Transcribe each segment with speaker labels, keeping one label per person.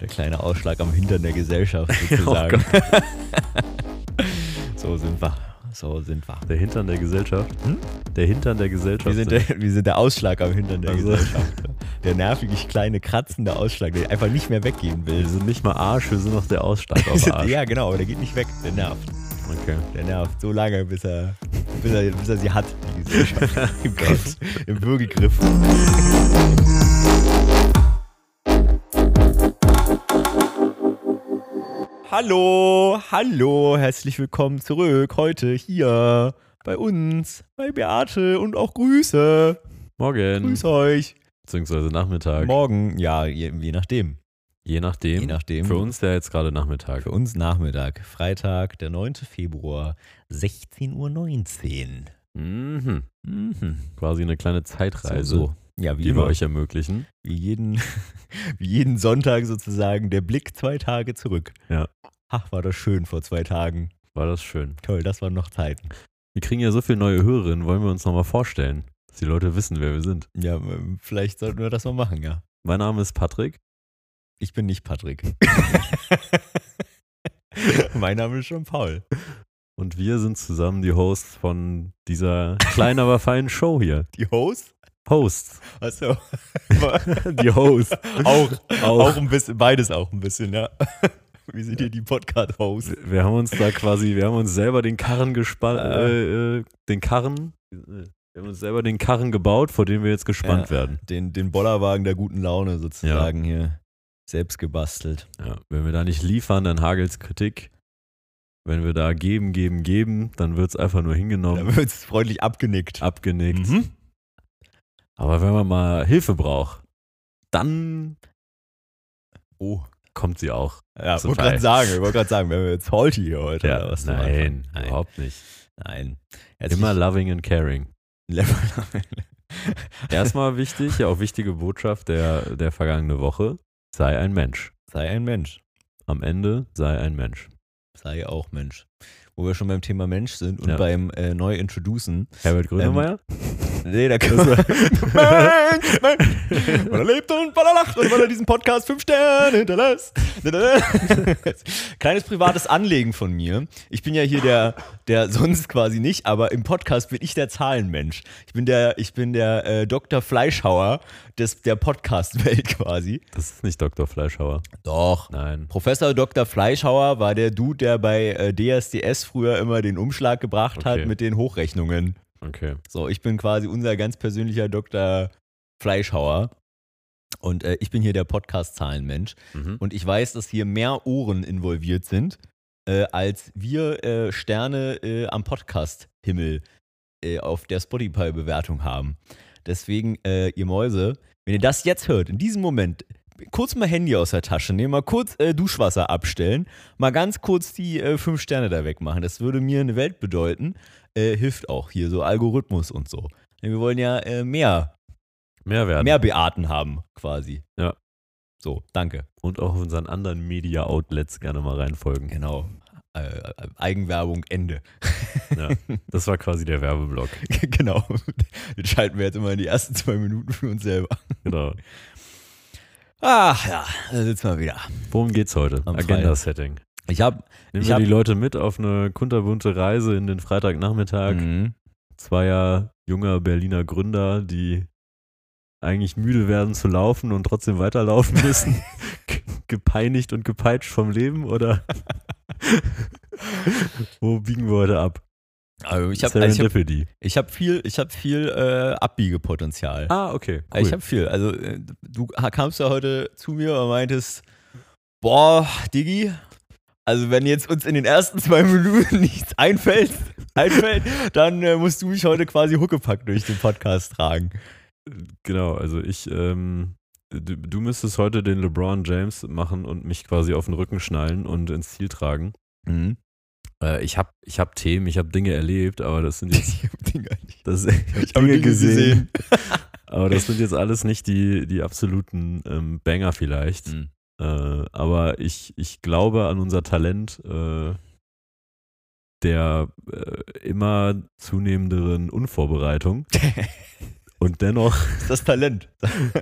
Speaker 1: Der kleine Ausschlag am Hintern der Gesellschaft sozusagen. so sind wir. So sind wir.
Speaker 2: Der Hintern der Gesellschaft.
Speaker 1: Hm?
Speaker 2: Der Hintern der Gesellschaft.
Speaker 1: Wir sind, der, wir sind der Ausschlag am Hintern der
Speaker 2: Also.
Speaker 1: Gesellschaft. Der nervig kleine, kratzende Ausschlag, der einfach nicht mehr weggehen will.
Speaker 2: wir sind nicht mal Arsch, wir sind noch der Ausschlag auf Arsch.
Speaker 1: Ja, genau, aber der geht nicht weg. Der nervt.
Speaker 2: Okay.
Speaker 1: Der nervt so lange, bis er, bis er, bis er sie hat, die Gesellschaft. Im Griff. Im Würgegriff. Hallo, hallo, herzlich willkommen zurück heute hier bei uns, bei Beate und auch Grüße.
Speaker 2: Morgen.
Speaker 1: Grüß euch.
Speaker 2: Beziehungsweise Nachmittag.
Speaker 1: Morgen, ja, je, je nachdem.
Speaker 2: je nachdem.
Speaker 1: Je nachdem.
Speaker 2: Für uns ja jetzt gerade Nachmittag.
Speaker 1: Für uns Nachmittag, Freitag, der 9. Februar, 16.19 Uhr.
Speaker 2: Mhm. Quasi eine kleine Zeitreise,
Speaker 1: Ja, wie
Speaker 2: die wir
Speaker 1: immer.
Speaker 2: euch ermöglichen.
Speaker 1: Wie jeden, wie jeden Sonntag sozusagen der Blick zwei Tage zurück.
Speaker 2: Ja.
Speaker 1: Ach, war das schön vor zwei Tagen.
Speaker 2: War das schön.
Speaker 1: Toll, das waren noch Zeiten.
Speaker 2: Wir kriegen ja so viele neue Hörerinnen, wollen wir uns nochmal vorstellen, dass die Leute wissen, wer wir sind.
Speaker 1: Ja, ähm, vielleicht sollten wir das mal machen, ja.
Speaker 2: Mein Name ist Patrick.
Speaker 1: Ich bin nicht Patrick. mein Name ist schon Paul.
Speaker 2: Und wir sind zusammen die Hosts von dieser kleinen, aber feinen Show hier.
Speaker 1: Die Host?
Speaker 2: Hosts.
Speaker 1: Achso.
Speaker 2: Die Hosts.
Speaker 1: auch, auch.
Speaker 2: Auch.
Speaker 1: ein bisschen, beides auch ein bisschen, ja. Wir sind hier die Podcast-Hosts.
Speaker 2: Wir haben uns da quasi, wir haben uns selber den Karren gespannt,
Speaker 1: Äh.
Speaker 2: äh, äh, den Karren, wir haben uns selber den Karren gebaut, vor dem wir jetzt gespannt
Speaker 1: Ja.
Speaker 2: werden.
Speaker 1: Den, den Bollerwagen der guten Laune sozusagen hier. Selbst gebastelt.
Speaker 2: Ja. Wenn wir da nicht liefern, dann Hagels Kritik. Wenn wir da geben, geben, geben, dann wird es einfach nur
Speaker 1: Da
Speaker 2: hingenommen,
Speaker 1: wird es freundlich abgenickt.
Speaker 2: abgenickt.
Speaker 1: Mhm.
Speaker 2: Aber wenn man mal Hilfe braucht, dann
Speaker 1: Oh.
Speaker 2: kommt sie auch.
Speaker 1: Ja, ich
Speaker 2: Zum
Speaker 1: wollte gerade
Speaker 2: Teil.
Speaker 1: sagen, ich wollte gerade sagen, wenn wir jetzt salty hier heute
Speaker 2: Ja,
Speaker 1: oder was zum
Speaker 2: nein, Also
Speaker 1: Anfang. nein,
Speaker 2: überhaupt nicht.
Speaker 1: nein. Herzlich-
Speaker 2: Immer loving and caring. Erstmal wichtig, ja auch wichtige Botschaft der, der vergangenen Woche, sei ein Mensch.
Speaker 1: sei ein Mensch,
Speaker 2: Am Ende sei ein Mensch.
Speaker 1: sei auch Mensch. Wo wir schon beim Thema Mensch sind und
Speaker 2: Ja.
Speaker 1: beim äh, Neu-Introducen.
Speaker 2: Herbert Grönemeyer?
Speaker 1: Nee, da können wir. Mensch, Mensch, weil er lebt und weil er lacht und weil er diesen Podcast fünf Sterne hinterlässt. Kleines privates Anlegen von mir. Ich bin ja hier der, der sonst quasi nicht, aber im Podcast bin ich der Zahlenmensch. Ich bin der, ich bin der äh, Dr. Fleischhauer des, der Podcast-Welt quasi.
Speaker 2: Das ist nicht Dr. Fleischhauer.
Speaker 1: Doch.
Speaker 2: Nein.
Speaker 1: Professor Dr. Fleischhauer war der Dude, der bei äh, DSDS früher immer den Umschlag gebracht
Speaker 2: Okay.
Speaker 1: hat mit den Hochrechnungen.
Speaker 2: Okay.
Speaker 1: So, ich bin quasi unser ganz persönlicher Dr. Fleischhauer. Und äh, ich bin hier der Podcast-Zahlenmensch.
Speaker 2: Mhm.
Speaker 1: Und ich weiß, dass hier mehr Ohren involviert sind, äh, als wir äh, Sterne äh, am Podcast-Himmel äh, auf der Spotify-Bewertung haben. Deswegen, äh, ihr Mäuse, wenn ihr das jetzt hört, in diesem Moment, kurz mal Handy aus der Tasche nehmen, mal kurz äh, Duschwasser abstellen, mal ganz kurz die äh, fünf Sterne da wegmachen. Das würde mir eine Welt bedeuten. Äh, hilft auch hier so Algorithmus und so. Denn Wir wollen ja äh, mehr,
Speaker 2: Mehrwert.
Speaker 1: mehr Beaten haben, quasi.
Speaker 2: Ja.
Speaker 1: So, danke.
Speaker 2: Und auch auf unseren anderen Media-Outlets gerne mal reinfolgen.
Speaker 1: Genau. Äh, Eigenwerbung Ende.
Speaker 2: Ja. Das war quasi der Werbeblock.
Speaker 1: genau. Den schalten wir jetzt immer in die ersten zwei Minuten für uns selber.
Speaker 2: Genau.
Speaker 1: Ach ja, da sitzen wir wieder.
Speaker 2: Worum geht's heute?
Speaker 1: Am
Speaker 2: Agenda-Setting.
Speaker 1: Ich habe
Speaker 2: Nehmen
Speaker 1: Ich
Speaker 2: wir
Speaker 1: hab-
Speaker 2: die Leute mit auf eine kunterbunte Reise in den Freitagnachmittag.
Speaker 1: Mhm.
Speaker 2: Zweier junger Berliner Gründer, die eigentlich müde werden zu laufen und trotzdem weiterlaufen müssen. Ge- Gepeinigt und gepeitscht vom Leben oder wo biegen wir heute ab?
Speaker 1: also ich habe also ich hab,
Speaker 2: Serendipity.
Speaker 1: ich hab viel, ich hab viel äh, Abbiegepotenzial.
Speaker 2: ah, okay.
Speaker 1: Also Ich habe viel. Also äh, du kamst ja heute zu mir und meintest, boah, Diggi, also wenn jetzt uns in den ersten zwei Minuten nichts einfällt, einfällt dann äh, musst du mich heute quasi huckepack durch den Podcast tragen.
Speaker 2: Genau, also ich, ähm, du, du müsstest heute den LeBron James machen und mich quasi auf den Rücken schnallen und ins Ziel tragen.
Speaker 1: Mhm.
Speaker 2: Äh, ich habe ich hab Themen, ich habe Dinge erlebt, aber das sind jetzt
Speaker 1: Ich hab den gar nicht.
Speaker 2: das,
Speaker 1: Ich hab den gesehen.
Speaker 2: Aber das sind jetzt alles nicht die, die absoluten ähm, Banger vielleicht.
Speaker 1: Mhm.
Speaker 2: Äh, aber ich, ich glaube an unser Talent äh,
Speaker 1: Hm.
Speaker 2: der äh, immer zunehmenderen Unvorbereitung. Und dennoch,
Speaker 1: Das ist das Talent.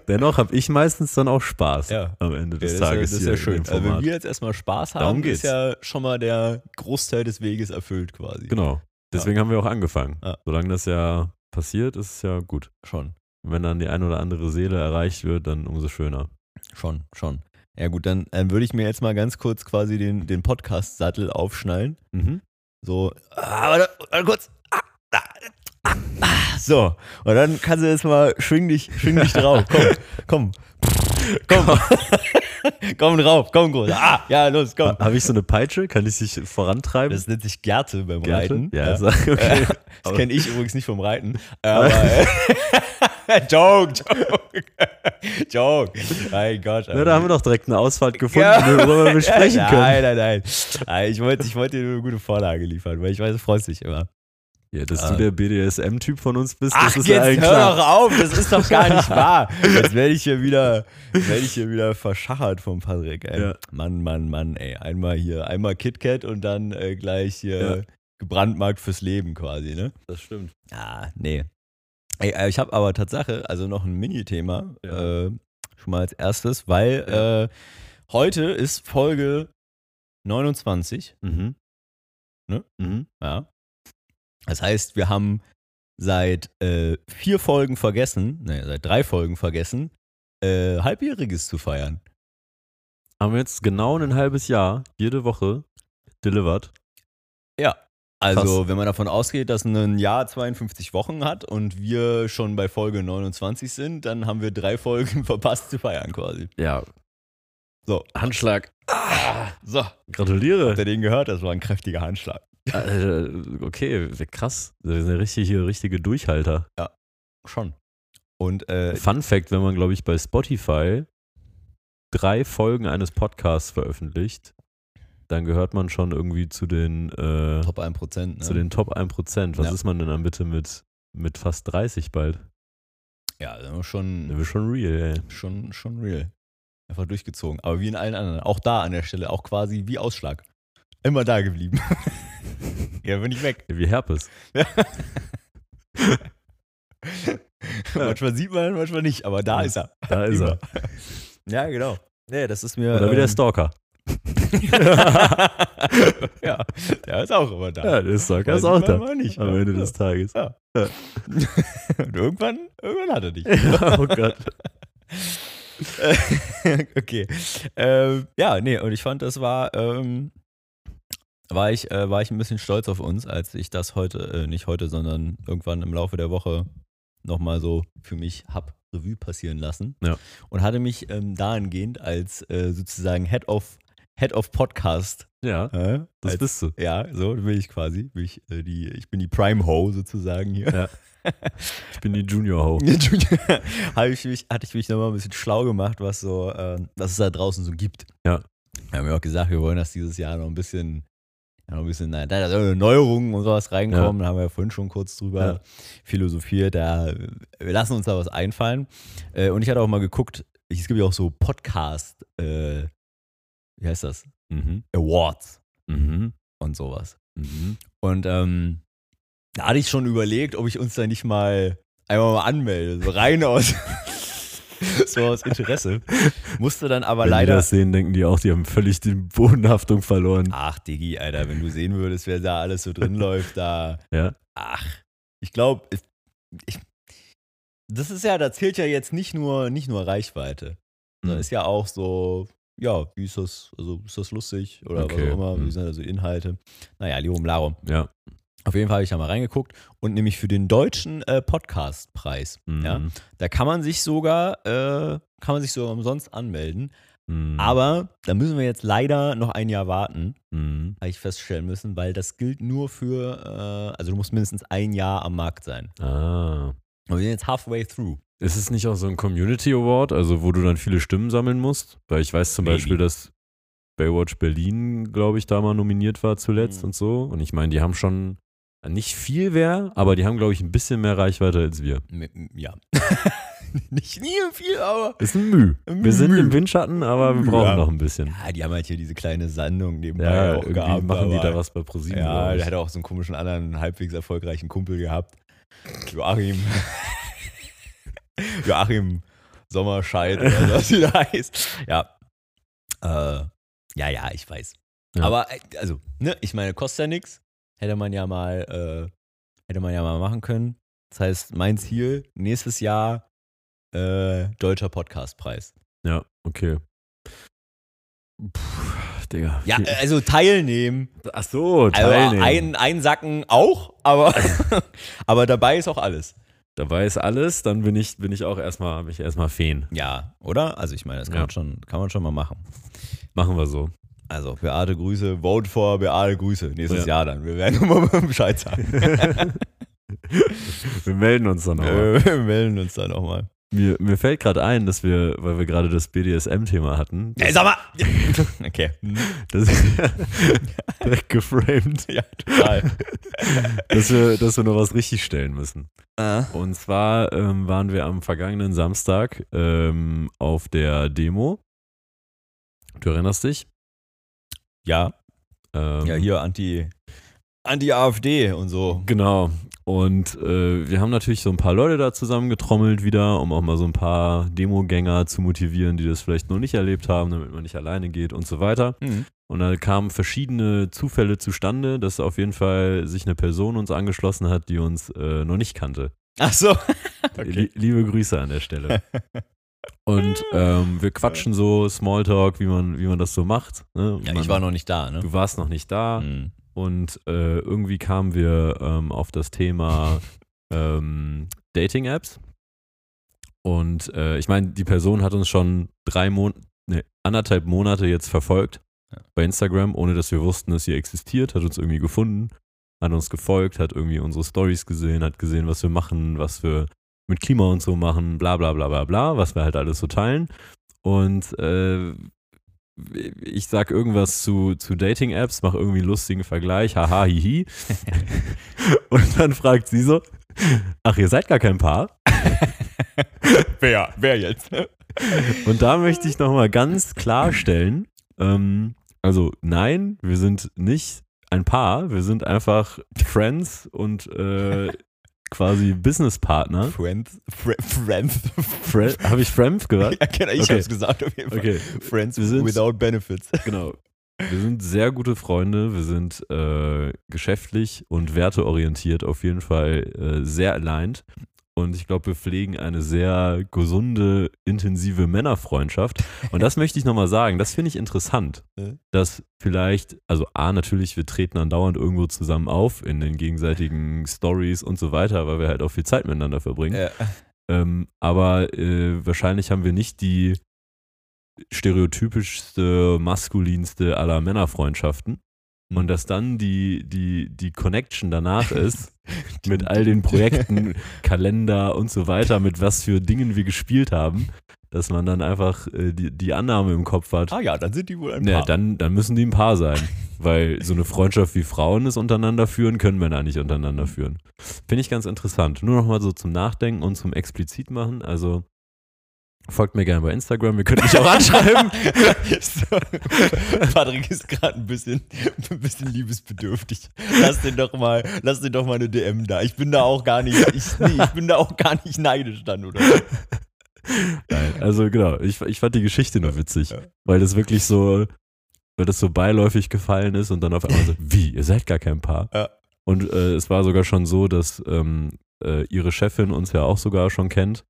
Speaker 2: dennoch habe ich meistens dann auch Spaß
Speaker 1: Ja.
Speaker 2: am Ende des
Speaker 1: ja, das
Speaker 2: Tages.
Speaker 1: ist
Speaker 2: hier
Speaker 1: ja
Speaker 2: in
Speaker 1: schön.
Speaker 2: dem
Speaker 1: Also wenn
Speaker 2: Format.
Speaker 1: wir jetzt erstmal Spaß
Speaker 2: Darum
Speaker 1: haben,
Speaker 2: geht's.
Speaker 1: ist ja schon mal der Großteil des Weges erfüllt quasi.
Speaker 2: Genau. Deswegen haben wir auch angefangen.
Speaker 1: Ja.
Speaker 2: Solange das ja passiert, ist es ja gut.
Speaker 1: Schon,
Speaker 2: Und wenn dann die ein oder andere Seele erreicht wird, dann umso schöner.
Speaker 1: schon, schon. Ja gut, dann, dann würde ich mir jetzt mal ganz kurz quasi den, den Podcast-Sattel aufschnallen.
Speaker 2: Mhm.
Speaker 1: So, ah, warte, warte kurz. Ah, ah, ah, ah. So, und dann kannst du jetzt mal schwing dich, schwing dich drauf. Komm, komm, komm. komm drauf, komm groß. Ah, ja, los, komm.
Speaker 2: Habe ich so eine Peitsche? Kann ich sich vorantreiben?
Speaker 1: Das nennt sich Gerte beim
Speaker 2: Gerte?
Speaker 1: Reiten. Also,
Speaker 2: Ja, ist- okay.
Speaker 1: Das kenne ich übrigens nicht vom Reiten. Aber joke, joke. joke. Mein Gott.
Speaker 2: Na, da haben wir doch direkt eine Ausfahrt gefunden,
Speaker 1: Ja.
Speaker 2: worüber wir besprechen können.
Speaker 1: Nein, nein, nein. nein. Ich wollte ich wollte dir nur eine gute Vorlage liefern, weil ich weiß, du freust dich immer.
Speaker 2: Ja, dass
Speaker 1: Ah.
Speaker 2: du der BDSM-Typ von uns bist,
Speaker 1: Ach,
Speaker 2: das ist
Speaker 1: jetzt
Speaker 2: ja allen
Speaker 1: hör
Speaker 2: klar.
Speaker 1: doch auf, das ist doch gar nicht wahr. Jetzt werde ich hier wieder, werde ich hier wieder verschachert vom Patrick. Ey.
Speaker 2: Ja.
Speaker 1: Mann, Mann, Mann, ey. Einmal hier, einmal KitKat und dann äh, gleich hier
Speaker 2: Ja.
Speaker 1: gebrandmarkt fürs Leben quasi, ne?
Speaker 2: Das stimmt.
Speaker 1: Ah, nee. Ey, äh, ich habe aber Tatsache, also noch ein Mini-Thema,
Speaker 2: Ja.
Speaker 1: äh, schon mal als erstes, weil äh, heute ist Folge 29,
Speaker 2: Mhm.
Speaker 1: Ne?
Speaker 2: Mhm.
Speaker 1: ja. Das heißt, wir haben seit äh, vier Folgen vergessen, nee, seit drei Folgen vergessen, äh, Halbjähriges zu feiern.
Speaker 2: Haben wir jetzt genau ein halbes Jahr, jede Woche, delivered.
Speaker 1: Also,
Speaker 2: Krass.
Speaker 1: wenn man davon ausgeht, dass ein Jahr 52 Wochen hat und wir schon bei Folge 29 sind, dann haben wir drei Folgen verpasst zu feiern quasi.
Speaker 2: Ja.
Speaker 1: So.
Speaker 2: Handschlag.
Speaker 1: So.
Speaker 2: Gratuliere.
Speaker 1: Habt ihr den gehört? Das war ein kräftiger Handschlag.
Speaker 2: Äh, okay, krass. Wir sind richtig hier richtige Durchhalter.
Speaker 1: Schon. Und äh,
Speaker 2: Fun Fact, wenn man, glaube ich, bei Spotify drei Folgen eines Podcasts veröffentlicht, dann gehört man schon irgendwie zu den, äh,
Speaker 1: Top 1%. Ne?
Speaker 2: zu den Top 1%. Was
Speaker 1: Ja.
Speaker 2: ist man denn dann bitte mit, mit fast 30 bald?
Speaker 1: ja, das ist
Speaker 2: Das
Speaker 1: schon,
Speaker 2: ist schon real, ey.
Speaker 1: schon, schon real. Einfach durchgezogen. Aber wie in allen anderen. Auch da an der Stelle. Auch quasi wie Ausschlag. Immer da geblieben. ja, bin ich weg.
Speaker 2: Wie Herpes.
Speaker 1: Manchmal sieht man, manchmal nicht. Aber da
Speaker 2: Ja.
Speaker 1: ist er.
Speaker 2: Da ist er.
Speaker 1: Ja, genau. Nee, das ist mir. ähm,
Speaker 2: Oder wie der Stalker.
Speaker 1: ja, der ist auch immer da.
Speaker 2: Ja, der Stalker
Speaker 1: Mal
Speaker 2: ist
Speaker 1: sieht
Speaker 2: auch
Speaker 1: man
Speaker 2: da.
Speaker 1: mal Nicht,
Speaker 2: Am
Speaker 1: ne?
Speaker 2: Ende des Tages.
Speaker 1: Und irgendwann, irgendwann hat er dich.
Speaker 2: oh Gott.
Speaker 1: okay. Ähm, ja, nee, und ich fand, das war, ähm, war, ich, äh, war ich ein bisschen stolz auf uns, als ich das heute, äh, nicht heute, sondern irgendwann im Laufe der Woche nochmal so für mich hab Revue passieren lassen.
Speaker 2: Ja.
Speaker 1: Und hatte mich ähm, dahingehend als äh, sozusagen Head of, Head of Podcast.
Speaker 2: Ja,
Speaker 1: Äh,
Speaker 2: das
Speaker 1: als,
Speaker 2: bist du.
Speaker 1: ja, so bin ich quasi. Bin ich, äh, die, ich bin die Prime-Ho sozusagen hier.
Speaker 2: Ich bin die Junior-Ho.
Speaker 1: Habe ich mich, hatte ich mich nochmal ein bisschen schlau gemacht, was so, ähm, was es da draußen so gibt.
Speaker 2: Ja.
Speaker 1: Wir haben ja auch gesagt, wir wollen, dass dieses Jahr noch ein bisschen, ja, noch ein bisschen, nein, da sollen Neuerungen und sowas reinkommen. Da haben wir ja vorhin schon kurz drüber
Speaker 2: Ja.
Speaker 1: philosophiert. Da, äh, wir lassen uns da was einfallen. Äh, und ich hatte auch mal geguckt, es gibt ja auch so Podcast, äh, wie heißt das?
Speaker 2: Mhm.
Speaker 1: Awards
Speaker 2: Mhm.
Speaker 1: und sowas.
Speaker 2: Mhm.
Speaker 1: Und ähm, da hatte ich schon überlegt, ob ich uns da nicht mal einmal mal anmelde. So rein aus, so aus Interesse. Musste dann aber
Speaker 2: Wenn die
Speaker 1: leider.
Speaker 2: das sehen, denken die auch, die haben völlig die Bodenhaftung verloren.
Speaker 1: Ach, Diggi, Alter, wenn du sehen würdest, wer da alles so drin läuft, da.
Speaker 2: Ja.
Speaker 1: Ach, ich glaube, ich, ich, das ist ja, da zählt ja jetzt nicht nur, nicht nur Reichweite. sondern
Speaker 2: Mhm.
Speaker 1: ist ja auch so, ja, wie ist das, also ist das lustig oder was
Speaker 2: Okay,
Speaker 1: auch immer,
Speaker 2: mhm.
Speaker 1: wie sind da so die Inhalte? Naja, Lirum Larum.
Speaker 2: Ja.
Speaker 1: Auf jeden Fall habe ich da mal reingeguckt und nämlich für den deutschen äh, Podcast-Preis.
Speaker 2: Mhm.
Speaker 1: Ja, da kann man sich sogar, äh, kann man sich sogar umsonst anmelden.
Speaker 2: Mhm.
Speaker 1: Aber da müssen wir jetzt leider noch ein Jahr warten,
Speaker 2: Mhm.
Speaker 1: habe ich feststellen müssen, weil das gilt nur für, äh, also du musst mindestens ein Jahr am Markt sein.
Speaker 2: Ah.
Speaker 1: Und wir sind jetzt halfway through.
Speaker 2: Ist es nicht auch so ein Community Award, also wo du dann viele Stimmen sammeln musst? Weil ich weiß zum
Speaker 1: Maybe.
Speaker 2: Beispiel, dass Baywatch Berlin, glaube ich, da mal nominiert war zuletzt
Speaker 1: Mhm.
Speaker 2: und so. Und ich meine, die haben schon nicht viel wer, aber die haben, glaube ich, ein bisschen mehr Reichweite als wir.
Speaker 1: M- m- Ja. Nicht nie viel, aber.
Speaker 2: Ist ein Müh.
Speaker 1: Ein
Speaker 2: Wir sind
Speaker 1: Müh.
Speaker 2: im Windschatten, aber wir
Speaker 1: Müh,
Speaker 2: brauchen
Speaker 1: ja.
Speaker 2: noch ein bisschen.
Speaker 1: Ja, die haben halt hier diese kleine Sendung nebenbei
Speaker 2: Ja,
Speaker 1: auch
Speaker 2: irgendwie
Speaker 1: gehabt.
Speaker 2: machen die
Speaker 1: aber-
Speaker 2: da was bei ProSieben.
Speaker 1: Ja,
Speaker 2: glaub ich.
Speaker 1: der hat auch so einen komischen anderen, halbwegs erfolgreichen Kumpel gehabt. Joachim. Joachim Sommerscheid oder so, was sie da heißt. Ja. Äh, ja, ja, ich weiß.
Speaker 2: Ja.
Speaker 1: Aber, äh, also, ne, ich meine, kostet ja nichts. Hätte man ja mal, äh, hätte man ja mal machen können. Das heißt, mein Ziel, nächstes Jahr äh, Deutscher Podcastpreis.
Speaker 2: Ja, okay. Puh, Digga.
Speaker 1: Ja, äh, also teilnehmen.
Speaker 2: Ach so,
Speaker 1: Also
Speaker 2: teilnehmen.
Speaker 1: ein, einsacken auch, aber, aber dabei ist auch alles.
Speaker 2: Dabei ist alles, dann bin ich, bin ich auch erstmal, bin ich erstmal Feen.
Speaker 1: Ja, oder? Also ich meine, das kann,
Speaker 2: Ja.
Speaker 1: man, schon, kann man schon mal machen.
Speaker 2: Machen wir so.
Speaker 1: Also Beate Grüße, vote for Beate Grüße. Nächstes
Speaker 2: Ja.
Speaker 1: Jahr dann. Wir werden immer Bescheid sagen.
Speaker 2: Wir melden uns dann auch.
Speaker 1: Wir wir melden uns da nochmal.
Speaker 2: Mir, mir fällt gerade ein, dass wir, weil wir gerade das BDSM-Thema hatten,
Speaker 1: Ey, sag mal! Okay.
Speaker 2: das direkt geframed,
Speaker 1: Ja, total.
Speaker 2: dass wir, dass wir noch was richtig stellen müssen. Und zwar ähm, waren wir am vergangenen Samstag ähm, auf der Demo. Du erinnerst dich?
Speaker 1: Ja,
Speaker 2: Ähm,
Speaker 1: ja, hier Anti, Anti-AfD und so.
Speaker 2: Genau. Und äh, wir haben natürlich so ein paar Leute da zusammengetrommelt wieder, um auch mal so ein paar Demogänger zu motivieren, die das vielleicht noch nicht erlebt haben, damit man nicht alleine geht und so weiter.
Speaker 1: Hm.
Speaker 2: Und da kamen verschiedene Zufälle zustande, dass auf jeden Fall sich eine Person uns angeschlossen hat, die uns äh, noch nicht kannte.
Speaker 1: Ach so.
Speaker 2: Lie- liebe Grüße an der Stelle. Und ähm, wir quatschen so Smalltalk, wie man, wie man das so macht. Ne?
Speaker 1: Ja,
Speaker 2: man,
Speaker 1: ich war noch nicht da, ne?
Speaker 2: du warst noch nicht da
Speaker 1: Hm.
Speaker 2: und äh, irgendwie kamen wir ähm, auf das Thema ähm, Dating-Apps. Und äh, ich meine, die Person hat uns schon drei Mon nee, anderthalb Monate jetzt verfolgt
Speaker 1: Ja.
Speaker 2: bei Instagram, ohne dass wir wussten, dass sie existiert, hat uns irgendwie gefunden, hat uns gefolgt, hat irgendwie unsere Stories gesehen, hat gesehen, was wir machen, was wir mit Klima und so machen, bla bla bla bla bla, was wir halt alles so teilen. Und äh, ich sag irgendwas zu, zu Dating-Apps, mach irgendwie einen lustigen Vergleich, haha, hihi. Und dann fragt sie so, ach, ihr seid gar kein Paar?
Speaker 1: Wer? Wer jetzt?
Speaker 2: Und da möchte ich nochmal ganz klarstellen, ähm, also nein, wir sind nicht ein Paar, wir sind einfach Friends und äh, quasi Businesspartner.
Speaker 1: Friends. Fr Friends.
Speaker 2: Habe ich Fremd gesagt?
Speaker 1: Ja, genau, ich
Speaker 2: Okay.
Speaker 1: hab's gesagt auf jeden Fall.
Speaker 2: Okay,
Speaker 1: Friends
Speaker 2: Wir sind-
Speaker 1: without benefits.
Speaker 2: genau. Wir sind sehr gute Freunde, wir sind äh, geschäftlich und werteorientiert auf jeden Fall äh, sehr aligned. Und ich glaube, wir pflegen eine sehr gesunde, intensive Männerfreundschaft. Und das möchte ich nochmal sagen, das finde ich interessant,
Speaker 1: Ja.
Speaker 2: dass vielleicht, also A, natürlich, wir treten andauernd irgendwo zusammen auf in den gegenseitigen Stories und so weiter, weil wir halt auch viel Zeit miteinander verbringen.
Speaker 1: Ja.
Speaker 2: Ähm, aber äh, wahrscheinlich haben wir nicht die stereotypischste, maskulinste aller Männerfreundschaften. Und dass dann die, die, die Connection danach ist, mit all den Projekten, Kalender und so weiter, mit was für Dingen wir gespielt haben, dass man dann einfach äh, die, die Annahme im Kopf hat,
Speaker 1: Ah ja, dann sind die wohl ein
Speaker 2: ja,
Speaker 1: Paar.
Speaker 2: dann, dann müssen die ein Paar sein. Weil so eine Freundschaft wie Frauen es untereinander führen, können Männer nicht untereinander führen. Finde ich ganz interessant. Nur nochmal so zum Nachdenken und zum explizit machen. Also folgt mir gerne bei Instagram. Ihr könnt mich auch anschreiben.
Speaker 1: So. Patrick ist gerade ein bisschen, ein bisschen liebesbedürftig. Lass den doch mal, lass den doch mal eine DM da. Ich bin da auch gar nicht, ich, nee, ich bin da auch gar nicht neidisch dann, oder?
Speaker 2: Nein, also genau, ich, ich fand die Geschichte nur witzig.
Speaker 1: Ja.
Speaker 2: Weil das wirklich so, weil das so beiläufig gefallen ist und dann auf einmal so, wie, ihr seid gar kein Paar.
Speaker 1: Ja.
Speaker 2: Und äh, es war sogar schon so, dass ähm, äh, ihre Chefin uns ja auch sogar schon kennt,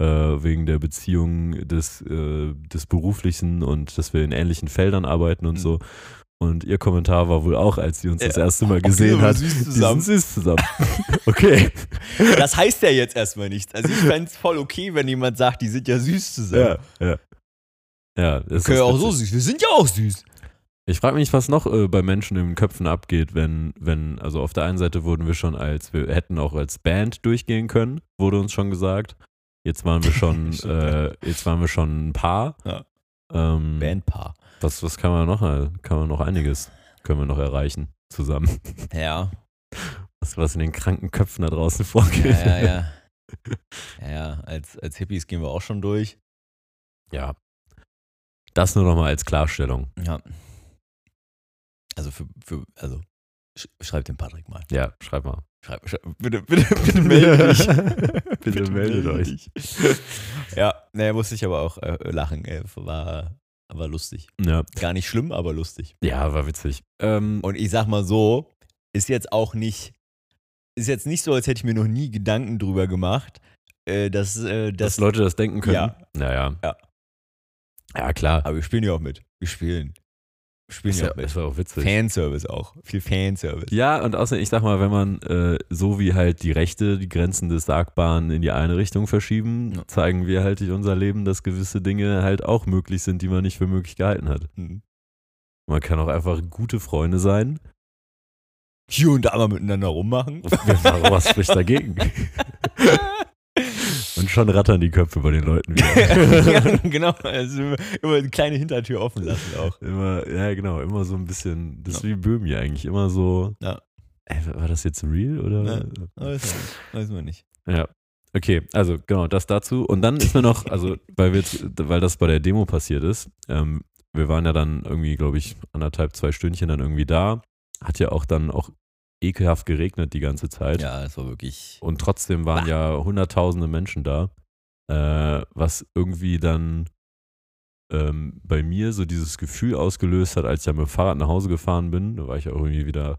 Speaker 2: äh, wegen der Beziehung des, äh, des Beruflichen und dass wir in ähnlichen Feldern arbeiten und
Speaker 1: Mhm.
Speaker 2: so. Und ihr Kommentar war wohl auch, als sie uns das
Speaker 1: Ja.
Speaker 2: erste Mal
Speaker 1: Okay,
Speaker 2: gesehen
Speaker 1: aber
Speaker 2: hat.
Speaker 1: süß
Speaker 2: die
Speaker 1: zusammen.
Speaker 2: sind süß zusammen. okay.
Speaker 1: Das heißt ja jetzt erstmal nichts. Also ich fänd's voll okay, wenn jemand sagt, die sind ja süß zusammen. Ja,
Speaker 2: ja. Ja, das
Speaker 1: Können
Speaker 2: ist
Speaker 1: ja auch so
Speaker 2: witzig.
Speaker 1: süß. Wir sind ja auch süß.
Speaker 2: Ich frage mich, was noch äh, bei Menschen in den Köpfen abgeht, wenn, wenn, also auf der einen Seite wurden wir schon als, wir hätten auch als Band durchgehen können, wurde uns schon gesagt. Jetzt waren wir schon,
Speaker 1: Stimmt, ja.
Speaker 2: äh, jetzt waren wir schon ein Paar.
Speaker 1: Ja.
Speaker 2: Ähm,
Speaker 1: Bandpaar.
Speaker 2: Was, was kann man noch, äh, kann man noch einiges, können wir noch erreichen zusammen.
Speaker 1: Ja.
Speaker 2: Was, was in den kranken Köpfen da draußen vorgeht.
Speaker 1: Ja, ja, ja. Ja, ja. Als, als Hippies gehen wir auch schon durch.
Speaker 2: Ja. Das nur nochmal als Klarstellung.
Speaker 1: Ja. Also für, für also sch schreib dem Patrick mal.
Speaker 2: Ja, schreib mal.
Speaker 1: Schreib, schreib, bitte, bitte, bitte melde dich.
Speaker 2: Bitte meldet euch.
Speaker 1: dich. ja, naja, musste ich aber auch äh, lachen. Äh, war, war lustig.
Speaker 2: Ja.
Speaker 1: Gar nicht schlimm, aber lustig.
Speaker 2: ja, war witzig. Ähm,
Speaker 1: Und ich sag mal so, ist jetzt auch nicht, ist jetzt nicht so, als hätte ich mir noch nie Gedanken drüber gemacht, äh, dass, äh,
Speaker 2: dass
Speaker 1: dass
Speaker 2: Leute das denken können.
Speaker 1: Ja.
Speaker 2: Naja.
Speaker 1: Ja.
Speaker 2: Ja, klar.
Speaker 1: Aber wir spielen ja auch mit. Wir spielen. Wir spielen
Speaker 2: Das
Speaker 1: ja
Speaker 2: war,
Speaker 1: auch mit.
Speaker 2: das war auch witzig.
Speaker 1: Fanservice auch. Viel Fanservice.
Speaker 2: Ja, und außerdem, ich sag mal, wenn man äh, so wie halt die Rechte die Grenzen des Sagbaren in die eine Richtung verschieben,
Speaker 1: Ja.
Speaker 2: zeigen wir halt durch unser Leben, dass gewisse Dinge halt auch möglich sind, die man nicht für möglich gehalten hat.
Speaker 1: Mhm.
Speaker 2: Man kann auch einfach gute Freunde sein.
Speaker 1: Hier und da mal miteinander rummachen.
Speaker 2: Warum, was spricht dagegen? Und schon rattern die Köpfe bei den Leuten
Speaker 1: ja,
Speaker 2: wieder.
Speaker 1: genau. Also immer eine kleine Hintertür offen lassen auch.
Speaker 2: immer, ja, genau, immer so ein bisschen, das ist
Speaker 1: Ja.
Speaker 2: wie Böhmi eigentlich, immer so.
Speaker 1: Ja.
Speaker 2: Ey, war das jetzt real oder?
Speaker 1: Aber Weiß man nicht. Weiß man nicht.
Speaker 2: Ja. Okay, also genau, das dazu. Und dann ist mir noch, also weil wir jetzt, weil das bei der Demo passiert ist, ähm, wir waren ja dann irgendwie, glaube ich, anderthalb, zwei Stündchen dann irgendwie da. Hat ja auch dann auch ekelhaft geregnet die ganze Zeit.
Speaker 1: Ja, es war wirklich.
Speaker 2: Und trotzdem waren ja hunderttausende Menschen da. Äh, was irgendwie dann ähm, bei mir so dieses Gefühl ausgelöst hat, als ich ja mit dem Fahrrad nach Hause gefahren bin, da war ich auch irgendwie wieder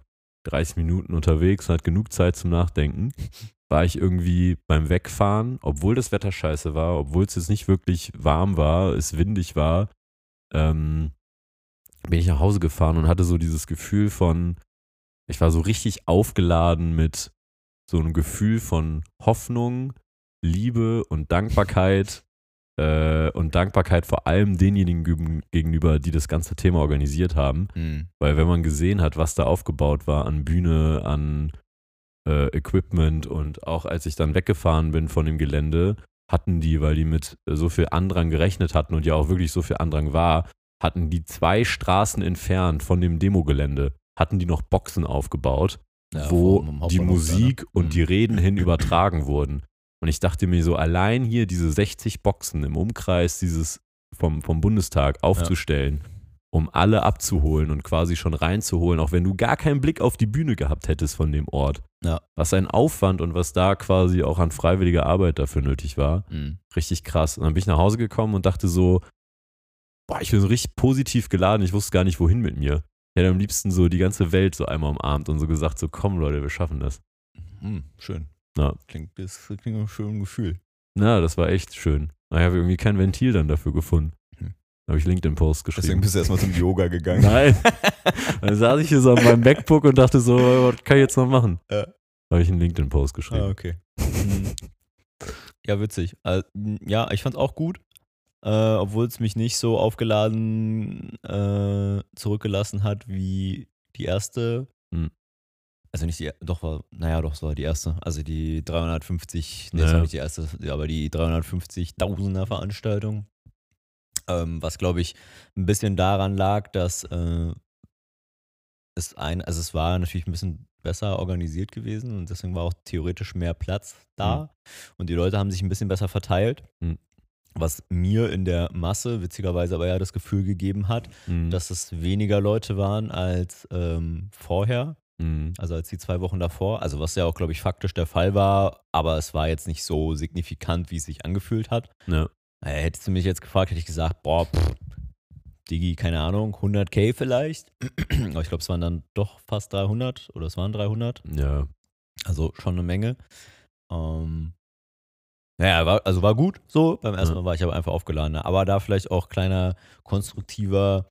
Speaker 2: 30 Minuten unterwegs und hatte genug Zeit zum Nachdenken, war ich irgendwie beim Wegfahren, obwohl das Wetter scheiße war, obwohl es jetzt nicht wirklich warm war, es windig war, ähm, bin ich nach Hause gefahren und hatte so dieses Gefühl von, ich war so richtig aufgeladen mit so einem Gefühl von Hoffnung, Liebe und Dankbarkeit. Äh, und Dankbarkeit vor allem denjenigen gü- gegenüber, die das ganze Thema organisiert haben.
Speaker 1: Mhm.
Speaker 2: Weil wenn man gesehen hat, was da aufgebaut war an Bühne, an äh, Equipment und auch als ich dann weggefahren bin von dem Gelände, hatten die, weil die mit äh, so viel Andrang gerechnet hatten und ja auch wirklich so viel Andrang war, hatten die zwei Straßen entfernt von dem Demogelände, hatten die noch Boxen aufgebaut,
Speaker 1: Ja, vor allem
Speaker 2: wo
Speaker 1: am Hauptbahnhof da,
Speaker 2: die
Speaker 1: ne?
Speaker 2: Musik
Speaker 1: Mhm.
Speaker 2: und die Reden hin übertragen wurden. Und ich dachte mir so, allein hier diese 60 Boxen im Umkreis dieses vom, vom Bundestag aufzustellen, um alle abzuholen und quasi schon reinzuholen, auch wenn du gar keinen Blick auf die Bühne gehabt hättest von dem Ort.
Speaker 1: Ja.
Speaker 2: Was ein Aufwand und was da quasi auch an freiwilliger Arbeit dafür nötig war.
Speaker 1: Mhm.
Speaker 2: Richtig krass. Und dann bin ich nach Hause gekommen und dachte so, boah, ich bin so richtig positiv geladen, ich wusste gar nicht, wohin mit mir. Ich hätte am liebsten so die ganze Welt so einmal umarmt und so gesagt, so komm Leute, wir schaffen das.
Speaker 1: Mhm. Schön.
Speaker 2: Ja.
Speaker 1: Klingt, das klingt nach einem schönen Gefühl.
Speaker 2: Na, das war echt schön. Ich habe irgendwie kein Ventil dann dafür gefunden.
Speaker 1: Hm.
Speaker 2: Habe ich LinkedIn-Post
Speaker 1: Deswegen
Speaker 2: geschrieben.
Speaker 1: bist du erstmal zum Yoga gegangen.
Speaker 2: Nein. Dann saß ich hier so an meinem MacBook und dachte so, was kann ich jetzt noch machen?
Speaker 1: Ja.
Speaker 2: Habe ich einen LinkedIn-Post
Speaker 1: Ah,
Speaker 2: geschrieben. Hm.
Speaker 1: okay. Mhm. ja, witzig. Also, m, ja, ich fand's auch gut. Äh, Obwohl es mich nicht so aufgeladen äh, zurückgelassen hat wie die erste.
Speaker 2: Mhm.
Speaker 1: Also nicht die, doch war, naja, doch, es war die erste. Also die 350, nee,
Speaker 2: Ja.
Speaker 1: das war nicht die erste, aber die 350.000er Veranstaltung. Ähm, was, glaube ich, ein bisschen daran lag, dass äh, es ein, also es war natürlich ein bisschen besser organisiert gewesen und deswegen war auch theoretisch mehr Platz da und die Leute haben sich ein bisschen besser verteilt,
Speaker 2: Mhm.
Speaker 1: was mir in der Masse witzigerweise aber ja das Gefühl gegeben hat,
Speaker 2: Mhm.
Speaker 1: dass es weniger Leute waren als ähm, vorher,
Speaker 2: Mhm.
Speaker 1: also als die zwei Wochen davor, also was ja auch, glaube ich, faktisch der Fall war, aber es war jetzt nicht so signifikant, wie es sich angefühlt hat.
Speaker 2: Ja.
Speaker 1: Äh, Hättest du mich jetzt gefragt, hätte ich gesagt, boah, pff, Digi, keine Ahnung, 100k vielleicht. Aber ich glaube, es waren dann doch fast 300 oder es waren 300.
Speaker 2: ja.
Speaker 1: Also schon eine Menge. Ähm, naja, war, also war gut so. Beim ersten
Speaker 2: Ja.
Speaker 1: Mal war ich aber einfach aufgeladener. Aber da vielleicht auch kleiner konstruktiver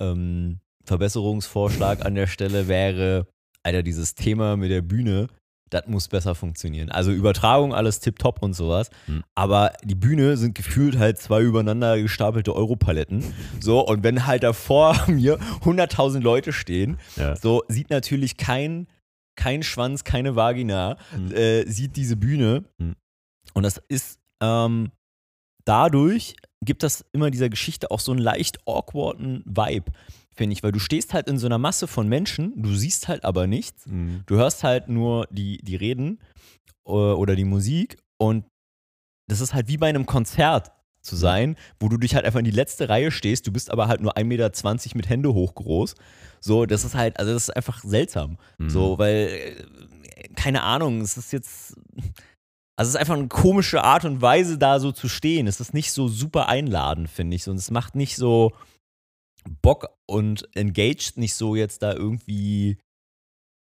Speaker 1: ähm, Verbesserungsvorschlag an der Stelle wäre, Alter, dieses Thema mit der Bühne, das muss besser funktionieren. Also Übertragung, alles tipptopp und sowas.
Speaker 2: Hm.
Speaker 1: Aber die Bühne sind gefühlt halt zwei übereinander gestapelte Europaletten. So, und wenn halt da vor mir 100.000 Leute stehen,
Speaker 2: Ja.
Speaker 1: so sieht natürlich kein, kein Schwanz, keine Vagina,
Speaker 2: Hm.
Speaker 1: äh, sieht diese Bühne.
Speaker 2: Hm.
Speaker 1: Und das ist ähm, dadurch gibt das immer dieser Geschichte auch so einen leicht awkwarden Vibe, finde ich, weil du stehst halt in so einer Masse von Menschen, du siehst halt aber nichts,
Speaker 2: Mhm.
Speaker 1: du hörst halt nur die, die Reden äh, oder die Musik und das ist halt wie bei einem Konzert zu sein, wo du dich halt einfach in die letzte Reihe stehst, du bist aber halt nur 1,20 Meter mit Hände hoch groß. So, das ist halt, also das ist einfach seltsam.
Speaker 2: Mhm.
Speaker 1: So, weil äh, keine Ahnung, es ist jetzt. Also es ist einfach eine komische Art und Weise, da so zu stehen. Es ist nicht so super einladend, finde ich. Und es macht nicht so Bock und engaged nicht so jetzt da irgendwie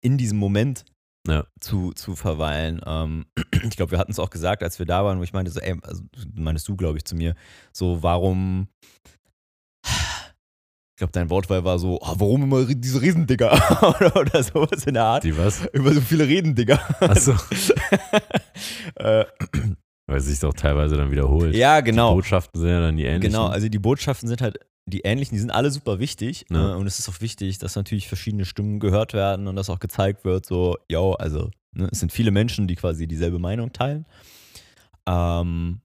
Speaker 1: in diesem Moment
Speaker 2: Ja.
Speaker 1: zu, zu verweilen. Ähm, ich glaube, wir hatten es auch gesagt, als wir da waren, wo ich meinte, so, ey, also, meinst du, glaube ich, zu mir, so, warum. Ich glaube, dein Wortwahl war so, ah, warum immer diese Riesen, Digga? oder, oder sowas in der Art.
Speaker 2: Die was?
Speaker 1: Über so viele reden, Digga.
Speaker 2: Achso.
Speaker 1: äh,
Speaker 2: Weil es sich doch teilweise dann wiederholt.
Speaker 1: ja, genau.
Speaker 2: Botschaften sind ja dann die ähnlichen.
Speaker 1: Genau, also die Botschaften sind halt die ähnlichen, die sind alle super wichtig.
Speaker 2: Ja.
Speaker 1: Äh, und es ist auch wichtig, dass natürlich verschiedene Stimmen gehört werden und dass auch gezeigt wird, so, yo, also, ne, es sind viele Menschen, die quasi dieselbe Meinung teilen. Ähm,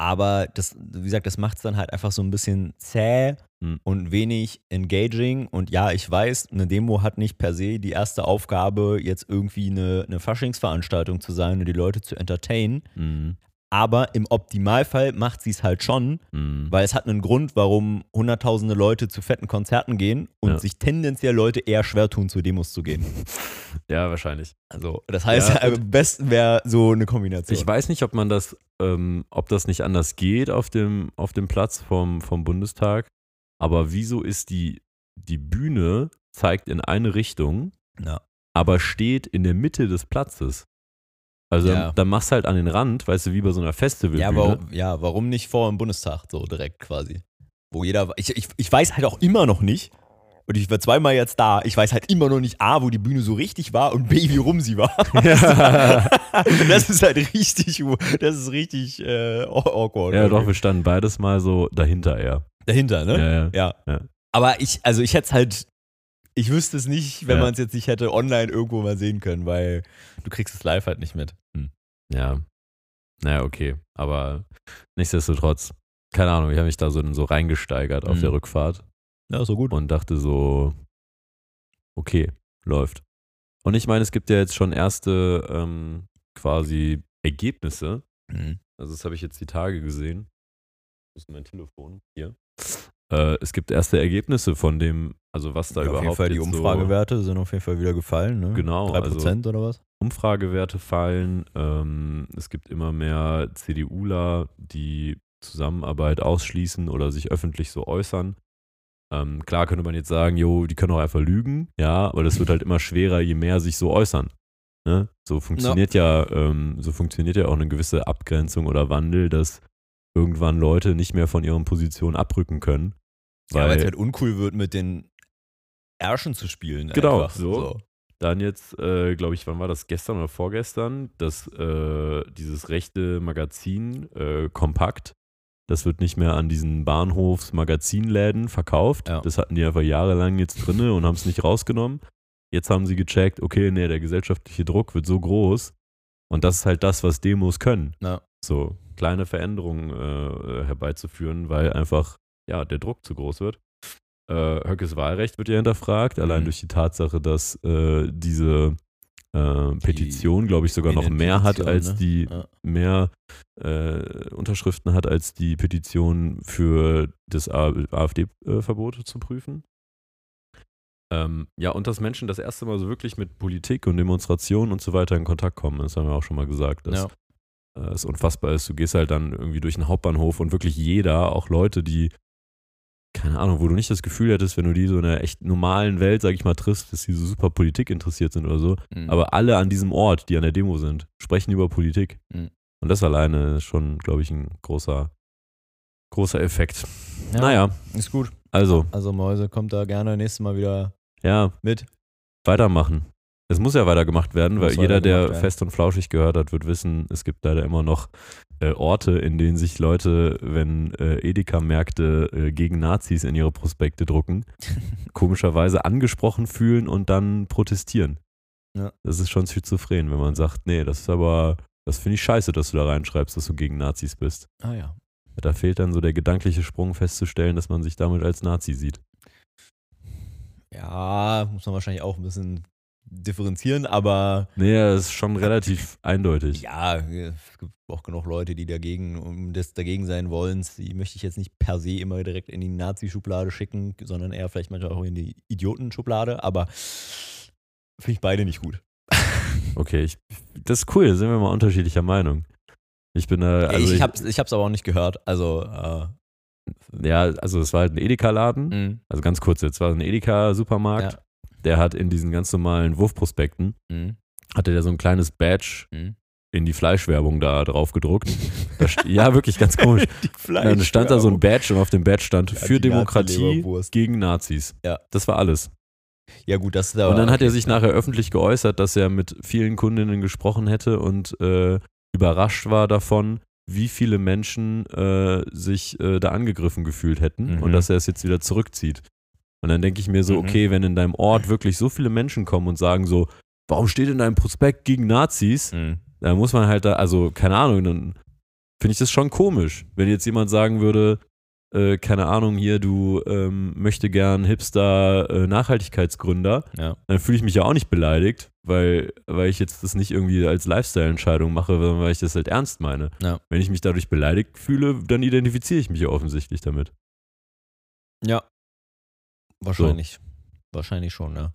Speaker 1: aber das, wie gesagt, das macht es dann halt einfach so ein bisschen zäh
Speaker 2: Hm.
Speaker 1: und wenig engaging. Und ja, ich weiß, eine Demo hat nicht per se die erste Aufgabe, jetzt irgendwie eine, eine Faschingsveranstaltung zu sein und die Leute zu entertainen.
Speaker 2: Mhm.
Speaker 1: Aber im Optimalfall macht sie es halt schon,
Speaker 2: Mhm.
Speaker 1: weil es hat einen Grund, warum hunderttausende Leute zu fetten Konzerten gehen und
Speaker 2: Ja.
Speaker 1: sich tendenziell Leute eher schwer tun, zu Demos zu gehen.
Speaker 2: Ja, wahrscheinich.
Speaker 1: Also, das heißt,
Speaker 2: Ja,
Speaker 1: am besten wäre so eine Kombination.
Speaker 2: Ich weiß nicht, ob man das, ähm, ob das nicht anders geht auf dem, auf dem Platz vom, vom Bundestag. Aber wieso ist die, die Bühne zeigt in eine Richtung,
Speaker 1: Ja.
Speaker 2: aber steht in der Mitte des Platzes? Also
Speaker 1: Ja.
Speaker 2: dann, dann machst du halt an den Rand, weißt du, wie bei so einer Festivalbühne.
Speaker 1: ja, aber, ja, warum nicht vor dem Bundestag so direkt quasi? Wo jeder, ich, ich, ich weiß halt auch immer noch nicht, und ich war zweimal jetzt da, ich weiß halt immer noch nicht A, wo die Bühne so richtig war und B, wie rum sie war.
Speaker 2: ja,
Speaker 1: das ist halt richtig, das ist richtig äh, awkward.
Speaker 2: ja, doch, wir standen beides mal so dahinter, ja.
Speaker 1: Dahinter, ne?
Speaker 2: Ja, ja.
Speaker 1: Ja.
Speaker 2: Ja.
Speaker 1: Aber ich, also ich hätte es halt, ich wüsste es nicht, wenn
Speaker 2: Ja.
Speaker 1: man es jetzt nicht hätte online irgendwo mal sehen können, weil du kriegst es live halt nicht mit.
Speaker 2: Ja. Naja, okay. Aber nichtsdestotrotz, keine Ahnung, ich habe mich da so, so reingesteigert auf
Speaker 1: Mhm.
Speaker 2: der Rückfahrt
Speaker 1: Ja, so gut.
Speaker 2: und dachte so, okay, läuft. Und ich meine, es gibt ja jetzt schon erste ähm, quasi Ergebnisse.
Speaker 1: Mhm.
Speaker 2: Also, das habe ich jetzt die Tage gesehen. Das ist mein Telefon hier. Äh, es gibt erste Ergebnisse von dem, also was da
Speaker 1: Ja,
Speaker 2: überhaupt
Speaker 1: auf jeden Fall die
Speaker 2: jetzt
Speaker 1: Umfragewerte sind auf jeden Fall wieder gefallen, ne?
Speaker 2: So, genau,
Speaker 1: Drei
Speaker 2: also
Speaker 1: Prozent oder was?
Speaker 2: Umfragewerte fallen. Ähm, es gibt immer mehr CDUler, die Zusammenarbeit ausschließen oder sich öffentlich so äußern. Ähm, klar könnte man jetzt sagen, jo, die können auch einfach lügen, ja, aber das wird halt immer schwerer, je mehr sich so äußern. Ne? So funktioniert ja, ähm, so funktioniert ja auch eine gewisse Abgrenzung oder Wandel, dass irgendwann Leute nicht mehr von ihren Positionen abrücken können.
Speaker 1: Ja,
Speaker 2: Weil-
Speaker 1: weil es halt uncool wird, mit den Ärschen zu spielen.
Speaker 2: Genau,
Speaker 1: einfach.
Speaker 2: so. Dann jetzt, äh, glaube ich, wann war das? Gestern oder vorgestern? Das, äh, dieses rechte Magazin, äh, Kompakt, das wird nicht mehr an diesen Bahnhofs-Magazinläden verkauft.
Speaker 1: Ja.
Speaker 2: Das hatten die einfach jahrelang jetzt drinne und haben es nicht rausgenommen. Jetzt haben sie gecheckt, okay, nee, der gesellschaftliche Druck wird so groß. Und das ist halt das, was Demos können.
Speaker 1: Ja.
Speaker 2: So kleine Veränderungen äh, herbeizuführen, weil einfach, ja, der Druck zu groß wird. Äh, Höckes Wahlrecht wird ja hinterfragt, allein
Speaker 1: Mhm.
Speaker 2: durch die Tatsache, dass äh, diese äh, Petition, glaube ich, sogar noch mehr hat
Speaker 1: Innenpetition,
Speaker 2: als
Speaker 1: ne?
Speaker 2: die,
Speaker 1: Ja.
Speaker 2: mehr äh, Unterschriften hat als die Petition für das AfD-Verbot äh, zu prüfen. Ähm, ja, und dass Menschen das erste Mal so wirklich mit Politik und Demonstrationen und so weiter in Kontakt kommen, das haben wir auch schon mal gesagt, dass
Speaker 1: Ja.
Speaker 2: äh, es unfassbar ist. Du gehst halt dann irgendwie durch den Hauptbahnhof und wirklich jeder, auch Leute, die, keine Ahnung, wo du nicht das Gefühl hättest, wenn du die so in einer echt normalen Welt, sag ich mal, triffst, dass die so super Politik interessiert sind oder so,
Speaker 1: Mhm.
Speaker 2: aber alle an diesem Ort, die an der Demo sind, sprechen über Politik.
Speaker 1: Mhm.
Speaker 2: Und das alleine ist schon, glaube ich, ein großer, großer Effekt.
Speaker 1: Ja.
Speaker 2: Naja,
Speaker 1: ist gut.
Speaker 2: also,
Speaker 1: Also Mäuse, kommt da gerne nächstes Mal wieder
Speaker 2: ja,
Speaker 1: mit.
Speaker 2: weitermachen. Es muss ja weitergemacht werden,
Speaker 1: Muss
Speaker 2: weil jeder, der
Speaker 1: weitergemacht werden.
Speaker 2: fest und flauschig gehört hat, wird wissen, es gibt leider immer noch äh, Orte, in denen sich Leute, wenn äh, Edeka-Märkte äh, gegen Nazis in ihre Prospekte drucken, komischerweise angesprochen fühlen und dann protestieren.
Speaker 1: Ja.
Speaker 2: Das ist schon schizophren, wenn man sagt, nee, das ist aber, das finde ich scheiße, dass du da reinschreibst, dass du gegen Nazis bist.
Speaker 1: Ah ja.
Speaker 2: Da fehlt dann so der gedankliche Sprung festzustellen, dass man sich damit als Nazi sieht.
Speaker 1: Ja, muss man wahrscheinlich auch ein bisschen differenzieren, aber
Speaker 2: Nee, das ist schon relativ eindeutig.
Speaker 1: Ja, es gibt auch genug Leute, die dagegen, um des dagegen sein wollen. Die möchte ich jetzt nicht per se immer direkt in die Nazi-Schublade schicken, sondern eher vielleicht manchmal auch in die Idioten-Schublade, aber finde ich beide nicht gut.
Speaker 2: Okay, ich, das ist cool, sind wir mal unterschiedlicher Meinung. Ich bin da, also
Speaker 1: ich, ich, hab's, ich hab's aber auch nicht gehört. Also, äh,
Speaker 2: ja, also es war halt ein Edeka-Laden,
Speaker 1: mm,
Speaker 2: also ganz kurz jetzt, war ein Edeka-Supermarkt,
Speaker 1: Ja.
Speaker 2: der hat in diesen ganz normalen Wurfprospekten,
Speaker 1: mm,
Speaker 2: hatte der so ein kleines Badge
Speaker 1: mm.
Speaker 2: in die Fleischwerbung da drauf gedruckt. Da st- ja, wirklich ganz komisch.
Speaker 1: Die
Speaker 2: Dann stand da so ein Badge und auf dem Badge stand
Speaker 1: Ja,
Speaker 2: für
Speaker 1: die
Speaker 2: Demokratie
Speaker 1: Nazi-Leberwurst.
Speaker 2: gegen Nazis.
Speaker 1: Ja.
Speaker 2: Das war alles.
Speaker 1: Ja, gut, das ist aber.
Speaker 2: und dann hat er sich nachher öffentlich geäußert, dass er mit vielen Kundinnen gesprochen hätte und äh, überrascht war davon, wie viele Menschen äh, sich äh, da angegriffen gefühlt hätten
Speaker 1: Mhm.
Speaker 2: und dass er es jetzt wieder zurückzieht. Und dann denke ich mir so,
Speaker 1: Mhm.
Speaker 2: okay, wenn in deinem Ort wirklich so viele Menschen kommen und sagen so, warum steht in deinem Prospekt gegen Nazis?
Speaker 1: Mm.
Speaker 2: Da muss man halt da, also keine Ahnung, dann finde ich das schon komisch, wenn jetzt jemand sagen würde, äh, keine Ahnung, hier, du ähm, möchte gern Hipster äh, Nachhaltigkeitsgründer,
Speaker 1: Ja.
Speaker 2: dann fühle ich mich ja auch nicht beleidigt, weil, weil ich jetzt das nicht irgendwie als Lifestyle-Entscheidung mache, sondern weil ich das halt ernst meine.
Speaker 1: Ja.
Speaker 2: Wenn ich mich dadurch beleidigt fühle, dann identifiziere ich mich ja offensichtlich damit.
Speaker 1: Ja. Wahrscheinlich. Wahrscheinlich schon, ja.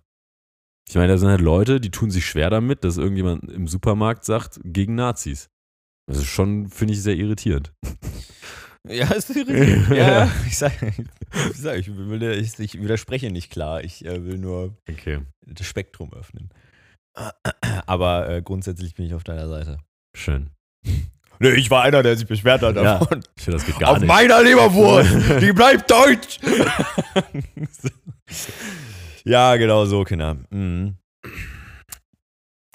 Speaker 2: Ich meine, da sind halt Leute, die tun sich schwer damit, dass irgendjemand im Supermarkt sagt, gegen Nazis. Das ist schon, finde ich, sehr irritierend.
Speaker 1: Ja, ist richtig. ja, ja, ich sag, ich, sag, ich, will, ich, ich widerspreche nicht klar. Ich äh, will nur
Speaker 2: Okay.
Speaker 1: das Spektrum öffnen. Aber äh, grundsätzlich bin ich auf deiner Seite.
Speaker 2: Schön.
Speaker 1: Nee, ich war einer, der sich beschwert hat
Speaker 2: Ja,
Speaker 1: davon.
Speaker 2: Ich finde, das geht gar
Speaker 1: auf
Speaker 2: nicht.
Speaker 1: meiner Leberwurst! Die bleibt deutsch! ja, genau so, Kinder. Mhm.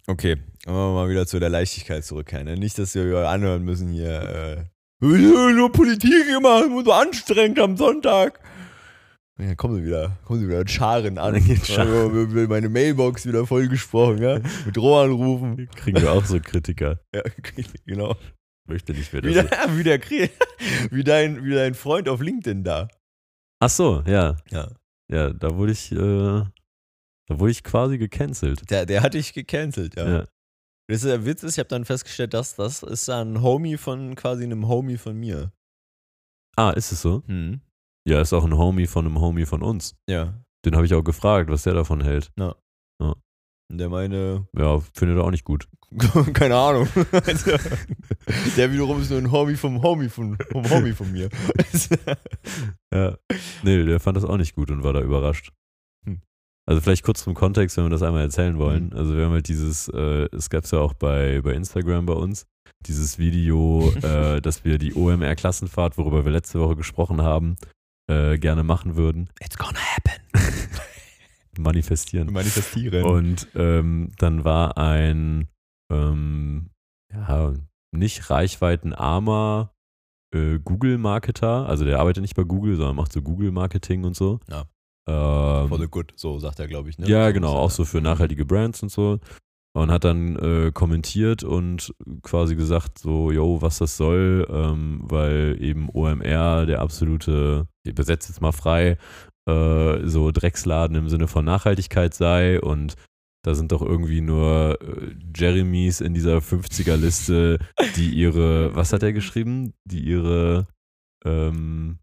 Speaker 1: Okay, wollen wir mal wieder zu der Leichtigkeit zurückkehren. ne? Nicht, dass wir anhören müssen hier. Äh, nur Politik gemacht, immer so anstrengend am Sonntag. Ja, kommen sie wieder, kommen sie wieder in Scharen an.
Speaker 2: Dann geht's Scharen.
Speaker 1: Ja, wir- wir- Meine Mailbox wieder vollgesprochen, ja? Mit Rohanrufen.
Speaker 2: Kriegen wir auch so Kritiker.
Speaker 1: Ja, genau.
Speaker 2: Möchte nicht mehr.
Speaker 1: Wie,
Speaker 2: Das
Speaker 1: der, wie, der, Krie- wie, dein, wie dein Freund auf LinkedIn da.
Speaker 2: Ach so, ja.
Speaker 1: Ja.
Speaker 2: Ja, da wurde ich, äh, da wurde ich quasi gecancelt.
Speaker 1: Der, der hat dich gecancelt, ja.
Speaker 2: Ja.
Speaker 1: Das ist der Witz ist, ich habe dann festgestellt, dass das ist ein Homie von quasi einem Homie von mir.
Speaker 2: Ah, ist es so?
Speaker 1: Hm.
Speaker 2: Ja, ist auch ein Homie von einem Homie von uns.
Speaker 1: Ja.
Speaker 2: Den habe ich auch gefragt, was der davon hält.
Speaker 1: Und der meine,
Speaker 2: Ja, findet er auch nicht gut.
Speaker 1: keine Ahnung. Also, der wiederum ist nur ein Homie vom Homie von, vom Homie von mir.
Speaker 2: Ja. Nee, der fand das auch nicht gut und war da überrascht.
Speaker 1: Hm.
Speaker 2: Also vielleicht kurz zum Kontext, wenn wir das einmal erzählen wollen. Also wir haben halt dieses, äh, es gab es ja auch bei, bei Instagram bei uns, dieses Video, äh, dass wir die OMR-Klassenfahrt, worüber wir letzte Woche gesprochen haben, äh, gerne machen würden,
Speaker 1: It's gonna happen.
Speaker 2: manifestieren.
Speaker 1: Manifestieren.
Speaker 2: Und ähm, dann war ein ähm, ja, nicht reichweitenarmer äh, Google-Marketer, also der arbeitet nicht bei Google, sondern macht so Google-Marketing und so.
Speaker 1: Ja.
Speaker 2: Ähm,
Speaker 1: Voll good, so sagt er, glaube ich. Ne?
Speaker 2: ja, genau, auch so für nachhaltige Brands und so. Und hat dann äh, kommentiert und quasi gesagt, so, yo, was das soll, ähm, weil eben OMR der absolute, ich besetze jetzt mal frei, äh, so Drecksladen im Sinne von Nachhaltigkeit sei und da sind doch irgendwie nur äh, Jeremies in dieser 50er-Liste, die ihre, was hat er geschrieben? Die ihre, ähm,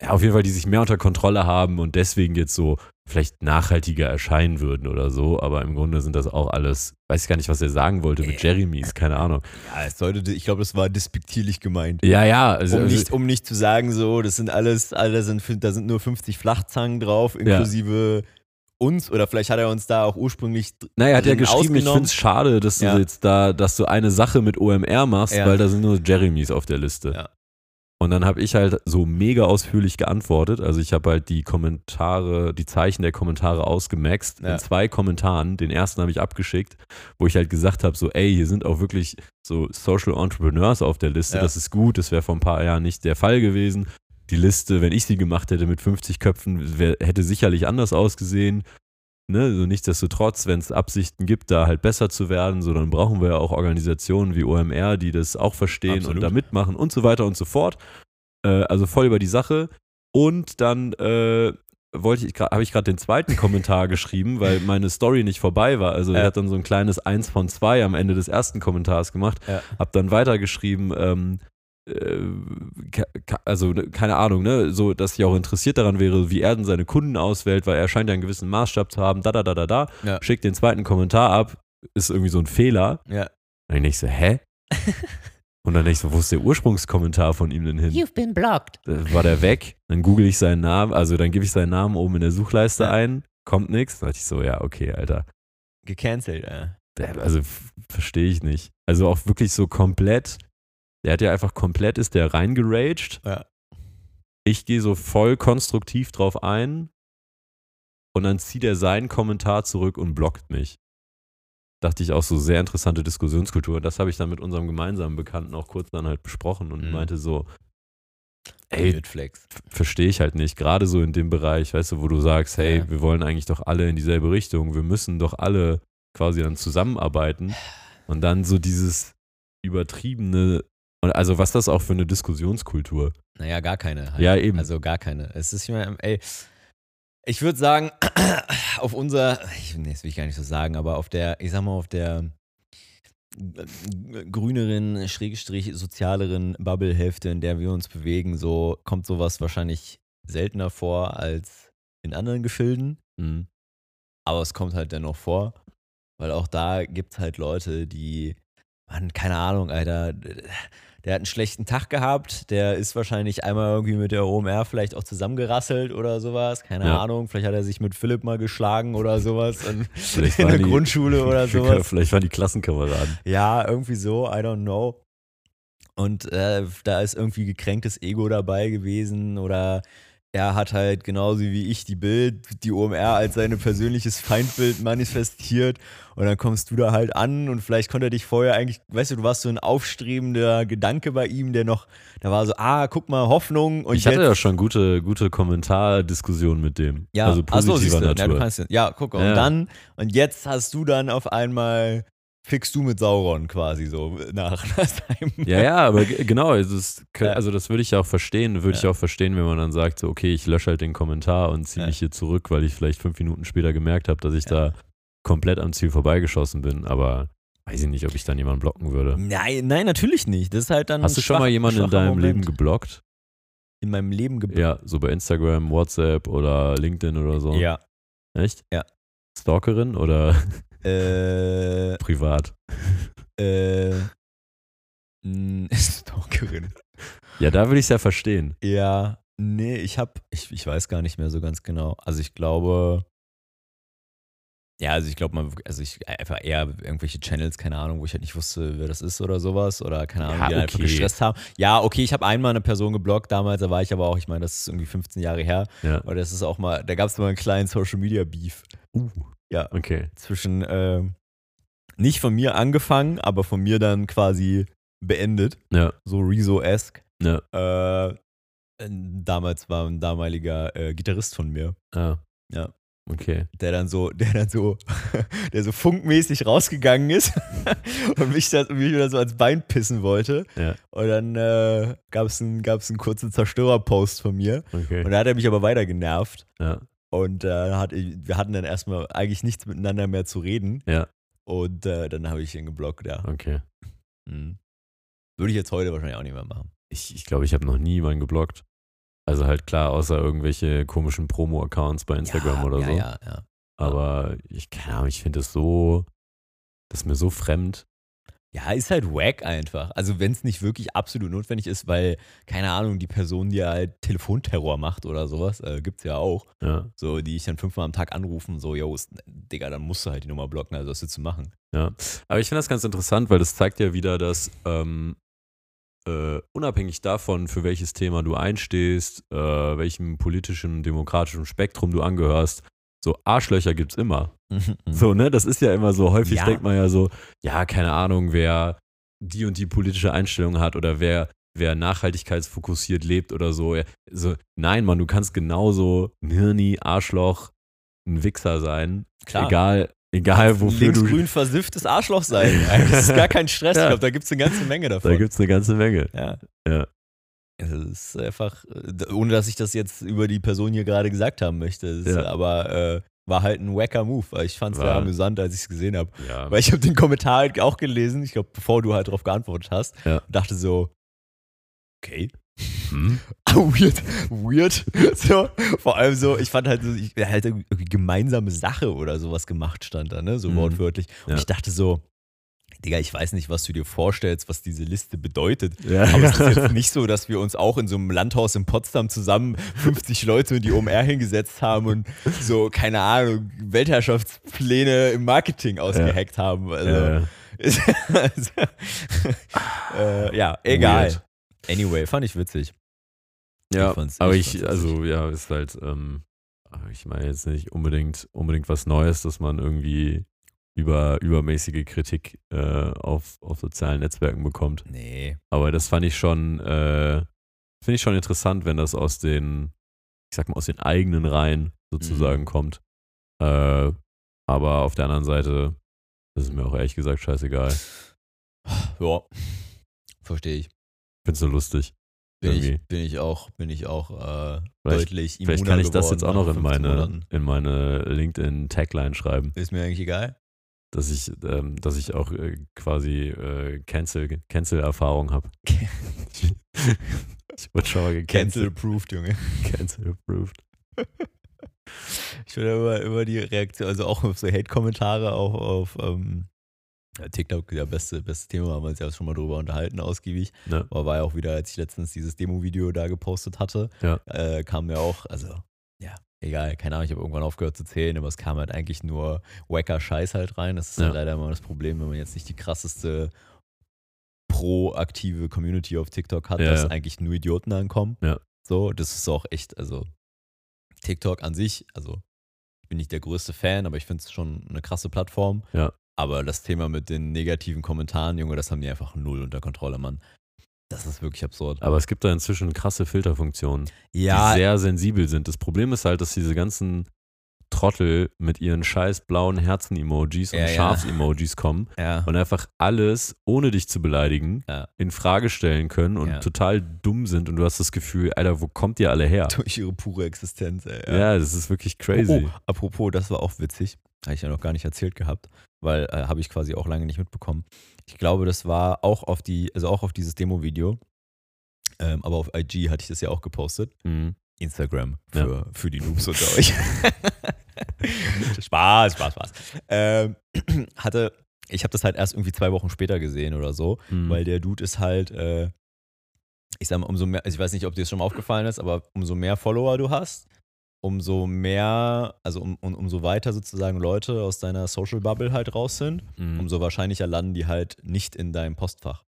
Speaker 2: ja, auf jeden Fall, die sich mehr unter Kontrolle haben und deswegen jetzt so vielleicht nachhaltiger erscheinen würden oder so. Aber im Grunde sind das auch alles, weiß ich gar nicht, was er sagen wollte mit Jeremies, keine Ahnung.
Speaker 1: Ja, es sollte, ich glaube, das war despektierlich gemeint.
Speaker 2: Ja, ja, also,
Speaker 1: Um nicht, um nicht zu sagen, so, das sind alles, alle sind, da sind nur 50 Flachzangen drauf, inklusive uns. Oder vielleicht hat er uns da auch ursprünglich.
Speaker 2: naja, er hat ja
Speaker 1: drin
Speaker 2: geschrieben, ich
Speaker 1: ausgenommen.
Speaker 2: finde es schade, dass
Speaker 1: Ja.
Speaker 2: du jetzt da, dass du eine Sache mit OMR machst,
Speaker 1: Ja.
Speaker 2: weil da sind nur Jeremies auf der Liste.
Speaker 1: Ja.
Speaker 2: Und dann habe ich halt so mega ausführlich geantwortet. Also ich habe halt die Kommentare, die Zeichen der Kommentare ausgemaxt.
Speaker 1: Ja.
Speaker 2: In zwei Kommentaren. Den ersten habe ich abgeschickt, wo ich halt gesagt habe, so, ey, hier sind auch wirklich so Social Entrepreneurs auf der Liste.
Speaker 1: Ja.
Speaker 2: Das ist gut. Das wäre vor ein paar Jahren nicht der Fall gewesen. Die Liste, wenn ich sie gemacht hätte mit 50 Köpfen, wär, hätte sicherlich anders ausgesehen. Ne? So nichtsdestotrotz, wenn es Absichten gibt, da halt besser zu werden, so dann brauchen wir ja auch Organisationen wie OMR, die das auch verstehen
Speaker 1: Absolut.
Speaker 2: und da mitmachen und so weiter und so fort äh, also voll über die Sache. Und dann äh, wollte ich, gra- habe ich gerade den zweiten Kommentar geschrieben, weil meine Story nicht vorbei war. Also
Speaker 1: Ja.
Speaker 2: er hat dann so ein kleines Eins von zwei am Ende des ersten Kommentars gemacht,
Speaker 1: Ja.
Speaker 2: habe dann weitergeschrieben. Ähm, äh, ke- ke- also ne, keine Ahnung, ne, so dass ich auch interessiert daran wäre, wie er denn seine Kunden auswählt, weil er scheint ja einen gewissen Maßstab zu haben, da da da da da,
Speaker 1: Ja.
Speaker 2: schickt den zweiten Kommentar ab, ist irgendwie so ein Fehler.
Speaker 1: Ja.
Speaker 2: Und dann denke ich so, hä? Und dann denke ich so, wo ist der Ursprungskommentar von ihm denn hin?
Speaker 1: You've been blocked.
Speaker 2: Äh, war der weg. Dann google ich seinen Namen, also dann gebe ich seinen Namen oben in der Suchleiste
Speaker 1: Ja.
Speaker 2: ein, kommt nichts. Dann dachte ich so, ja, okay, Alter.
Speaker 1: Gecancelt, äh. ja.
Speaker 2: Der- Also f- verstehe ich nicht. Also auch wirklich so komplett, der hat ja einfach komplett, ist der reingeraged.
Speaker 1: Ja.
Speaker 2: Ich gehe so voll konstruktiv drauf ein und dann zieht er seinen Kommentar zurück und blockt mich. Dachte ich auch so sehr interessante Diskussionskultur. Das habe ich dann mit unserem gemeinsamen Bekannten auch kurz dann halt besprochen und
Speaker 1: Mhm.
Speaker 2: meinte so, ey,
Speaker 1: Weird Flex.
Speaker 2: verstehe ich halt nicht. Gerade so in dem Bereich, weißt du, wo du sagst, hey,
Speaker 1: Ja.
Speaker 2: wir wollen eigentlich doch alle in dieselbe Richtung, wir müssen doch alle quasi dann zusammenarbeiten. Und dann so dieses übertriebene, und also was das auch für eine Diskussionskultur.
Speaker 1: Naja, gar keine. halt.
Speaker 2: Ja, eben.
Speaker 1: Also gar keine. Es ist immer, ey, ich würde sagen, auf unser, ich, nee, das will ich gar nicht so sagen, aber auf der, ich sag mal, auf der äh, grüneren, schrägstrich sozialeren Bubble-Hälfte, in der wir uns bewegen, so kommt sowas wahrscheinlich seltener vor als in anderen Gefilden.
Speaker 2: Mhm.
Speaker 1: Aber es kommt halt dennoch vor, weil auch da gibt es halt Leute, die, man, keine Ahnung, Alter, der hat einen schlechten Tag gehabt, der ist wahrscheinlich einmal irgendwie mit der OMR vielleicht auch zusammengerasselt oder sowas, keine
Speaker 2: Ja.
Speaker 1: Ahnung, vielleicht hat er sich mit Philipp mal geschlagen oder sowas in,
Speaker 2: Vielleicht
Speaker 1: in
Speaker 2: waren
Speaker 1: der
Speaker 2: die-
Speaker 1: Grundschule oder sowas.
Speaker 2: Vielleicht waren die Klassenkameraden.
Speaker 1: Ja, irgendwie so, I don't know. Und äh, da ist irgendwie gekränktes Ego dabei gewesen oder er hat halt genauso wie ich die Bild, die OMR als sein persönliches Feindbild manifestiert und dann kommst du da halt an und vielleicht konnte er dich vorher eigentlich, weißt du, du warst so ein aufstrebender Gedanke bei ihm, der noch, da war so, ah, guck mal, Hoffnung und
Speaker 2: Ich hatte
Speaker 1: jetzt,
Speaker 2: ja schon gute, gute Kommentardiskussionen mit dem.
Speaker 1: ja,
Speaker 2: also
Speaker 1: ach so,
Speaker 2: positiver
Speaker 1: siehst du, Ja, du
Speaker 2: Natur.
Speaker 1: kannst, ja- ja, guck, und
Speaker 2: Ja.
Speaker 1: dann, und jetzt hast du dann auf einmal, fickst du mit Sauron quasi so nach, nach seinem
Speaker 2: Ja, ja, aber g- genau, es ist,
Speaker 1: Ja.
Speaker 2: also das würde ich ja auch verstehen, würde ich
Speaker 1: Ja.
Speaker 2: auch verstehen, wenn man dann sagt, so, okay, ich lösche halt den Kommentar und ziehe
Speaker 1: Ja.
Speaker 2: mich hier zurück, weil ich vielleicht fünf Minuten später gemerkt habe, dass ich
Speaker 1: Ja.
Speaker 2: da komplett am Ziel vorbeigeschossen bin, aber weiß ich nicht, ob ich dann jemanden blocken würde.
Speaker 1: Nein, nein, natürlich nicht. Das ist halt dann.
Speaker 2: Hast du schon
Speaker 1: schwach-
Speaker 2: mal jemanden in
Speaker 1: schwacher
Speaker 2: deinem
Speaker 1: Moment.
Speaker 2: Leben geblockt?
Speaker 1: in meinem Leben geblockt?
Speaker 2: Ja, so bei Instagram, WhatsApp oder LinkedIn oder so.
Speaker 1: Ja.
Speaker 2: Echt?
Speaker 1: Ja.
Speaker 2: Stalkerin oder
Speaker 1: Äh,
Speaker 2: privat?
Speaker 1: äh. mh, Stalkerin.
Speaker 2: Ja, da würde ich es ja verstehen.
Speaker 1: Ja. Nee, ich hab. Ich, ich weiß gar nicht mehr so ganz genau. Also ich glaube. Ja, also ich glaube mal, also ich einfach eher irgendwelche Channels, keine Ahnung, wo ich halt nicht wusste, wer das ist oder sowas oder keine Ahnung,
Speaker 2: Ja,
Speaker 1: die dann einfach
Speaker 2: okay.
Speaker 1: gestresst haben. Ja, okay, ich habe einmal eine Person geblockt damals, da war ich aber auch, ich meine, das ist irgendwie 15 Jahre her,
Speaker 2: Ja.
Speaker 1: aber das ist auch mal, da gab es mal einen kleinen Social Media Beef.
Speaker 2: Uh.
Speaker 1: Ja.
Speaker 2: Okay.
Speaker 1: zwischen äh, nicht von mir angefangen, aber von mir dann quasi beendet,
Speaker 2: Ja.
Speaker 1: so Rezo-esque.
Speaker 2: Ja.
Speaker 1: Äh, damals war ein damaliger äh, Gitarrist von mir,
Speaker 2: Ah.
Speaker 1: Ja.
Speaker 2: Okay.
Speaker 1: der dann so, der dann so, der so funkmäßig rausgegangen ist und mich, das, mich wieder so ans Bein pissen wollte.
Speaker 2: Ja.
Speaker 1: Und dann äh, gab es einen, gab's einen kurzen Zerstörer-Post von mir. Und
Speaker 2: Okay.
Speaker 1: da hat er mich aber weiter genervt.
Speaker 2: Ja.
Speaker 1: Und äh, hat, wir hatten dann erstmal eigentlich nichts miteinander mehr zu reden.
Speaker 2: Ja.
Speaker 1: Und äh, dann habe ich ihn geblockt, ja.
Speaker 2: Okay.
Speaker 1: Mhm. Würde ich jetzt heute wahrscheinlich auch nicht mehr machen.
Speaker 2: Ich glaube, ich, glaube, ich habe noch nie jemanden geblockt. Also halt klar, außer irgendwelche komischen Promo-Accounts bei Instagram
Speaker 1: ja,
Speaker 2: oder
Speaker 1: ja,
Speaker 2: so.
Speaker 1: Ja, ja.
Speaker 2: Aber ich, keine Ahnung, ich finde das so, das ist mir so fremd.
Speaker 1: ja, ist halt wack einfach. Also wenn es nicht wirklich absolut notwendig ist, weil, keine Ahnung, die Person, die halt Telefonterror macht oder sowas, äh, gibt es ja auch,
Speaker 2: Ja,
Speaker 1: so, die ich dann fünfmal am Tag anrufen, so, yo, ist- Digga, dann musst du halt die Nummer blocken, also was willst du machen?
Speaker 2: ja. Aber ich finde das ganz interessant, weil das zeigt ja wieder, dass ähm, äh, unabhängig davon, für welches Thema du einstehst, äh, welchem politischen, demokratischen Spektrum du angehörst, so Arschlöcher gibt es immer. So, ne? Das ist ja immer so. Häufig
Speaker 1: Ja.
Speaker 2: denkt man ja so, ja, keine Ahnung, wer die und die politische Einstellung hat oder wer, wer nachhaltigkeitsfokussiert lebt oder so. Ja, so nein, Mann, du kannst genauso ein Hirni, Arschloch, ein Wichser sein.
Speaker 1: Klar.
Speaker 2: Egal, egal äh, wofür du.
Speaker 1: Linksgrün versifftes Arschloch sein. Das ist gar kein Stress.
Speaker 2: Ja.
Speaker 1: Ich glaube, da gibt es eine ganze Menge davon.
Speaker 2: Da gibt es eine ganze Menge.
Speaker 1: Ja. Also,
Speaker 2: Ja.
Speaker 1: Es ist einfach, äh, d- ohne dass ich das jetzt über die Person hier gerade gesagt haben möchte, es ist,
Speaker 2: Ja.
Speaker 1: aber äh, war halt ein wacker Move. weil Ich fand es sehr
Speaker 2: War-
Speaker 1: amüsant, als ich es gesehen habe.
Speaker 2: Ja.
Speaker 1: Weil ich habe den Kommentar halt auch gelesen, ich glaube, bevor du halt darauf geantwortet hast,
Speaker 2: Ja.
Speaker 1: und dachte so, okay.
Speaker 2: Hm?
Speaker 1: weird, weird. So, vor allem so, ich fand halt so, ich, halt irgendwie gemeinsame Sache oder sowas gemacht stand da, ne? So
Speaker 2: Mhm.
Speaker 1: wortwörtlich. Und
Speaker 2: Ja.
Speaker 1: ich dachte so, Digga, ich weiß nicht, was du dir vorstellst, was diese Liste bedeutet.
Speaker 2: Ja.
Speaker 1: Aber es ist jetzt nicht so, dass wir uns auch in so einem Landhaus in Potsdam zusammen 50 Leute in die OMR hingesetzt haben und so, keine Ahnung, Weltherrschaftspläne im Marketing ausgeheckt haben. Also,
Speaker 2: Äh,
Speaker 1: ist- also, äh, ja, egal.
Speaker 2: Weird.
Speaker 1: Anyway, fand ich witzig.
Speaker 2: Ja,
Speaker 1: fand's-
Speaker 2: aber
Speaker 1: ich
Speaker 2: ich,
Speaker 1: fand's
Speaker 2: also ja, ist halt, ähm, ich meine jetzt nicht unbedingt, unbedingt was Neues, dass man irgendwie über übermäßige Kritik äh, auf, auf sozialen Netzwerken bekommt.
Speaker 1: Nee.
Speaker 2: Aber das fand ich schon, äh, finde ich schon interessant, wenn das aus den, ich sag mal, aus den eigenen Reihen
Speaker 1: Mhm.
Speaker 2: sozusagen kommt. Äh, aber auf der anderen Seite, das ist mir auch ehrlich gesagt scheißegal. Ich
Speaker 1: Ja. Verstehe ich.
Speaker 2: find's nur lustig.
Speaker 1: Bin
Speaker 2: Irgendwie.
Speaker 1: ich, bin ich auch, bin ich auch äh,
Speaker 2: Vielleicht-
Speaker 1: deutlich immuner
Speaker 2: Vielleicht kann ich das
Speaker 1: geworden
Speaker 2: jetzt auch noch
Speaker 1: nach 15
Speaker 2: in meine,
Speaker 1: Monaten.
Speaker 2: in meine LinkedIn-Tagline schreiben.
Speaker 1: Ist mir eigentlich egal.
Speaker 2: dass ich, ähm, dass ich auch äh, quasi äh, Cancel- Cancel-Erfahrung habe. ich wurde schon mal
Speaker 1: Cancel
Speaker 2: gecancelt.
Speaker 1: approved, Junge.
Speaker 2: Cancel approved.
Speaker 1: Ich würde immer, immer die Reaktion, also auch auf so Hate-Kommentare auch auf ähm, ja, TikTok, das beste, beste Thema, haben wir uns ja schon mal drüber unterhalten, ausgiebig.
Speaker 2: Ja.
Speaker 1: Aber war ja auch wieder, als ich letztens dieses Demo-Video da gepostet hatte,
Speaker 2: Ja.
Speaker 1: äh, kam ja auch, also ja, egal, keine Ahnung, ich habe irgendwann aufgehört zu zählen, aber es kam halt eigentlich nur wacker Scheiß halt rein. Das ist halt
Speaker 2: Ja.
Speaker 1: leider immer das Problem, wenn man jetzt nicht die krasseste proaktive Community auf TikTok hat,
Speaker 2: Ja,
Speaker 1: dass
Speaker 2: ja.
Speaker 1: eigentlich nur Idioten ankommen.
Speaker 2: Ja.
Speaker 1: So, das ist auch echt, also TikTok an sich, also ich bin nicht der größte Fan, aber ich finde es schon eine krasse Plattform.
Speaker 2: Ja.
Speaker 1: Aber das Thema mit den negativen Kommentaren, Junge, das haben die einfach null unter Kontrolle, Mann. Das ist wirklich absurd.
Speaker 2: Aber es gibt da inzwischen krasse Filterfunktionen, die
Speaker 1: ja,
Speaker 2: sehr sensibel sind. Das Problem ist halt, dass diese ganzen Trottel mit ihren scheiß blauen Herzen-Emojis und
Speaker 1: Ja, ja.
Speaker 2: Schafs-Emojis kommen
Speaker 1: ja.
Speaker 2: und einfach alles, ohne dich zu beleidigen,
Speaker 1: Ja.
Speaker 2: in Frage stellen können und
Speaker 1: Ja.
Speaker 2: total dumm sind und du hast das Gefühl, Alter, wo kommt ihr alle her?
Speaker 1: durch ihre pure Existenz, ey.
Speaker 2: Ja, das ist wirklich
Speaker 1: Oh,
Speaker 2: crazy.
Speaker 1: oh, apropos, das war auch witzig. Habe ich ja noch gar nicht erzählt gehabt, weil äh, habe ich quasi auch lange nicht mitbekommen. Ich glaube, das war auch auf die, also auch auf dieses Demo-Video. Ähm, aber auf IG hatte ich das ja auch gepostet.
Speaker 2: Mhm.
Speaker 1: Instagram
Speaker 2: Ja.
Speaker 1: für, für die Noobs unter euch. Spaß, Spaß, Spaß. Ähm, hatte, ich habe das halt erst irgendwie zwei Wochen später gesehen oder so
Speaker 2: Mhm.
Speaker 1: weil der Dude ist halt, äh, ich sag mal, umso mehr, also ich weiß nicht, ob dir das schon mal aufgefallen ist, aber umso mehr Follower du hast, umso mehr, also um, um, umso weiter sozusagen Leute aus deiner Social Bubble halt raus sind,
Speaker 2: Mhm.
Speaker 1: umso wahrscheinlicher landen die halt nicht in deinem Postfach,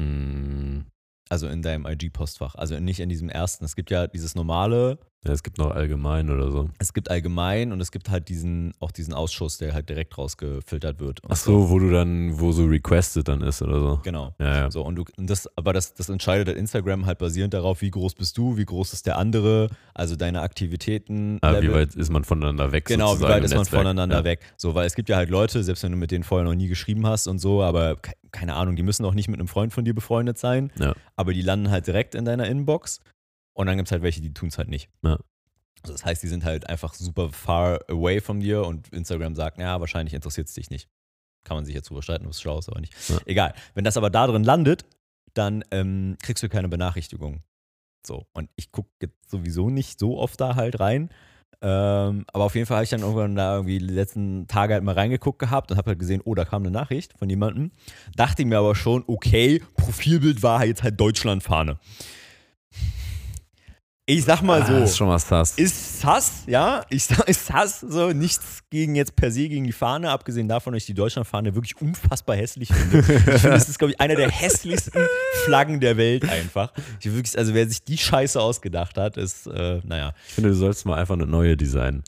Speaker 2: Mm.
Speaker 1: also in deinem IG-Postfach, also nicht in diesem ersten. Es gibt ja dieses normale,
Speaker 2: Ja, es gibt noch allgemein oder so.
Speaker 1: es gibt allgemein und es gibt halt diesen, auch diesen Ausschuss, der halt direkt rausgefiltert wird. und
Speaker 2: Ach so, wo du dann, wo so requested dann ist oder so.
Speaker 1: Genau.
Speaker 2: Ja, ja.
Speaker 1: So, und du, und das, aber das, das entscheidet halt Instagram halt basierend darauf, wie groß bist du, wie groß ist der andere, also deine Aktivitäten.
Speaker 2: Aber Ah, wie
Speaker 1: Level.
Speaker 2: weit ist man voneinander weg?
Speaker 1: genau, wie
Speaker 2: sozusagen
Speaker 1: weit
Speaker 2: im
Speaker 1: ist man
Speaker 2: Netzwerk?
Speaker 1: voneinander
Speaker 2: ja.
Speaker 1: weg? So, weil es gibt ja halt Leute, selbst wenn du mit denen vorher noch nie geschrieben hast und so, aber ke- keine Ahnung, die müssen auch nicht mit einem Freund von dir befreundet sein,
Speaker 2: Ja.
Speaker 1: aber die landen halt direkt in deiner Inbox und dann gibt es halt welche, die tun es halt nicht.
Speaker 2: Ja.
Speaker 1: Also das heißt, die sind halt einfach super far away von dir und Instagram sagt, ja, wahrscheinlich interessiert es dich nicht. Kann man sich jetzt drüber streiten, ob es schlau ist, aber nicht.
Speaker 2: Ja.
Speaker 1: Egal. Wenn das aber da drin landet, dann ähm, kriegst du keine Benachrichtigung. So. Und ich gucke jetzt sowieso nicht so oft da halt rein. Ähm, aber auf jeden Fall habe ich dann irgendwann da irgendwie die letzten Tage halt mal reingeguckt gehabt und habe halt gesehen, oh, da kam eine Nachricht von jemandem. Dachte mir aber schon, okay, Profilbild war jetzt halt Deutschlandfahne. Ich sag mal so
Speaker 2: Ah, ist schon was das.
Speaker 1: ist Hass, ja, ich sag, ist Hass, so nichts gegen jetzt per se gegen die Fahne, abgesehen davon, dass ich die Deutschlandfahne wirklich unfassbar hässlich finde. Ich finde, es ist, glaube ich, einer der hässlichsten Flaggen der Welt einfach. Ich wirklich, also wer sich die Scheiße ausgedacht hat, ist, äh, naja.
Speaker 2: Ich finde, du sollst mal einfach eine neue designen.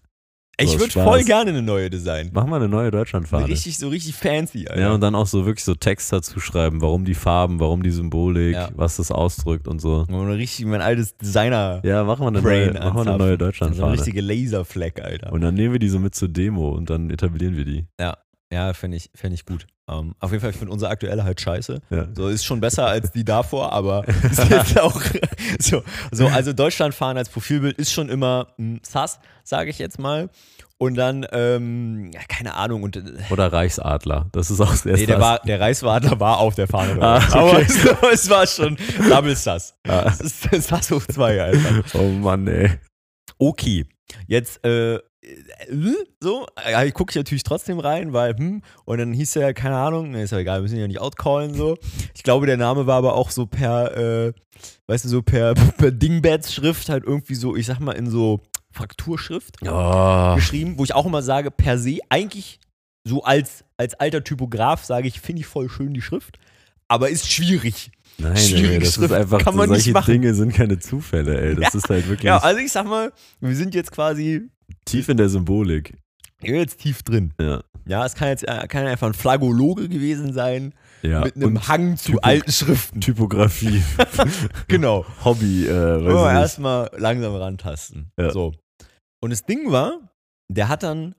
Speaker 1: Ich
Speaker 2: Aus
Speaker 1: würde
Speaker 2: Spaß.
Speaker 1: voll gerne eine neue Design.
Speaker 2: Mach mal eine neue
Speaker 1: So
Speaker 2: Deutschlandfahne.
Speaker 1: richtig, so richtig fancy, Alter.
Speaker 2: ja, und dann auch so wirklich so Text dazu schreiben, warum die Farben, warum die Symbolik,
Speaker 1: Ja.
Speaker 2: was das ausdrückt und so.
Speaker 1: Und richtig mein altes Designer.
Speaker 2: Ja, machen wir eine
Speaker 1: Brain
Speaker 2: neue, machen wir eine neue
Speaker 1: So eine
Speaker 2: Deutschlandfahne.
Speaker 1: richtige Laserfleck, Alter.
Speaker 2: Und dann nehmen wir die so mit zur Demo und dann etablieren wir die.
Speaker 1: Ja, finde ich, finde ich gut. Ähm, auf jeden Fall, ich finde unsere aktuelle halt scheiße.
Speaker 2: Ja.
Speaker 1: So ist schon besser als die davor, aber ist jetzt auch so, so also Deutschland fahren als Profilbild ist schon immer mm, sass, sage ich jetzt mal. Und dann, ähm, ja, keine Ahnung, und äh,
Speaker 2: Oder Reichsadler. Das ist auch sehr
Speaker 1: nee, der, war, der Reichswadler war auf der Fahne.
Speaker 2: Ah,
Speaker 1: drauf. Aber
Speaker 2: okay.
Speaker 1: es, es war schon, double Sass.
Speaker 2: Ah.
Speaker 1: Das ist Sass hoch zwei, Alter.
Speaker 2: Oh Mann, ey.
Speaker 1: Okay, jetzt, äh, äh, so, äh, ich gucke ich natürlich trotzdem rein, weil, hm, und dann hieß er, keine Ahnung, ist ja egal, wir müssen ihn ja nicht outcallen, so. Ich glaube, der Name war aber auch so per, äh, weißt du, so per, per Dingbats-Schrift, halt irgendwie so, ich sag mal, in so Frakturschrift
Speaker 2: Oh.
Speaker 1: geschrieben, wo ich auch immer sage, per se, eigentlich so als, als alter Typograf sage ich, finde ich voll schön die Schrift, aber ist schwierig.
Speaker 2: Nein,
Speaker 1: Schwierige
Speaker 2: ey, das
Speaker 1: Schrift
Speaker 2: ist einfach,
Speaker 1: kann man
Speaker 2: solche
Speaker 1: nicht machen.
Speaker 2: Dinge sind keine Zufälle, ey. Das ist halt wirklich
Speaker 1: Ja, also ich sag mal, wir sind jetzt quasi
Speaker 2: tief in der Symbolik.
Speaker 1: jetzt tief drin.
Speaker 2: Ja.
Speaker 1: Ja, es kann jetzt äh, kann einfach ein Flagologe gewesen sein
Speaker 2: ja.
Speaker 1: mit einem
Speaker 2: Und
Speaker 1: Hang zu
Speaker 2: Typo-
Speaker 1: alten Schriften.
Speaker 2: Typografie,
Speaker 1: Genau.
Speaker 2: Hobby, äh,
Speaker 1: Wollen wir
Speaker 2: weiß ich
Speaker 1: erstmal langsam rantasten.
Speaker 2: Ja.
Speaker 1: So. Und das Ding war, der hat dann,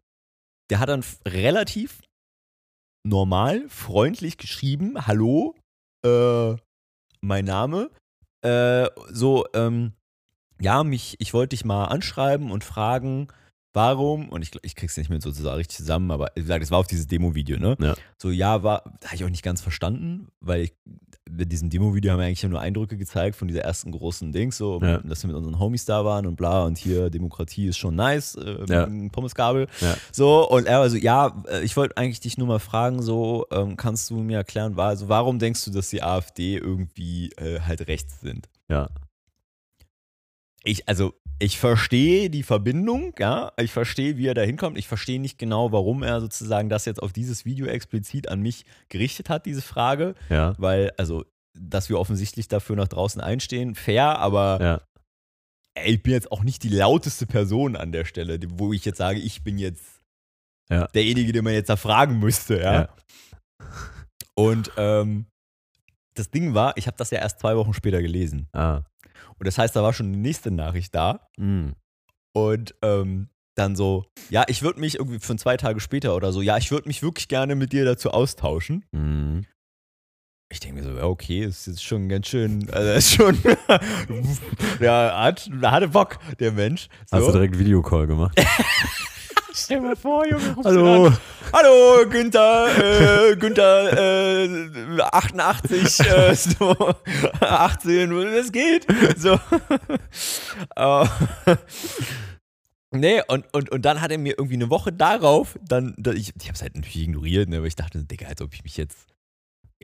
Speaker 1: der hat dann f- relativ normal, freundlich geschrieben, hallo, äh, mein Name, äh, so, ähm, ja, mich, ich wollte dich mal anschreiben und fragen, warum, und ich, gl- ich krieg's nicht mehr so zusammen- richtig zusammen, aber wie gesagt, es war auf dieses Demo-Video, ne?
Speaker 2: Ja.
Speaker 1: So, ja, war, habe ich auch nicht ganz verstanden, weil ich, mit diesem Demo-Video haben wir eigentlich nur Eindrücke gezeigt von dieser ersten großen Dings, so,
Speaker 2: Ja.
Speaker 1: dass wir mit unseren Homies da waren und bla, und hier Demokratie ist schon nice, äh,
Speaker 2: Ja.
Speaker 1: mit Pommesgabel.
Speaker 2: Ja.
Speaker 1: So, und er war so, ja, äh, ich wollte eigentlich dich nur mal fragen, so, ähm, kannst du mir erklären, war, also, warum denkst du, dass die AfD irgendwie äh, halt rechts sind?
Speaker 2: Ja.
Speaker 1: Ich, also, ich verstehe die Verbindung, ja, ich verstehe, wie er da hinkommt, ich verstehe nicht genau, warum er sozusagen das jetzt auf dieses Video explizit an mich gerichtet hat, diese Frage,
Speaker 2: nicht. Ja.
Speaker 1: weil, also, dass wir offensichtlich dafür nach draußen einstehen, fair, aber
Speaker 2: Ja.
Speaker 1: ey, ich bin jetzt auch nicht die lauteste Person an der Stelle, die- wo ich jetzt sage, ich bin jetzt
Speaker 2: Ja.
Speaker 1: derjenige, den man jetzt da fragen müsste, ja.
Speaker 2: Ja.
Speaker 1: Und ähm, das Ding war, ich habe das ja erst zwei Wochen später gelesen.
Speaker 2: Ah.
Speaker 1: Und das heißt, da war schon die nächste Nachricht da.
Speaker 2: Mm.
Speaker 1: Und ähm, dann so, ja, ich würde mich irgendwie von zwei Tage später oder so, ja, ich würde mich wirklich gerne mit dir dazu austauschen.
Speaker 2: Mm.
Speaker 1: Ich denke mir so, ja, okay, ist jetzt schon ganz schön, also ist schon, ja, hat, hatte Bock, der Mensch. So.
Speaker 2: Hast du direkt Videocall gemacht?
Speaker 1: Stell mal vor, Junge, rufst du an. Hallo, Günther, äh, Günther, äh, 88, äh, so, 18, das geht. So. Äh, nee, und, und, und dann hat er mir irgendwie eine Woche darauf, dann, da- ich, ich habe es halt natürlich ignoriert, ne, aber ich dachte, Digga, als ob ich mich jetzt.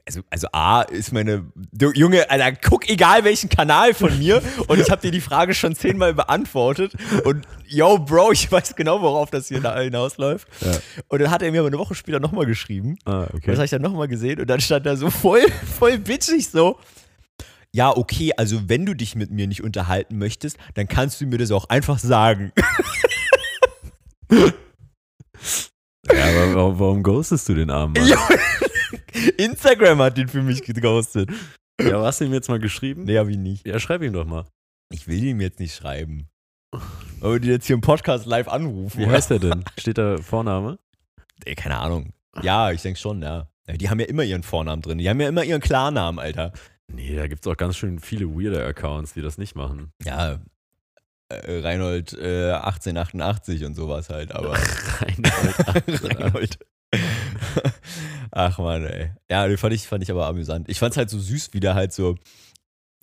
Speaker 1: Also, also A ist meine. Du, Junge, Alter, guck egal welchen Kanal von mir und ich habe dir die Frage schon zehnmal beantwortet. Und yo, Bro, ich weiß genau, worauf das hier da- hinausläuft.
Speaker 2: Ja.
Speaker 1: Und dann hat er mir aber eine Woche später nochmal geschrieben.
Speaker 2: Ah,
Speaker 1: Und Das
Speaker 2: okay.
Speaker 1: habe ich dann nochmal gesehen und dann stand da so voll, voll bitchig so. Ja, okay, also wenn du dich mit mir nicht unterhalten möchtest, dann kannst du mir das auch einfach sagen.
Speaker 2: Ja, aber warum, warum ghostest du den armen Mann?
Speaker 1: Ja. Instagram hat den für mich geghostet.
Speaker 2: Ja, hast du ihm jetzt mal geschrieben?
Speaker 1: Nee, hab ich nicht.
Speaker 2: Ja, schreib ihm doch mal.
Speaker 1: Ich will ihm jetzt nicht schreiben. Aber die jetzt hier im Podcast live anrufen.
Speaker 2: Wie
Speaker 1: oder?
Speaker 2: heißt er denn? Steht da Vorname?
Speaker 1: Ey, keine Ahnung. Ja, ich denke schon, ja. Die haben ja immer ihren Vornamen drin. Die haben ja immer ihren Klarnamen, Alter.
Speaker 2: Nee, da gibt's auch ganz schön viele weirde Accounts, die das nicht machen.
Speaker 1: Ja, äh, Reinhold äh, 1888 und sowas halt, aber. Reinhold. Ach man, ey. Ja, den fand ich, fand ich aber amüsant. Ich fand es halt so süß, wie der halt so,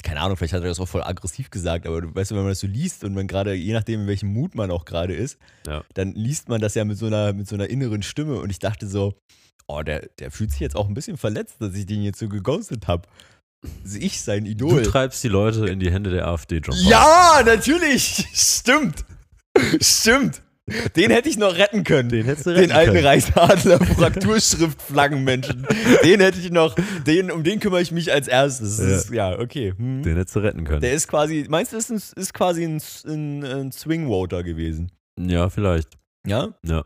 Speaker 1: keine Ahnung, vielleicht hat er das auch voll aggressiv gesagt, aber du weißt, du, wenn man das so liest und man gerade, je nachdem, in welchem Mut man auch gerade ist,
Speaker 2: Ja.
Speaker 1: dann liest man das ja mit so, einer, mit so einer inneren Stimme und ich dachte so, oh, der, der fühlt sich jetzt auch ein bisschen verletzt, dass ich den jetzt so geghostet habe. Ich, sein
Speaker 2: Du
Speaker 1: Idol.
Speaker 2: treibst die Leute in die Hände der AfD, John. Paul.
Speaker 1: Ja, natürlich. Stimmt. Stimmt. Den hätte ich noch retten können.
Speaker 2: Den hättest du
Speaker 1: Den
Speaker 2: retten
Speaker 1: alten
Speaker 2: können.
Speaker 1: Reichsadler, Frakturschriftflaggenmenschen. den hätte ich noch, den, um den kümmere ich mich als erstes. Das
Speaker 2: Ja.
Speaker 1: Ist, ja, okay. Hm.
Speaker 2: Den hättest du retten können.
Speaker 1: Der ist quasi, meinst du, ist, ein, ist quasi ein, ein, ein Swing-Voter gewesen?
Speaker 2: ja, vielleicht.
Speaker 1: Ja?
Speaker 2: Ja.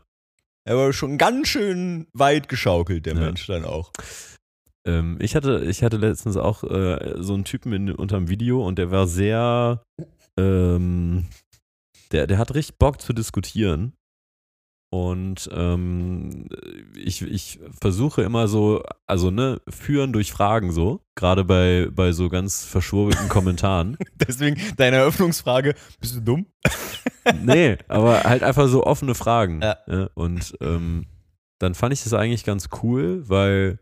Speaker 1: Er war schon ganz schön weit geschaukelt, der
Speaker 2: Ja.
Speaker 1: Mensch dann auch.
Speaker 2: Ähm, ich, hatte, ich hatte letztens auch äh, so einen Typen in, unterm Video und der war sehr. Ähm, der, der hat richtig Bock zu diskutieren. Und ähm, ich, ich versuche immer so, also ne, führen durch Fragen so, gerade bei, bei so ganz verschwurbelten Kommentaren.
Speaker 1: Deswegen deine Eröffnungsfrage, bist du dumm?
Speaker 2: nee, aber halt einfach so offene Fragen.
Speaker 1: Ja.
Speaker 2: ne? Und ähm, dann fand ich das eigentlich ganz cool, weil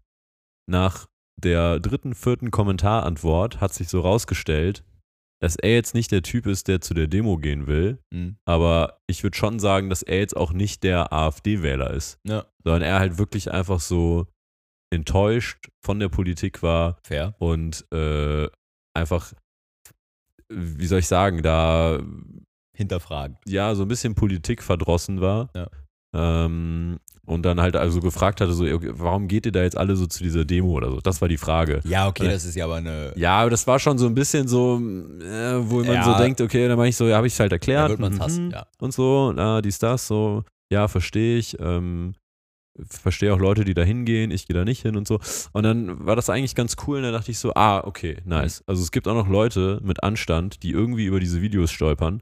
Speaker 2: nach der dritten, vierten Kommentarantwort hat sich so rausgestellt, dass er jetzt nicht der Typ ist, der zu der Demo gehen will,
Speaker 1: Mhm.
Speaker 2: aber ich würde schon sagen, dass er jetzt auch nicht der AfD-Wähler ist,
Speaker 1: Ja.
Speaker 2: sondern er halt wirklich einfach so enttäuscht von der Politik war,
Speaker 1: Fair.
Speaker 2: und äh, einfach, wie soll ich sagen, da
Speaker 1: Hinterfragen.
Speaker 2: ja so ein bisschen Politik verdrossen war.
Speaker 1: Ja.
Speaker 2: Ähm, und dann halt also gefragt hatte, so, okay, warum geht ihr da jetzt alle so zu dieser Demo oder so? Das war die Frage.
Speaker 1: Ja, okay,
Speaker 2: Ja.
Speaker 1: das ist ja aber eine.
Speaker 2: Ja, aber das war schon so ein bisschen so, äh, wo man
Speaker 1: Ja.
Speaker 2: so denkt, okay, dann mache ich so, ja, habe ich es halt erklärt.
Speaker 1: Da wird man's
Speaker 2: mhm,
Speaker 1: hassen, ja.
Speaker 2: Und so, na, dies, das, so, ja, verstehe ich. Ähm, verstehe auch Leute, die da hingehen, ich gehe da nicht hin und so. Und dann war das eigentlich ganz cool und da dachte ich so, ah, okay, nice. Also es gibt auch noch Leute mit Anstand, die irgendwie über diese Videos stolpern.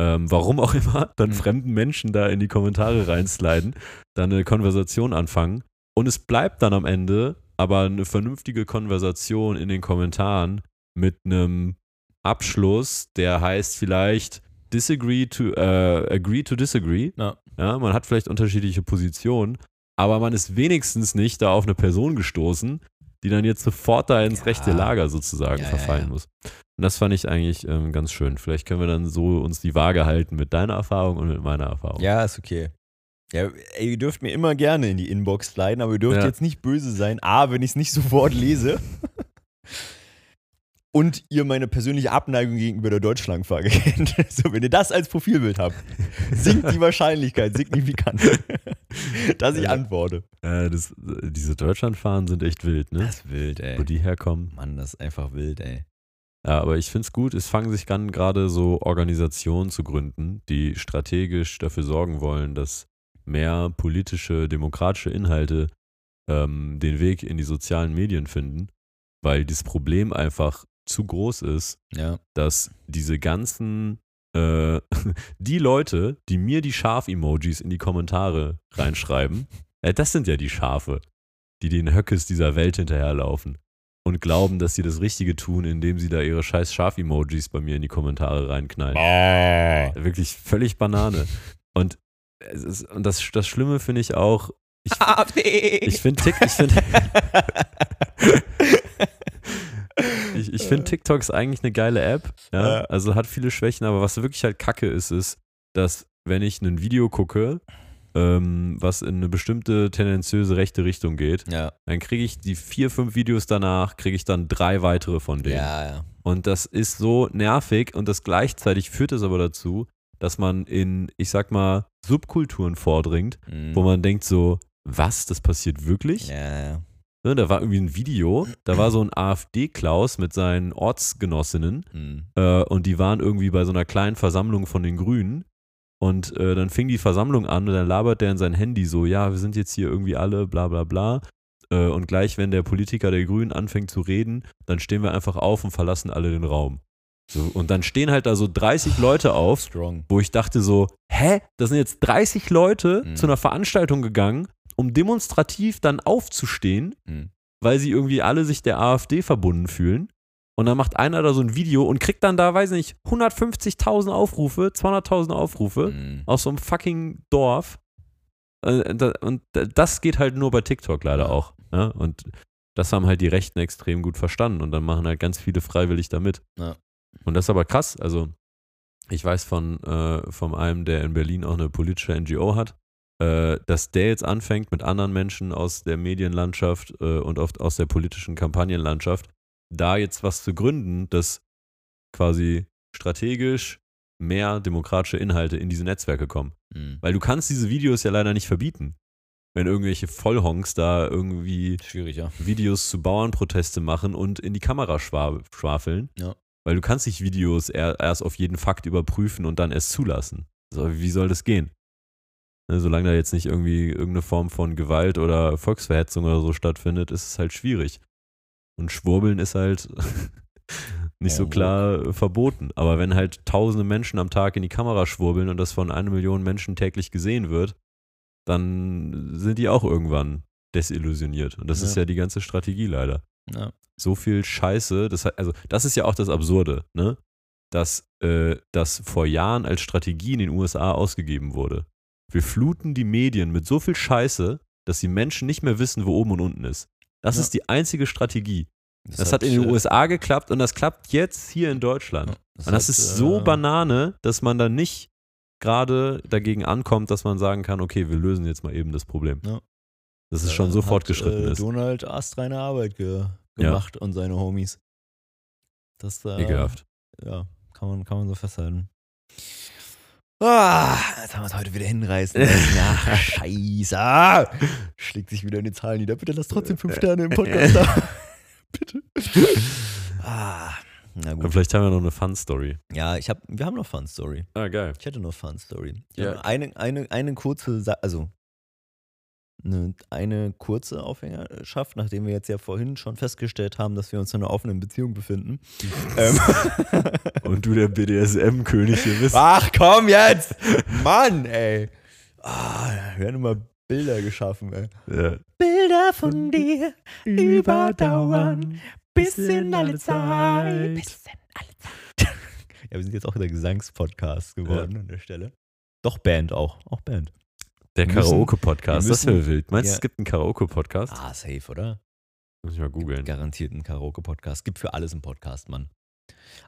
Speaker 2: Ähm, warum auch immer, dann
Speaker 1: Mhm.
Speaker 2: fremden Menschen da in die Kommentare reinsliden, dann eine Konversation anfangen und es bleibt dann am Ende aber eine vernünftige Konversation in den Kommentaren mit einem Abschluss, der heißt vielleicht disagree to, äh, agree to disagree.
Speaker 1: Ja.
Speaker 2: Ja, man hat vielleicht unterschiedliche Positionen, aber man ist wenigstens nicht da auf eine Person gestoßen, die dann jetzt sofort da ins
Speaker 1: Ja.
Speaker 2: rechte Lager sozusagen
Speaker 1: Ja, ja,
Speaker 2: verfallen
Speaker 1: ja.
Speaker 2: muss. Und das fand ich eigentlich ähm, ganz schön. Vielleicht können wir dann so uns die Waage halten mit deiner Erfahrung und mit meiner Erfahrung.
Speaker 1: Ja, ist okay. Ja, ey, ihr dürft mir immer gerne in die Inbox leiten, aber ihr dürft
Speaker 2: Ja.
Speaker 1: jetzt nicht böse sein. A, wenn ich es nicht sofort lese. Und ihr meine persönliche Abneigung gegenüber der Deutschlandflagge kennt. So, wenn ihr das als Profilbild habt, sinkt die Wahrscheinlichkeit signifikant, dass ich
Speaker 2: Ja.
Speaker 1: antworte.
Speaker 2: Äh, das, diese Deutschlandfahren sind echt wild, ne?
Speaker 1: ist wild,
Speaker 2: Wo die herkommen.
Speaker 1: Mann, das ist einfach wild, ey.
Speaker 2: Ja, aber ich finde es gut, es fangen sich dann gerade so Organisationen zu gründen, die strategisch dafür sorgen wollen, dass mehr politische, demokratische Inhalte ähm, den Weg in die sozialen Medien finden, weil dieses Problem einfach zu groß ist,
Speaker 1: Ja.
Speaker 2: dass diese ganzen, äh, die Leute, die mir die Schaf-Emojis in die Kommentare reinschreiben, äh, das sind ja die Schafe, die den Höckes dieser Welt hinterherlaufen und glauben, dass sie das Richtige tun, indem sie da ihre scheiß Schaf-Emojis bei mir in die Kommentare reinknallen. Wirklich völlig Banane. Und, es ist, und das, das Schlimme finde ich auch, ich finde Tick, ich finde ich, ich finde TikTok ist eigentlich eine geile App. Ja?
Speaker 1: Ja.
Speaker 2: Also hat viele Schwächen, aber was wirklich halt kacke ist, ist, dass wenn ich ein Video gucke, ähm, was in eine bestimmte tendenziöse rechte Richtung geht,
Speaker 1: ja,
Speaker 2: dann kriege ich die vier, fünf Videos danach, kriege ich dann drei weitere von denen.
Speaker 1: ja, ja.
Speaker 2: Und das ist so nervig und das gleichzeitig führt es aber dazu, dass man in, ich sag mal, Subkulturen vordringt,
Speaker 1: Mhm.
Speaker 2: wo man denkt so, was, das passiert wirklich?
Speaker 1: Ja, ja.
Speaker 2: Ne, da war irgendwie ein Video, da war so ein AfD-Klaus mit seinen Ortsgenossinnen
Speaker 1: Mhm.
Speaker 2: äh, und die waren irgendwie bei so einer kleinen Versammlung von den Grünen und äh, dann fing die Versammlung an und dann labert der in sein Handy so, ja, wir sind jetzt hier irgendwie alle, bla bla bla. Äh, und gleich, wenn der Politiker der Grünen anfängt zu reden, dann stehen wir einfach auf und verlassen alle den Raum. So, und dann stehen halt da so 30 Leute auf
Speaker 1: Strong.
Speaker 2: wo ich dachte so, hä, da sind jetzt 30 Leute
Speaker 1: Mhm.
Speaker 2: zu einer Veranstaltung gegangen, um demonstrativ dann aufzustehen,
Speaker 1: Mhm.
Speaker 2: weil sie irgendwie alle sich der AfD verbunden fühlen. Und dann macht einer da so ein Video und kriegt dann da, weiß nicht, 150.000 Aufrufe, 200.000 Aufrufe
Speaker 1: Mhm.
Speaker 2: aus so einem fucking Dorf. Äh, da- Und das geht halt nur bei TikTok leider
Speaker 1: Ja.
Speaker 2: auch. Ne? Und das haben halt die Rechten extrem gut verstanden und dann machen halt ganz viele freiwillig damit.
Speaker 1: Ja.
Speaker 2: Und das ist aber krass. Also, ich weiß von, äh, von einem, der in Berlin auch eine politische NGO hat, äh, dass der jetzt anfängt, mit anderen Menschen aus der Medienlandschaft äh, und oft aus der politischen Kampagnenlandschaft da jetzt was zu gründen, das quasi strategisch mehr demokratische Inhalte in diese Netzwerke kommen.
Speaker 1: Mhm.
Speaker 2: Weil du kannst diese Videos ja leider nicht verbieten. Wenn irgendwelche Vollhonks da irgendwie
Speaker 1: Schwierig, ja.
Speaker 2: Videos zu Bauernproteste machen und in die Kamera schwa- schwafeln.
Speaker 1: Ja.
Speaker 2: Weil du kannst nicht Videos er, erst auf jeden Fakt überprüfen und dann erst zulassen. So, wie soll das gehen? Ne, solange da jetzt nicht irgendwie irgendeine Form von Gewalt oder Volksverhetzung oder so stattfindet, ist es halt schwierig. Und Schwurbeln ist halt nicht so
Speaker 1: En
Speaker 2: klar äh, verboten. Aber wenn halt tausende Menschen am Tag in die Kamera schwurbeln und das von einer Million Menschen täglich gesehen wird, dann sind die auch irgendwann desillusioniert. Und das
Speaker 1: Ja.
Speaker 2: ist ja die ganze Strategie leider.
Speaker 1: Ja.
Speaker 2: So viel Scheiße, das, hat- also das ist ja auch das Absurde, ne? dass äh, das vor Jahren als Strategie in den USA ausgegeben wurde. Wir fluten die Medien mit so viel Scheiße, dass die Menschen nicht mehr wissen, wo oben und unten ist. Das
Speaker 1: Ja.
Speaker 2: ist die einzige Strategie.
Speaker 1: Das,
Speaker 2: Das, hat in den
Speaker 1: äh,
Speaker 2: USA geklappt und das klappt jetzt hier in Deutschland.
Speaker 1: ja,
Speaker 2: und das
Speaker 1: hat,
Speaker 2: ist so
Speaker 1: äh,
Speaker 2: Banane, dass man dann nicht gerade dagegen ankommt, dass man sagen kann, okay, wir lösen jetzt mal eben das Problem.
Speaker 1: Ja.
Speaker 2: Dass es
Speaker 1: äh,
Speaker 2: schon so
Speaker 1: hat,
Speaker 2: fortgeschritten
Speaker 1: äh,
Speaker 2: ist.
Speaker 1: Donald astreine Arbeit ge
Speaker 2: Ja.
Speaker 1: gemacht und seine Homies. Das da.
Speaker 2: Ekelhaft.
Speaker 1: Ja, kann man, kann man so festhalten. Ah, jetzt haben wir es heute wieder hinreißen. lassen. Ach, scheiße. Schlägt sich wieder in die Zahlen nieder. Bitte lass trotzdem
Speaker 2: Äh,
Speaker 1: fünf Sterne im Podcast da. Bitte. Ah, na
Speaker 2: Und
Speaker 1: gut.
Speaker 2: vielleicht haben wir noch eine Fun-Story.
Speaker 1: Ja, ich hab, wir haben noch Fun Story.
Speaker 2: Ah, geil.
Speaker 1: Ich hätte noch Fun Story. Ich
Speaker 2: Ja.
Speaker 1: hab Eine, eine, eine kurze, Sa also eine, eine kurze Aufhängerschaft, nachdem wir jetzt ja vorhin schon festgestellt haben, dass wir uns in einer offenen Beziehung befinden. ähm,
Speaker 2: Und du, der BDSM-König, ihr wisst.
Speaker 1: Ach komm jetzt! Mann, ey! Ah, wir haben immer Bilder geschaffen, ey.
Speaker 2: Ja.
Speaker 1: Bilder von dir
Speaker 2: überdauern
Speaker 1: bis in alle Zeit. Ja, wir sind jetzt auch der Gesangspodcast geworden an der Stelle. Doch Band auch, auch Band.
Speaker 2: Der
Speaker 1: Wir müssen-
Speaker 2: Karaoke-Podcast,
Speaker 1: wir
Speaker 2: das wäre wild. Meinst du,
Speaker 1: ja.
Speaker 2: es gibt einen Karaoke-Podcast?
Speaker 1: Ah, safe, oder?
Speaker 2: Muss ich mal googeln.
Speaker 1: Garantiert ein Karaoke-Podcast. Gibt für alles einen Podcast, Mann.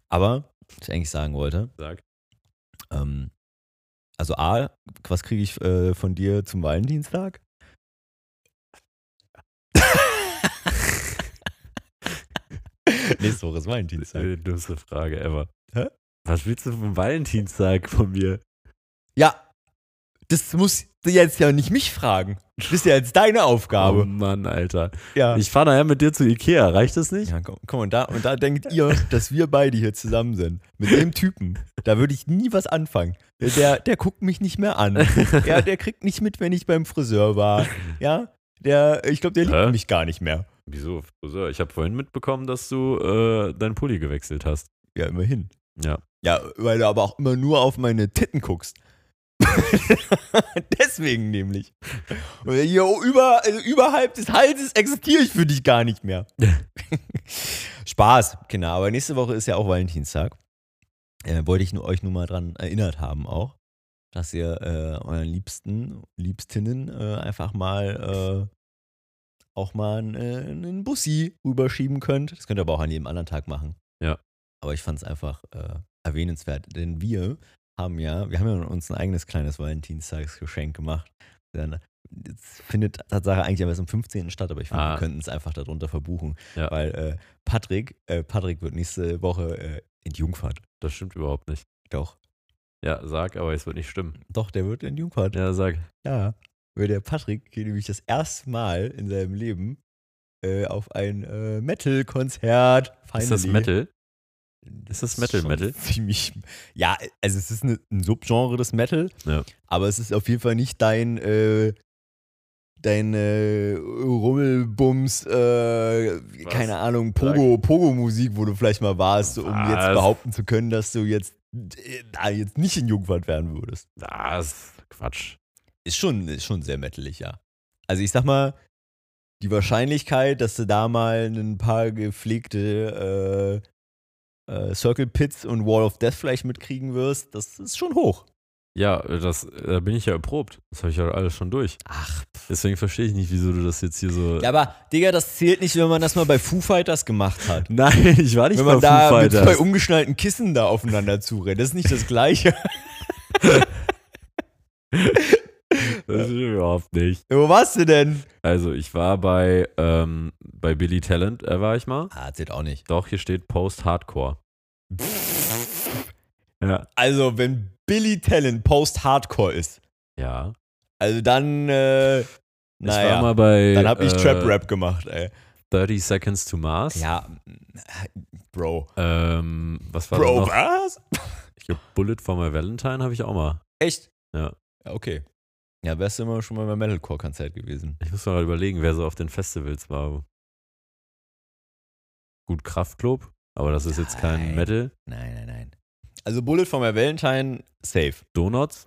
Speaker 1: Aber, was ich eigentlich sagen wollte,
Speaker 2: Sag.
Speaker 1: ähm, also A, was kriege ich äh, von dir zum Valentinstag? Nächste Woche ist Valentinstag.
Speaker 2: Äh, Dümmste Frage ever.
Speaker 1: Hä?
Speaker 2: Was willst du vom Valentinstag von mir?
Speaker 1: Ja, das musst du jetzt ja nicht mich fragen. Das ist ja jetzt deine
Speaker 2: Oh
Speaker 1: Aufgabe.
Speaker 2: Mann, Alter.
Speaker 1: ja.
Speaker 2: Ich fahre nachher mit dir zu Ikea, reicht das nicht?
Speaker 1: ja, komm, komm und, da, und da denkt ihr, dass wir beide hier zusammen sind. Mit dem Typen. Da würde ich nie was anfangen. Der, der guckt mich nicht mehr an. Ja, der kriegt nicht mit, wenn ich beim Friseur war. Ja, der, ich glaube, der liebt
Speaker 2: Hä?
Speaker 1: mich gar nicht mehr.
Speaker 2: Wieso, Friseur? Ich habe vorhin mitbekommen, dass du äh, deinen Pulli gewechselt hast.
Speaker 1: Ja, immerhin.
Speaker 2: Ja.
Speaker 1: Ja, weil du aber auch immer nur auf meine Titten guckst. Deswegen nämlich. Und hier über, also überhalb des Halses existiere ich für dich gar nicht mehr. Spaß, Kinder. Aber nächste Woche ist ja auch Valentinstag. Äh, wollte ich nur, euch nur mal dran erinnert haben auch, dass ihr äh, euren Liebsten, Liebstinnen äh, einfach mal äh, auch mal einen, äh, einen Bussi rüberschieben könnt. Das könnt ihr aber auch an jedem anderen Tag machen.
Speaker 2: Ja.
Speaker 1: Aber ich fand es einfach äh, erwähnenswert, denn wir haben ja, wir haben ja uns ein eigenes kleines Valentinstagsgeschenk gemacht. Dann, es findet Tatsache eigentlich am besten am 15. statt, aber ich finde,
Speaker 2: Ah.
Speaker 1: wir könnten es einfach darunter verbuchen,
Speaker 2: Ja.
Speaker 1: weil äh, Patrick, äh, Patrick wird nächste Woche äh, entjungfert.
Speaker 2: Das stimmt überhaupt nicht.
Speaker 1: Doch,
Speaker 2: Ja, sag, aber es wird nicht stimmen.
Speaker 1: doch, der wird entjungfert.
Speaker 2: Ja, sag.
Speaker 1: Ja. Weil der Patrick geht nämlich das erste Mal in seinem Leben äh, auf ein äh, Metal-Konzert.
Speaker 2: Ist das
Speaker 1: Finally.
Speaker 2: Metal? Ist das Metal,
Speaker 1: schon
Speaker 2: Metal?
Speaker 1: Ziemlich. Ja, also es ist eine, ein Subgenre des Metal,
Speaker 2: Ja.
Speaker 1: aber es ist auf jeden Fall nicht dein, äh, dein äh, Rummelbums, äh, keine Ahnung, Pogo, Pogo-Musik, wo du vielleicht mal warst, um jetzt
Speaker 2: Was?
Speaker 1: behaupten zu können, dass du jetzt, äh, da jetzt nicht in Jungwald werden würdest.
Speaker 2: Das ist Quatsch.
Speaker 1: Ist schon, ist schon sehr metalig, ja. Also ich sag mal, die Wahrscheinlichkeit, dass du da mal ein paar gepflegte äh, äh, Circle Pits und Wall of Death vielleicht mitkriegen wirst, das ist schon hoch.
Speaker 2: Ja, das, äh, da bin ich ja erprobt. Das habe ich ja alles schon durch.
Speaker 1: Ach.
Speaker 2: Deswegen verstehe ich nicht, wieso du das jetzt hier so.
Speaker 1: Ja, aber Digga, das zählt nicht, wenn man das mal bei Foo Fighters gemacht hat.
Speaker 2: Nein, ich war nicht
Speaker 1: wenn man
Speaker 2: bei
Speaker 1: da
Speaker 2: Foo
Speaker 1: mit zwei
Speaker 2: Fighters.
Speaker 1: umgeschnallten Kissen da aufeinander zurennt, das ist nicht das Gleiche.
Speaker 2: Das ist überhaupt nicht.
Speaker 1: Wo warst du denn?
Speaker 2: Also, ich war bei, ähm, bei Billy Talent, äh, war ich mal.
Speaker 1: Ah, zählt auch nicht.
Speaker 2: Doch, hier steht Post-Hardcore. Ja.
Speaker 1: Also, wenn Billy Talent Post-Hardcore ist,
Speaker 2: Ja.
Speaker 1: also dann, äh, naja.
Speaker 2: Ich war mal bei.
Speaker 1: Dann habe ich
Speaker 2: äh,
Speaker 1: Trap Rap gemacht, ey.
Speaker 2: 30 Seconds to Mars.
Speaker 1: Ja, Bro.
Speaker 2: Ähm, was war da
Speaker 1: Bro,
Speaker 2: noch?
Speaker 1: was?
Speaker 2: Ich glaube, Bullet for my Valentine habe ich auch mal.
Speaker 1: Echt?
Speaker 2: Ja.
Speaker 1: Ja, Okay. Ja, wärst du immer schon mal beim Metalcore-Konzert gewesen.
Speaker 2: Ich muss mal gerade überlegen, wer so auf den Festivals war. Gut, Kraftklub, aber das ist jetzt kein
Speaker 1: Nein.
Speaker 2: Metal.
Speaker 1: Nein, nein, nein. Also Bullet for my Valentine, safe.
Speaker 2: Donuts?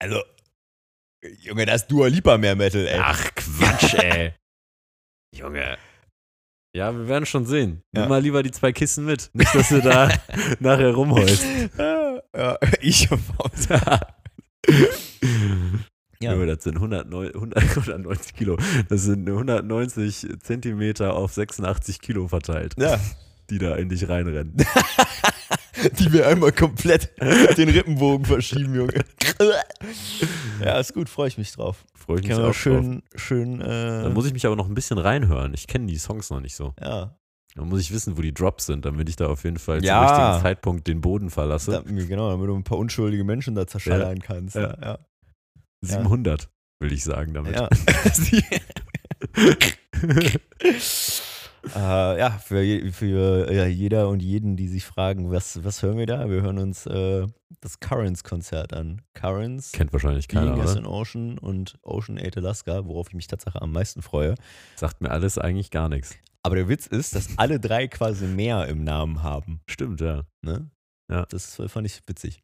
Speaker 1: Also, Äh, Junge, das ist Dua Lipa mehr Metal, ey.
Speaker 2: Ach, Quatsch, ey. Junge. Ja, wir werden schon sehen.
Speaker 1: Ja.
Speaker 2: Nimm mal lieber die zwei Kissen mit. Nicht, dass du da nachher rumholst.
Speaker 1: ja, ich auf Hause. Ja.
Speaker 2: Junge, das sind 109, 100, 190 Kilo. Das sind 190 Zentimeter auf 86 Kilo verteilt,
Speaker 1: ja.
Speaker 2: die da in dich reinrennen.
Speaker 1: Die mir einmal komplett den Rippenbogen verschieben, Junge. ja, ist gut, freue ich mich drauf.
Speaker 2: Freue ich mich
Speaker 1: Können
Speaker 2: auch
Speaker 1: wir
Speaker 2: drauf.
Speaker 1: schön, schön,
Speaker 2: Da
Speaker 1: äh,
Speaker 2: muss ich mich aber noch ein bisschen reinhören. Ich kenne die Songs noch nicht so.
Speaker 1: ja,
Speaker 2: Da muss ich wissen, wo die Drops sind, damit ich da auf jeden Fall
Speaker 1: Ja.
Speaker 2: zum richtigen Zeitpunkt den Boden verlasse.
Speaker 1: da, genau, damit du ein paar unschuldige Menschen da zerschallern kannst. Ja, ja.
Speaker 2: 700, will ich sagen damit.
Speaker 1: ja. äh, ja, für, je- für ja, jeder und jeden, die sich fragen, was, was hören wir da? Wir hören uns äh, das Currents-Konzert an. Currents,
Speaker 2: Kennt wahrscheinlich keiner,
Speaker 1: Being as
Speaker 2: oder?
Speaker 1: an Ocean und Ocean 8 Alaska, worauf ich mich tatsächlich am meisten freue.
Speaker 2: Sagt mir alles eigentlich gar nichts.
Speaker 1: Aber der Witz ist, dass alle drei quasi mehr im Namen haben.
Speaker 2: Stimmt, ja.
Speaker 1: Ne?
Speaker 2: Ja.
Speaker 1: Das fand ich witzig.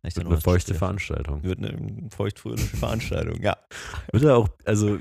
Speaker 1: Hab Ich
Speaker 2: Wird
Speaker 1: dann
Speaker 2: eine
Speaker 1: auch
Speaker 2: feuchte
Speaker 1: gedacht,
Speaker 2: Veranstaltung.
Speaker 1: Wird eine feuchtfröhliche Veranstaltung, ja.
Speaker 2: Wird da auch, also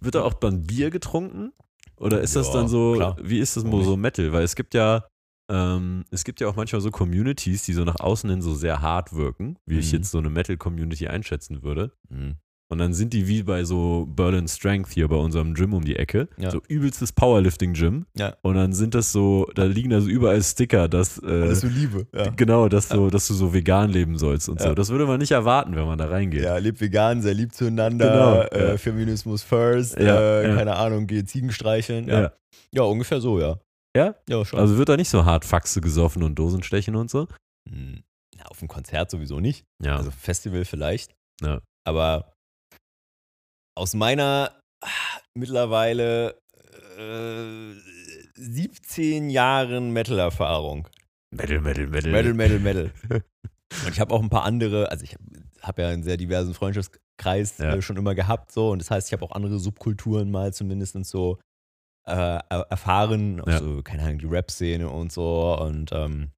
Speaker 2: wird da auch dann Bier getrunken? Oder ist das
Speaker 1: Ja,
Speaker 2: dann so,
Speaker 1: klar.
Speaker 2: wie ist das
Speaker 1: Warum
Speaker 2: so Metal? Weil es gibt ja, ähm, es gibt ja auch manchmal so Communities, die so nach außen hin so sehr hart wirken, wie ich
Speaker 1: Mhm.
Speaker 2: jetzt so eine Metal-Community einschätzen würde.
Speaker 1: Mhm.
Speaker 2: Und dann sind die wie bei so Berlin Strength hier bei unserem Gym um die Ecke.
Speaker 1: Ja.
Speaker 2: So übelstes Powerlifting-Gym.
Speaker 1: Ja.
Speaker 2: Und dann sind das so, da liegen da so überall Sticker, dass, äh,
Speaker 1: Alles so Liebe. Ja.
Speaker 2: genau, dass, so, dass du so vegan leben sollst und
Speaker 1: Ja.
Speaker 2: so. Das würde man nicht erwarten, wenn man da reingeht.
Speaker 1: Ja, lebt vegan, sehr lieb zueinander,
Speaker 2: Genau,
Speaker 1: äh,
Speaker 2: ja.
Speaker 1: Feminismus first,
Speaker 2: Ja,
Speaker 1: äh,
Speaker 2: ja.
Speaker 1: keine Ahnung, geht Ziegen streicheln. Ja.
Speaker 2: Ja.
Speaker 1: ja. ungefähr so, ja.
Speaker 2: Ja?
Speaker 1: Ja, schon.
Speaker 2: Also wird da nicht so hart Faxe gesoffen und Dosenstechen und so.
Speaker 1: Hm. Na, auf dem Konzert sowieso nicht.
Speaker 2: Ja.
Speaker 1: Also Festival vielleicht.
Speaker 2: Ja.
Speaker 1: Aber aus meiner ah, mittlerweile äh, 17 Jahren Metal-Erfahrung.
Speaker 2: Metal, Metal, Metal.
Speaker 1: Metal, Metal, Metal. Und ich habe auch ein paar andere, also ich habe ja einen sehr diversen Freundschaftskreis
Speaker 2: Ja.
Speaker 1: äh, schon immer gehabt, so. Und das heißt, ich habe auch andere Subkulturen mal zumindest und so äh, er- erfahren. Auch
Speaker 2: Ja.
Speaker 1: so, keine Ahnung, die Rap-Szene und so. Und ähm,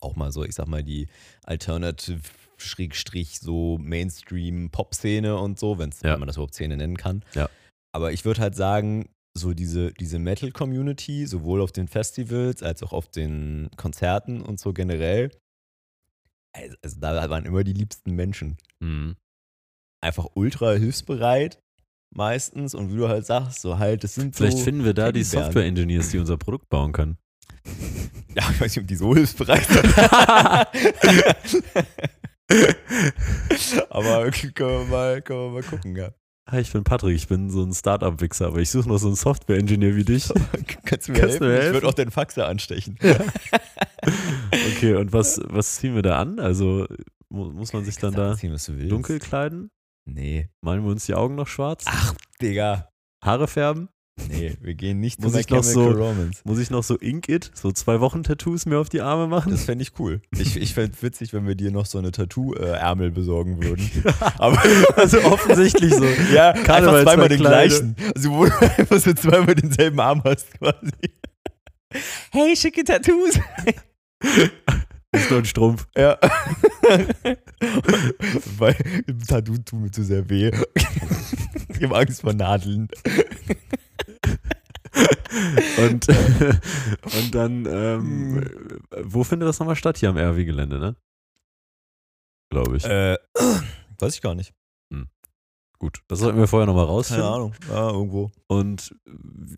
Speaker 1: auch mal so, ich sag mal, die Alternative. Schrägstrich so Mainstream-Pop-Szene und so, wenn's,
Speaker 2: Ja.
Speaker 1: wenn man das überhaupt Szene nennen kann.
Speaker 2: Ja.
Speaker 1: Aber ich würde halt sagen, so diese, diese Metal-Community, sowohl auf den Festivals als auch auf den Konzerten und so generell, also, also da waren immer die liebsten Menschen.
Speaker 2: Mhm.
Speaker 1: Einfach ultra hilfsbereit meistens und wie du halt sagst, so halt, das sind
Speaker 2: Vielleicht
Speaker 1: so,
Speaker 2: finden wir da die
Speaker 1: Teddybären.
Speaker 2: Software-Engineers, die unser Produkt bauen können.
Speaker 1: ja, ich weiß nicht, ob die so hilfsbereit sind. Aber können wir, mal, können wir mal gucken, ja.
Speaker 2: Hi, ich bin Patrick, ich bin so ein Startup-Wichser, aber ich suche noch so einen Software-Engineer wie dich.
Speaker 1: Kannst du mir
Speaker 2: Kannst
Speaker 1: helfen?
Speaker 2: du mir
Speaker 1: Ich
Speaker 2: helfen?
Speaker 1: würde auch den Faxer anstechen.
Speaker 2: Okay, und was, was ziehen wir da an? Also mu muss man sich dann
Speaker 1: Kannst du
Speaker 2: da
Speaker 1: anziehen, was du willst.
Speaker 2: dunkel kleiden?
Speaker 1: Nee.
Speaker 2: Malen wir uns die Augen noch schwarz?
Speaker 1: Digga.
Speaker 2: Haare färben?
Speaker 1: Nee, wir gehen nicht
Speaker 2: Muss
Speaker 1: zu
Speaker 2: ich noch so-
Speaker 1: Romance.
Speaker 2: Muss ich noch so Ink-It, so zwei Wochen-Tattoos mir auf die Arme machen?
Speaker 1: Das fände ich cool. Ich, ich fände es witzig, wenn wir dir noch so eine Tattoo-Ärmel besorgen würden. Aber
Speaker 2: Also offensichtlich so. halt
Speaker 1: ja, einfach zweimal den
Speaker 2: Karnevalsverkleide.
Speaker 1: gleichen. Also wo du einfach so zweimal denselben Arm hast quasi. Hey, schicke Tattoos.
Speaker 2: Ist nur ein Strumpf.
Speaker 1: Ja. Weil im Tattoo tut mir zu sehr weh. Ich habe Angst vor Nadeln.
Speaker 2: Und, und dann, ähm,
Speaker 1: Hm.
Speaker 2: äh, wo findet das nochmal statt? Hier am RW-Gelände, ne? Glaube ich.
Speaker 1: Äh, weiß ich gar nicht.
Speaker 2: Gut, das sollten wir vorher nochmal
Speaker 1: Keine
Speaker 2: rausfinden.
Speaker 1: Ahnung. Ah, irgendwo.
Speaker 2: Und w-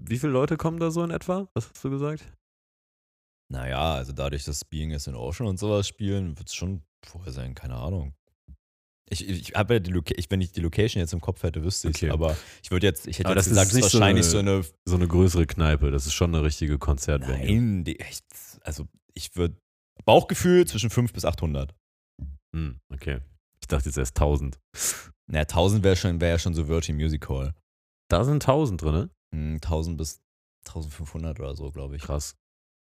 Speaker 2: wie viele Leute kommen da so in etwa? Was hast du gesagt?
Speaker 1: Naja, also dadurch, dass Being is an Ocean und sowas spielen, wird es schon vorher sein, keine Ahnung. Ich, ich habe ja die Loca ich, wenn ich die Location jetzt im Kopf hätte, wüsste ich
Speaker 2: Okay.
Speaker 1: aber ich würde jetzt, ich hätte
Speaker 2: Aber
Speaker 1: jetzt
Speaker 2: das ist
Speaker 1: gesagt, es ist
Speaker 2: nicht so
Speaker 1: wahrscheinlich
Speaker 2: eine-
Speaker 1: so eine.
Speaker 2: So eine größere Kneipe, das ist schon eine richtige Konzertvenue.
Speaker 1: nein, die, echt, also ich würde Bauchgefühl zwischen 5 bis 800.
Speaker 2: Hm, okay. Ich dachte jetzt erst 1000.
Speaker 1: Naja, 1000 wäre schon, wär ja schon so Virgin Music Hall.
Speaker 2: Da sind 1000 drin, ne?
Speaker 1: Hm, 1000 bis 1500 oder so, glaube ich.
Speaker 2: Krass.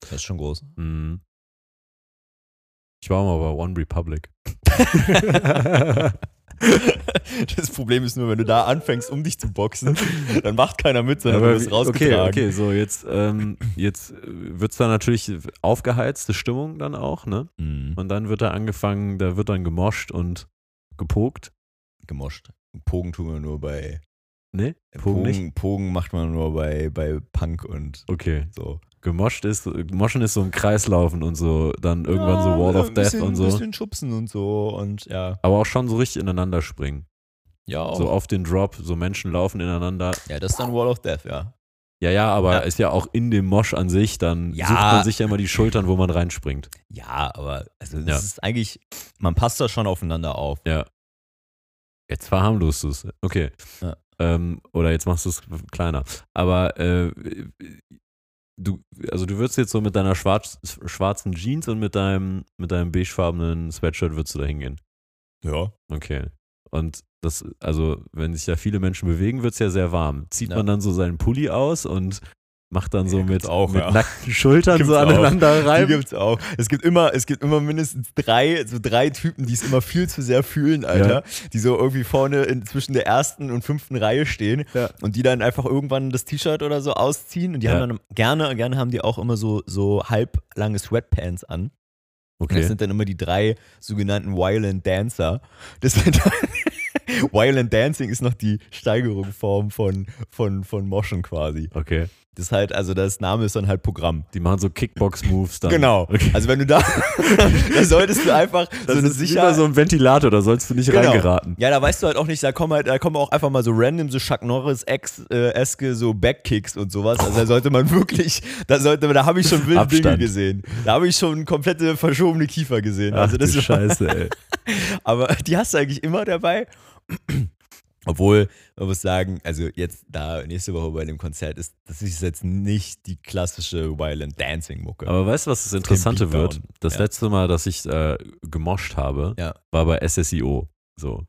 Speaker 1: Das ist schon groß.
Speaker 2: Hm. Ich war mal bei One Republic.
Speaker 1: das Problem ist nur, wenn du da anfängst, um dich zu boxen, dann macht keiner mit, sondern du wirst
Speaker 2: wie- okay,
Speaker 1: rausgetragen.
Speaker 2: okay, so jetzt, ähm, jetzt wird es da natürlich aufgeheizte Stimmung dann auch, ne?
Speaker 1: Mhm.
Speaker 2: Und dann wird da angefangen, da wird dann gemoscht und gepokt.
Speaker 1: gemoscht. Pogen tun wir nur bei äh,
Speaker 2: Ne? Pogen nicht?
Speaker 1: Pogen, Pogen macht man nur bei, bei Punk und
Speaker 2: Okay.
Speaker 1: so.
Speaker 2: Gemoscht ist, Moschen ist so im Kreis laufen und so, dann irgendwann so Wall of
Speaker 1: ein
Speaker 2: Death
Speaker 1: bisschen,
Speaker 2: und so.
Speaker 1: Ein bisschen schubsen und so und ja.
Speaker 2: Aber auch schon so richtig ineinander springen.
Speaker 1: Ja, auch.
Speaker 2: So auf den Drop, so Menschen laufen ineinander.
Speaker 1: ja, das ist dann Wall of Death, ja.
Speaker 2: Ja, ja, aber
Speaker 1: Ja.
Speaker 2: ist ja auch in dem Mosch an sich, dann
Speaker 1: Ja.
Speaker 2: sucht man sich ja immer die Schultern, wo man reinspringt.
Speaker 1: Ja, aber also das
Speaker 2: Ja.
Speaker 1: ist eigentlich, man passt da schon aufeinander auf.
Speaker 2: Ja. Jetzt verharmlost du es. Okay.
Speaker 1: Ja.
Speaker 2: Ähm, oder jetzt machst du es kleiner. Aber äh, du, also du würdest jetzt so mit deiner schwarz, schwarzen Jeans und mit deinem, mit deinem beigefarbenen Sweatshirt würdest du da hingehen.
Speaker 1: Ja.
Speaker 2: Okay. Und das, also, wenn sich da viele Menschen bewegen, wird es ja sehr warm. Zieht
Speaker 1: Ja.
Speaker 2: man dann so seinen Pulli aus und macht dann so
Speaker 1: Ja,
Speaker 2: mit,
Speaker 1: gibt's auch,
Speaker 2: mit
Speaker 1: ja.
Speaker 2: nackten Schultern
Speaker 1: Gibt's
Speaker 2: so
Speaker 1: auch.
Speaker 2: aneinander
Speaker 1: Die
Speaker 2: rein.
Speaker 1: gibt's auch. Es gibt immer, es gibt immer mindestens drei, so drei Typen, die es immer viel zu sehr fühlen, Alter. Die so irgendwie vorne in, zwischen der ersten und fünften Reihe stehen
Speaker 2: Ja.
Speaker 1: und die dann einfach irgendwann das T-Shirt oder so ausziehen. Und die
Speaker 2: Ja.
Speaker 1: haben dann gerne, gerne haben die auch immer so, so halblange Sweatpants an. Und Das
Speaker 2: Okay.
Speaker 1: sind dann immer die drei sogenannten Violent Dancer. Das sind Violent Dancing ist noch die Steigerungsform von, von, von Moschen quasi.
Speaker 2: Okay.
Speaker 1: Das ist halt, also das Name ist dann halt Programm.
Speaker 2: Die machen so Kickbox-Moves dann.
Speaker 1: Genau.
Speaker 2: Okay.
Speaker 1: Also wenn du da, da solltest du einfach
Speaker 2: Das
Speaker 1: so eine
Speaker 2: ist sicher
Speaker 1: Sicherheit.
Speaker 2: so ein Ventilator, da sollst du nicht
Speaker 1: Genau.
Speaker 2: reingeraten.
Speaker 1: Ja, da weißt du halt auch nicht, da kommen halt, da kommen auch einfach mal so random, so Chuck Norris ex äh, eske so Backkicks und sowas. Also da sollte man wirklich, da sollte man, da habe ich schon wilde Dinge
Speaker 2: Abstand.
Speaker 1: gesehen. Da habe ich schon komplette verschobene Kiefer gesehen.
Speaker 2: Ach,
Speaker 1: Also das
Speaker 2: du
Speaker 1: war,
Speaker 2: Scheiße, ey.
Speaker 1: Aber die hast du eigentlich immer dabei. Obwohl, man muss sagen, also jetzt da nächste Woche bei dem Konzert ist, das ist jetzt nicht die klassische Violent Dancing Mucke.
Speaker 2: Aber weißt du, was das Interessante
Speaker 1: Beatdown.
Speaker 2: wird? Das
Speaker 1: Ja.
Speaker 2: letzte Mal, dass ich äh, gemoscht habe,
Speaker 1: Ja.
Speaker 2: war bei SSIO. So.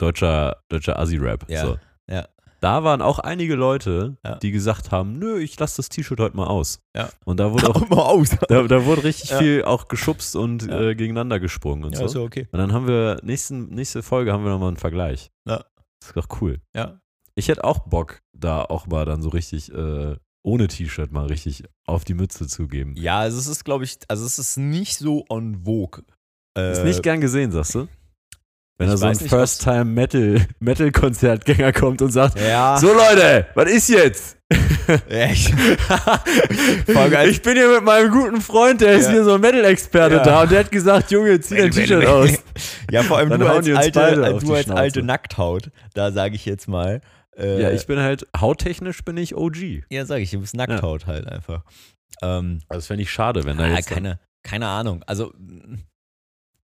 Speaker 2: Deutscher, deutscher Assi-Rap.
Speaker 1: Ja,
Speaker 2: So.
Speaker 1: ja.
Speaker 2: Da waren auch einige Leute,
Speaker 1: Ja.
Speaker 2: die gesagt haben: Nö, ich lasse das T-Shirt heute mal aus.
Speaker 1: Ja.
Speaker 2: Und da wurde, auch,
Speaker 1: Hau mal aus.
Speaker 2: da, da wurde richtig
Speaker 1: Ja.
Speaker 2: viel auch geschubst und
Speaker 1: Ja.
Speaker 2: äh, gegeneinander gesprungen und
Speaker 1: Ja,
Speaker 2: so.
Speaker 1: ist ja okay.
Speaker 2: Und dann haben wir, nächsten, nächste Folge haben wir nochmal einen Vergleich.
Speaker 1: Ja.
Speaker 2: Das ist doch cool.
Speaker 1: Ja.
Speaker 2: Ich hätte auch Bock, da auch mal dann so richtig äh, ohne T-Shirt mal richtig auf die Mütze zu geben.
Speaker 1: Ja, also es ist, glaube ich, also es ist nicht so on vogue. Äh,
Speaker 2: Ist nicht gern gesehen, sagst du? Wenn
Speaker 1: ich
Speaker 2: da so ein
Speaker 1: weiß nicht, ob's-
Speaker 2: First-Time-Metal-Metal-Konzertgänger kommt und sagt,
Speaker 1: ja,
Speaker 2: so Leute, was ist jetzt?
Speaker 1: echt. geil.
Speaker 2: ich bin hier mit meinem guten Freund, der ist
Speaker 1: Ja.
Speaker 2: hier so ein Metal-Experte
Speaker 1: Ja.
Speaker 2: da und der hat gesagt, Junge, zieh dein T-Shirt aus.
Speaker 1: Ja, vor allem
Speaker 2: Dann
Speaker 1: du
Speaker 2: hauen
Speaker 1: als,
Speaker 2: die uns beide
Speaker 1: alte,
Speaker 2: auf
Speaker 1: du
Speaker 2: die
Speaker 1: als
Speaker 2: Schnauze.
Speaker 1: alte Nackthaut, da sage ich jetzt mal. äh,
Speaker 2: Ja, ich bin halt, hauttechnisch bin ich OG.
Speaker 1: ja, sage ich, du bist Nackthaut halt einfach. Ähm,
Speaker 2: Also das fände ich schade, wenn da
Speaker 1: Ah,
Speaker 2: jetzt...
Speaker 1: keine, keine Ahnung. Also mm,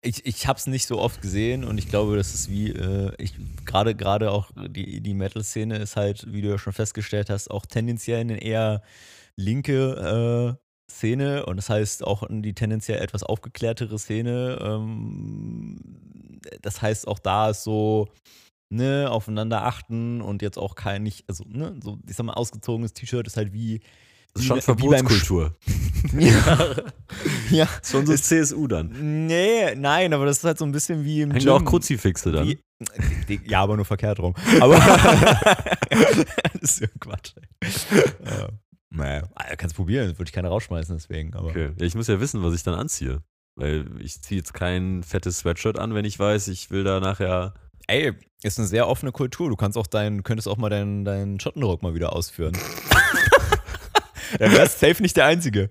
Speaker 1: ich, ich habe es nicht so oft gesehen und ich glaube, das ist wie, äh, ich gerade gerade auch die, die Metal-Szene ist halt, wie du ja schon festgestellt hast, auch tendenziell eine eher linke äh, Szene und das heißt auch die tendenziell etwas aufgeklärtere Szene. Ähm, das heißt auch da ist so ne aufeinander achten und jetzt auch kein nicht also ne so ich sag mal ausgezogenes T-Shirt ist halt wie
Speaker 2: Das
Speaker 1: wie
Speaker 2: ist schon
Speaker 1: bei- wie beim
Speaker 2: Verbotskultur.
Speaker 1: ja, ja
Speaker 2: Das ist schon so
Speaker 1: Ist-
Speaker 2: CSU dann.
Speaker 1: Nee, nein, aber das ist halt so ein bisschen wie im
Speaker 2: Hängen
Speaker 1: Gym.
Speaker 2: da auch Kruzifixe dann.
Speaker 1: Wie- Die- Ja, aber nur verkehrt rum. Aber das ist ja Quatsch. Ey. Äh, naja, Alter, kannst probieren, würde ich keine rausschmeißen deswegen. Aber
Speaker 2: Okay. Ja, ich muss ja wissen, was ich dann anziehe. Weil ich ziehe jetzt kein fettes Sweatshirt an, wenn ich weiß, ich will da nachher.
Speaker 1: ey, ist eine sehr offene Kultur. Du kannst auch deinen, könntest auch mal deinen, deinen Schottenrock mal wieder ausführen. Dann wärst safe nicht der Einzige.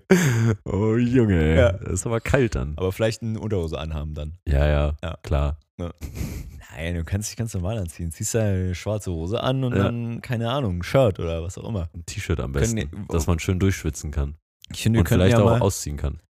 Speaker 2: Oh Junge,
Speaker 1: Ja.
Speaker 2: das ist aber kalt dann.
Speaker 1: Aber vielleicht eine Unterhose anhaben dann.
Speaker 2: Ja, ja,
Speaker 1: Ja.
Speaker 2: klar.
Speaker 1: Nein, du kannst dich ganz normal anziehen. Ziehst deine schwarze Hose an und
Speaker 2: Ja.
Speaker 1: dann, keine Ahnung, ein Shirt oder was auch immer.
Speaker 2: Ein T-Shirt am
Speaker 1: Können
Speaker 2: besten,
Speaker 1: die-
Speaker 2: dass man schön durchschwitzen kann.
Speaker 1: Ich finde,
Speaker 2: und vielleicht
Speaker 1: ja
Speaker 2: auch
Speaker 1: mal-
Speaker 2: ausziehen kann.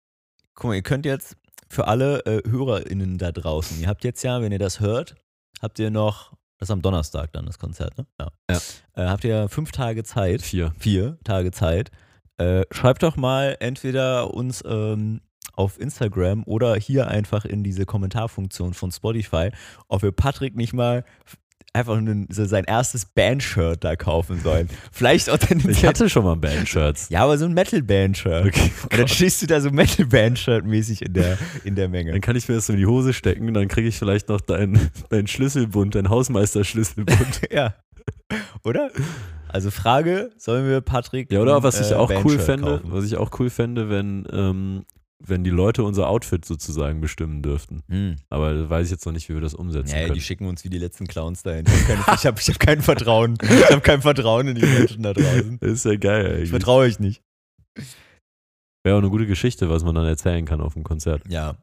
Speaker 1: Guck mal, ihr könnt jetzt für alle äh, HörerInnen da draußen, ihr habt jetzt ja, wenn ihr das hört, habt ihr noch, das ist am Donnerstag dann das Konzert, ne? Ja.
Speaker 2: Ja.
Speaker 1: Äh, habt ihr fünf Tage Zeit,
Speaker 2: Vier.
Speaker 1: vier Tage Zeit. Äh, schreibt doch mal entweder uns ähm, auf Instagram oder hier einfach in diese Kommentarfunktion von Spotify, ob wir Patrick nicht mal f- einfach einen, so sein erstes Band-Shirt da kaufen sollen. Vielleicht auch dann
Speaker 2: Ich hatte schon mal Band-Shirts.
Speaker 1: ja, aber so ein Metal-Band-Shirt. Und dann stehst du da so Metal-Band-Shirt-mäßig in der, in der Menge.
Speaker 2: Dann kann ich mir das so in die Hose stecken, dann kriege ich vielleicht noch deinen deinen Schlüsselbund, deinen Hausmeisterschlüsselbund.
Speaker 1: Ja. Oder? Also Frage, sollen wir Patrick.
Speaker 2: Ja, oder
Speaker 1: ein,
Speaker 2: was ich
Speaker 1: äh,
Speaker 2: auch cool
Speaker 1: Band-Shirt
Speaker 2: fände,
Speaker 1: kaufen?
Speaker 2: was ich auch cool fände, wenn ähm, wenn die Leute unser Outfit sozusagen bestimmen dürften.
Speaker 1: Hm.
Speaker 2: Aber da weiß ich jetzt noch nicht, wie wir das umsetzen
Speaker 1: Ja, die
Speaker 2: können.
Speaker 1: schicken uns wie die letzten Clowns dahin. Ich habe keine- ich hab, ich hab kein Vertrauen. Ich habe kein Vertrauen in die Menschen da draußen.
Speaker 2: Das ist ja geil
Speaker 1: Ich
Speaker 2: eigentlich.
Speaker 1: vertraue euch nicht.
Speaker 2: Wäre auch eine gute Geschichte, was man dann erzählen kann auf dem Konzert.
Speaker 1: Ja,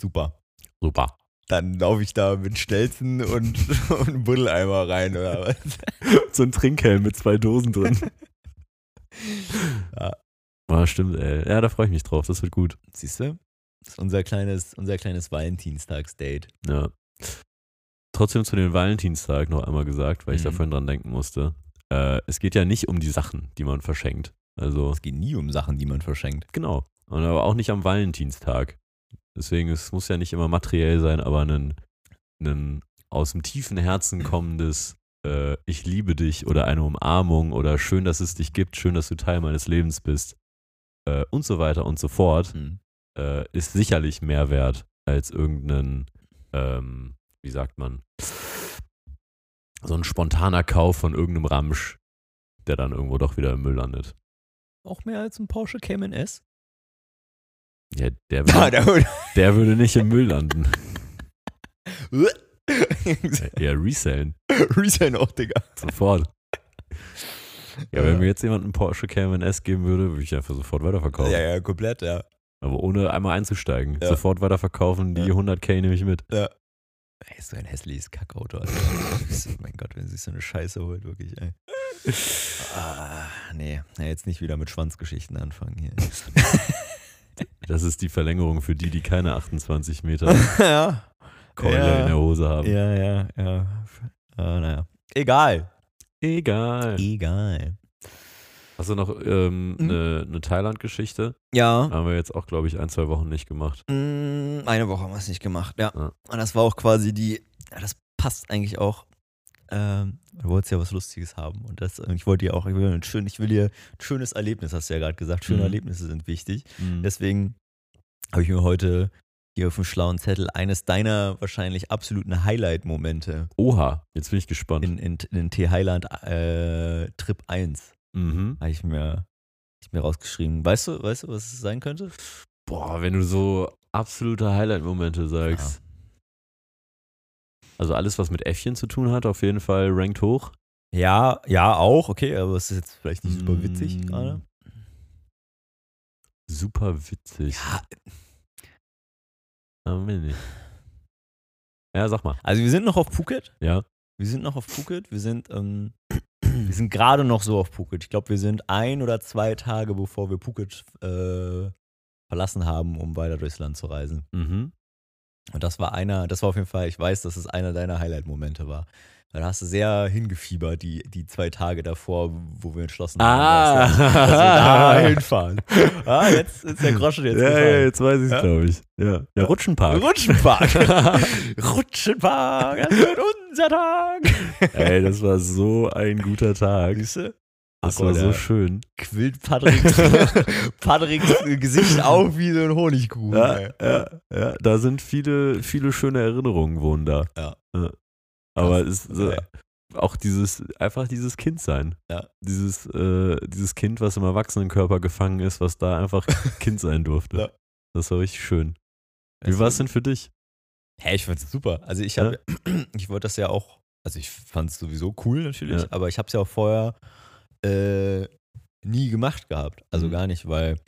Speaker 1: super.
Speaker 2: Super.
Speaker 1: Dann laufe ich da mit Stelzen und, und einem Buddeleimer rein oder was.
Speaker 2: so ein Trinkhelm mit zwei Dosen drin.
Speaker 1: Ja.
Speaker 2: Ah, stimmt, ey. Ja, da freue ich mich drauf. Das wird gut.
Speaker 1: Siehst du? Das ist unser kleines, unser kleines Valentinstagsdate.
Speaker 2: Ja. Trotzdem zu dem Valentinstag noch einmal gesagt, weil ich da
Speaker 1: Mhm.
Speaker 2: vorhin dran denken musste. Äh, es geht ja nicht um die Sachen, die man verschenkt. Also,
Speaker 1: Es geht nie um Sachen, die man verschenkt.
Speaker 2: genau. Und aber auch nicht am Valentinstag. Deswegen, es muss ja nicht immer materiell sein, aber ein, ein aus dem tiefen Herzen kommendes äh, Ich liebe dich oder eine Umarmung oder schön, dass es dich gibt, schön, dass du Teil meines Lebens bist äh, und so weiter und so fort
Speaker 1: Hm.
Speaker 2: äh, ist sicherlich mehr wert als irgendein, ähm, wie sagt man, so ein spontaner Kauf von irgendeinem Ramsch, der dann irgendwo doch wieder im Müll landet.
Speaker 1: Auch mehr als ein Porsche Cayman S?
Speaker 2: Ja, der würde, der würde nicht im Müll landen. Ja, resellen.
Speaker 1: Resign auch, Digga.
Speaker 2: Sofort. Ja, wenn mir jetzt jemand einen Porsche Cayman S geben würde, würde ich einfach sofort weiterverkaufen.
Speaker 1: Ja, ja, komplett, ja.
Speaker 2: Aber ohne einmal einzusteigen.
Speaker 1: Ja.
Speaker 2: Sofort weiterverkaufen, die
Speaker 1: Ja.
Speaker 2: 100k nehme ich mit.
Speaker 1: Ey, ist so ein hässliches Kackauto. Alter. So, mein Gott, wenn sie sich so eine Scheiße holt, wirklich, ey. Ah, nee, Ja, jetzt nicht wieder mit Schwanzgeschichten anfangen hier.
Speaker 2: Das ist die Verlängerung für die, die keine 28 Meter
Speaker 1: ja,
Speaker 2: Keule
Speaker 1: Ja.
Speaker 2: in der Hose haben.
Speaker 1: ja, ja, ja. Ah, naja. Egal.
Speaker 2: Egal.
Speaker 1: Egal.
Speaker 2: Hast du noch ähm,
Speaker 1: Mhm.
Speaker 2: eine, eine Thailand-Geschichte?
Speaker 1: Ja,
Speaker 2: Haben wir jetzt auch, glaube ich, ein, zwei Wochen nicht gemacht.
Speaker 1: Mm, Eine Woche haben wir es nicht gemacht, ja.
Speaker 2: Ja.
Speaker 1: Und das war auch quasi die, ja, das passt eigentlich auch. Ähm, du wolltest ja was Lustiges haben und das, ich wollte dir auch, ich will, ein schön, ich will dir ein schönes Erlebnis, hast du ja gerade gesagt, schöne
Speaker 2: Mhm.
Speaker 1: Erlebnisse sind wichtig.
Speaker 2: Das
Speaker 1: Deswegen habe ich mir heute hier auf dem schlauen Zettel eines deiner wahrscheinlich absoluten Highlight-Momente
Speaker 2: Oha, jetzt bin ich gespannt.
Speaker 1: in, in, in T-Highland äh, Trip 1
Speaker 2: Mhm.
Speaker 1: habe ich mir, hab ich mir rausgeschrieben. Weißt du, weißt du, was es sein könnte?
Speaker 2: Boah, wenn du so absolute Highlight-Momente sagst. Also alles, was mit Äffchen zu tun hat, auf jeden Fall rankt hoch.
Speaker 1: Ja, ja, auch, okay, aber es ist jetzt vielleicht nicht super witzig
Speaker 2: Mm.
Speaker 1: gerade.
Speaker 2: Super witzig.
Speaker 1: Ja,
Speaker 2: Ja. nicht. ja, sag mal.
Speaker 1: also wir sind noch auf Phuket.
Speaker 2: Ja.
Speaker 1: Wir sind noch auf Phuket. Wir sind, ähm, wir sind gerade noch so auf Phuket. Ich glaube, wir sind ein oder zwei Tage, bevor wir Phuket äh, verlassen haben, um weiter durchs Land zu reisen.
Speaker 2: Mhm.
Speaker 1: Und das war einer, das war auf jeden Fall, ich weiß, dass es einer deiner Highlight-Momente war. Weil Da hast du sehr hingefiebert, die, die zwei Tage davor, wo wir entschlossen haben, dass,
Speaker 2: Ah.
Speaker 1: dass wir da hinfahren. Ah, jetzt ist der Groschen jetzt
Speaker 2: ja, ja,
Speaker 1: gefallen.
Speaker 2: jetzt weiß ich es,
Speaker 1: Ja?
Speaker 2: glaube ich. Ja, ja Rutschenpark.
Speaker 1: Rutschenpark. Rutschenpark, das wird unser Tag.
Speaker 2: Ey, das war so ein guter Tag.
Speaker 1: Siehst du?
Speaker 2: Das
Speaker 1: Ach,
Speaker 2: war
Speaker 1: Alter.
Speaker 2: so schön.
Speaker 1: Quillt Patricks, Patricks Gesicht auf wie so ein Honigkuchen.
Speaker 2: Ja,
Speaker 1: ey.
Speaker 2: ja, ja, da sind viele, viele schöne Erinnerungen wohnen da.
Speaker 1: Ja.
Speaker 2: Aber es ist äh,
Speaker 1: ey.
Speaker 2: auch dieses, einfach dieses Kind sein.
Speaker 1: Ja.
Speaker 2: Dieses, äh, dieses Kind, was im Erwachsenenkörper gefangen ist, was da einfach Kind sein durfte.
Speaker 1: Ja.
Speaker 2: Das war richtig schön. Wie war es denn für dich?
Speaker 1: Hä, ich fand's super. Also ich
Speaker 2: Ja.
Speaker 1: habe, ich wollte das ja auch, also ich fand's sowieso cool natürlich,
Speaker 2: Ja.
Speaker 1: aber ich habe es ja auch vorher äh, nie gemacht gehabt. Also
Speaker 2: Mhm.
Speaker 1: gar nicht, weil,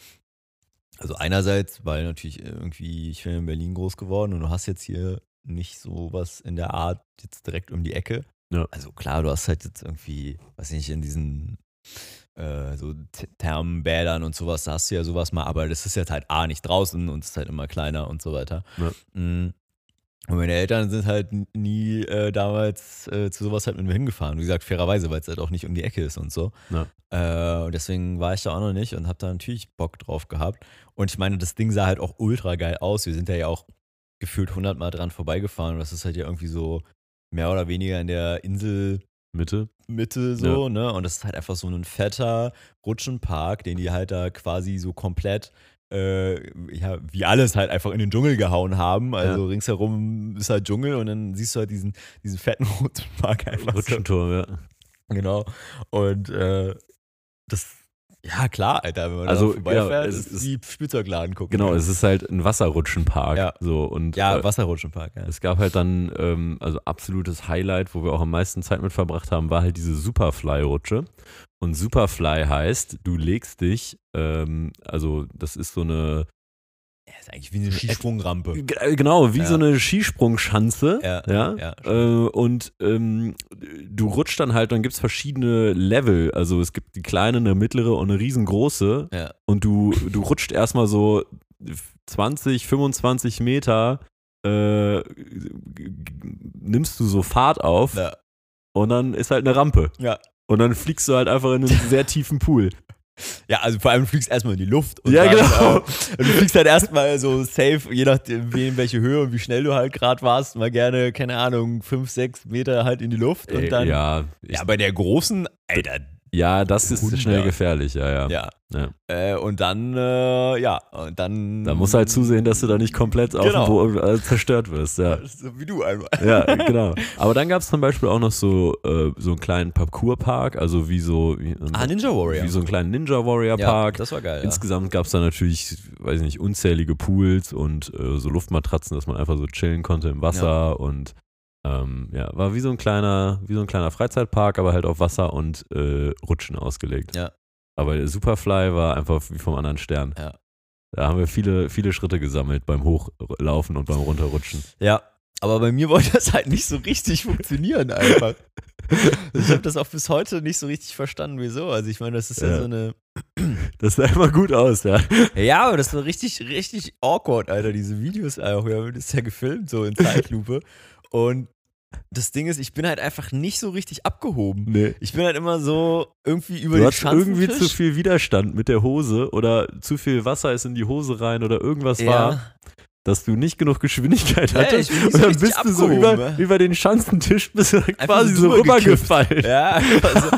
Speaker 1: also einerseits, weil natürlich irgendwie, ich bin in Berlin groß geworden und du hast jetzt hier nicht sowas in der Art jetzt direkt um die Ecke.
Speaker 2: Ja.
Speaker 1: Also klar, du hast halt jetzt irgendwie, weiß nicht, in diesen äh, so T- Thermenbädern und sowas, da hast du ja sowas mal, aber das ist jetzt halt A nicht draußen und es ist halt immer kleiner und so weiter.
Speaker 2: Ja.
Speaker 1: Mm. Und meine Eltern sind halt n- nie äh, damals äh, zu sowas halt mit mir hingefahren. Wie gesagt, fairerweise, weil es halt auch nicht um die Ecke ist und so. Äh, und deswegen war ich da auch noch nicht und habe da natürlich Bock drauf gehabt. Und ich meine, das Ding sah halt auch ultra geil aus. Wir sind da ja auch gefühlt hundertmal dran vorbeigefahren. Und das ist halt ja irgendwie so mehr oder weniger in der Insel
Speaker 2: Mitte?
Speaker 1: Mitte so, ne? Und das ist halt einfach so ein fetter Rutschenpark, den die halt da quasi so komplett, äh, ja, wie alles halt einfach in den Dschungel gehauen haben. Also ringsherum ist halt Dschungel und dann siehst du halt diesen, diesen fetten Rutschenpark einfach. So.
Speaker 2: Rutschenturm, ja.
Speaker 1: Genau. Und äh, Genau. das Ja, klar, Alter, wenn man
Speaker 2: Also,
Speaker 1: da vorbeifährt,
Speaker 2: ja, es
Speaker 1: ist
Speaker 2: ist-
Speaker 1: wie Spielzeugladen gucken.
Speaker 2: Genau,
Speaker 1: kann.
Speaker 2: es ist halt ein Wasserrutschenpark.
Speaker 1: Ja.
Speaker 2: So, und
Speaker 1: ja,
Speaker 2: äh,
Speaker 1: Wasserrutschenpark, ja.
Speaker 2: es gab halt dann, ähm, also absolutes Highlight, wo wir auch am meisten Zeit mit verbracht haben, war halt diese Superfly-Rutsche. Und Superfly heißt, du legst dich, ähm, also das ist so eine,
Speaker 1: Ja, ist eigentlich wie eine Skisprungrampe.
Speaker 2: G- genau, wie
Speaker 1: Ja.
Speaker 2: so eine Skisprungschanze.
Speaker 1: Ja,
Speaker 2: Ja.
Speaker 1: ja,
Speaker 2: Äh, und ähm, du rutschst dann halt, dann gibt es verschiedene Level. Also es gibt die kleine, eine mittlere und eine riesengroße.
Speaker 1: Ja.
Speaker 2: Und du, du rutscht erstmal so 20, 25 Meter, äh, g- g- nimmst du so Fahrt auf
Speaker 1: Ja.
Speaker 2: und dann ist halt eine Rampe.
Speaker 1: Ja.
Speaker 2: Und dann fliegst du halt einfach in einen sehr tiefen Pool.
Speaker 1: ja, also vor allem du fliegst erstmal in die Luft. und
Speaker 2: Ja,
Speaker 1: dann,
Speaker 2: genau.
Speaker 1: äh, Und du fliegst halt erstmal so safe, je nachdem, in welche Höhe und wie schnell du halt gerade warst, mal gerne, keine Ahnung, 5, 6 Meter halt in die Luft und
Speaker 2: Äh,
Speaker 1: dann.
Speaker 2: ja,
Speaker 1: Ja, bei der großen, Alter,
Speaker 2: ja, das ist
Speaker 1: 100.
Speaker 2: schnell gefährlich, ja, ja.
Speaker 1: ja.
Speaker 2: Ja.
Speaker 1: Äh, und dann, äh, ja, und dann.
Speaker 2: Da musst du halt zusehen, dass du da nicht komplett auf
Speaker 1: Genau.
Speaker 2: dem Boden äh, zerstört wirst, ja.
Speaker 1: So wie du einmal.
Speaker 2: Ja, genau. Aber dann gab es zum Beispiel auch noch so, äh, so einen kleinen Parkour-Park, also wie so, wie,
Speaker 1: Ah, Ninja Warrior.
Speaker 2: wie so einen kleinen Ninja Warrior-Park.
Speaker 1: das war geil.
Speaker 2: Insgesamt gab es da natürlich, weiß ich nicht, unzählige Pools und äh, so Luftmatratzen, dass man einfach so chillen konnte im Wasser und ähm, ja, war wie so ein kleiner, wie so ein kleiner Freizeitpark, aber halt auf Wasser und äh, Rutschen ausgelegt.
Speaker 1: Ja.
Speaker 2: Aber der Superfly war einfach wie vom anderen Stern.
Speaker 1: Ja.
Speaker 2: Da haben wir viele, viele Schritte gesammelt beim Hochlaufen und beim Runterrutschen.
Speaker 1: Ja, aber bei mir wollte das halt nicht so richtig funktionieren einfach. Ich habe das auch bis heute nicht so richtig verstanden, wieso. Also ich meine, das ist ja,
Speaker 2: Ja.
Speaker 1: so eine.
Speaker 2: Das sah immer gut aus, ja.
Speaker 1: Ja, aber das war richtig, richtig awkward, Alter, diese Videos auch. Wir haben das ja gefilmt, so in Zeitlupe. Und das Ding ist, ich bin halt einfach nicht so richtig abgehoben.
Speaker 2: Nee.
Speaker 1: Ich bin halt immer so irgendwie über
Speaker 2: Du
Speaker 1: den
Speaker 2: hast irgendwie
Speaker 1: Schanzentisch.
Speaker 2: zu viel Widerstand mit der Hose oder zu viel Wasser ist in die Hose rein oder irgendwas war,
Speaker 1: ja.
Speaker 2: dass du nicht genug Geschwindigkeit
Speaker 1: Ja, ich
Speaker 2: hattest.
Speaker 1: bin nicht so
Speaker 2: und dann
Speaker 1: richtig
Speaker 2: bist du so
Speaker 1: abgehoben, ne?
Speaker 2: über,
Speaker 1: ja.
Speaker 2: über den Schanzentisch bist du quasi
Speaker 1: so
Speaker 2: so
Speaker 1: rübergekippt.
Speaker 2: rübergefallen.
Speaker 1: Ja, also,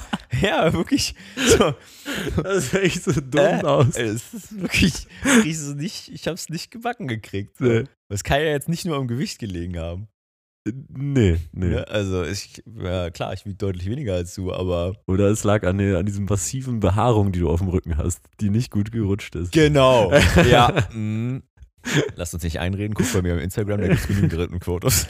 Speaker 1: ja, wirklich. So,
Speaker 2: Das sah echt so dumm
Speaker 1: Äh,
Speaker 2: aus.
Speaker 1: Ey, Es ist wirklich, wirklich so nicht, ich hab's nicht gebacken gekriegt. So.
Speaker 2: Nee.
Speaker 1: Das kann ja jetzt nicht nur am Gewicht gelegen haben.
Speaker 2: Nee, nee.
Speaker 1: Ne? Also ich, ja, klar, ich wiege deutlich weniger als du, aber.
Speaker 2: Oder es lag an, der, an diesem massiven Behaarung, die du auf dem Rücken hast, die nicht gut gerutscht ist.
Speaker 1: Genau. ja.
Speaker 2: Mhm.
Speaker 1: mm. Lass uns nicht einreden, guck bei mir auf Instagram, da gibt's genügend Rittenquotos.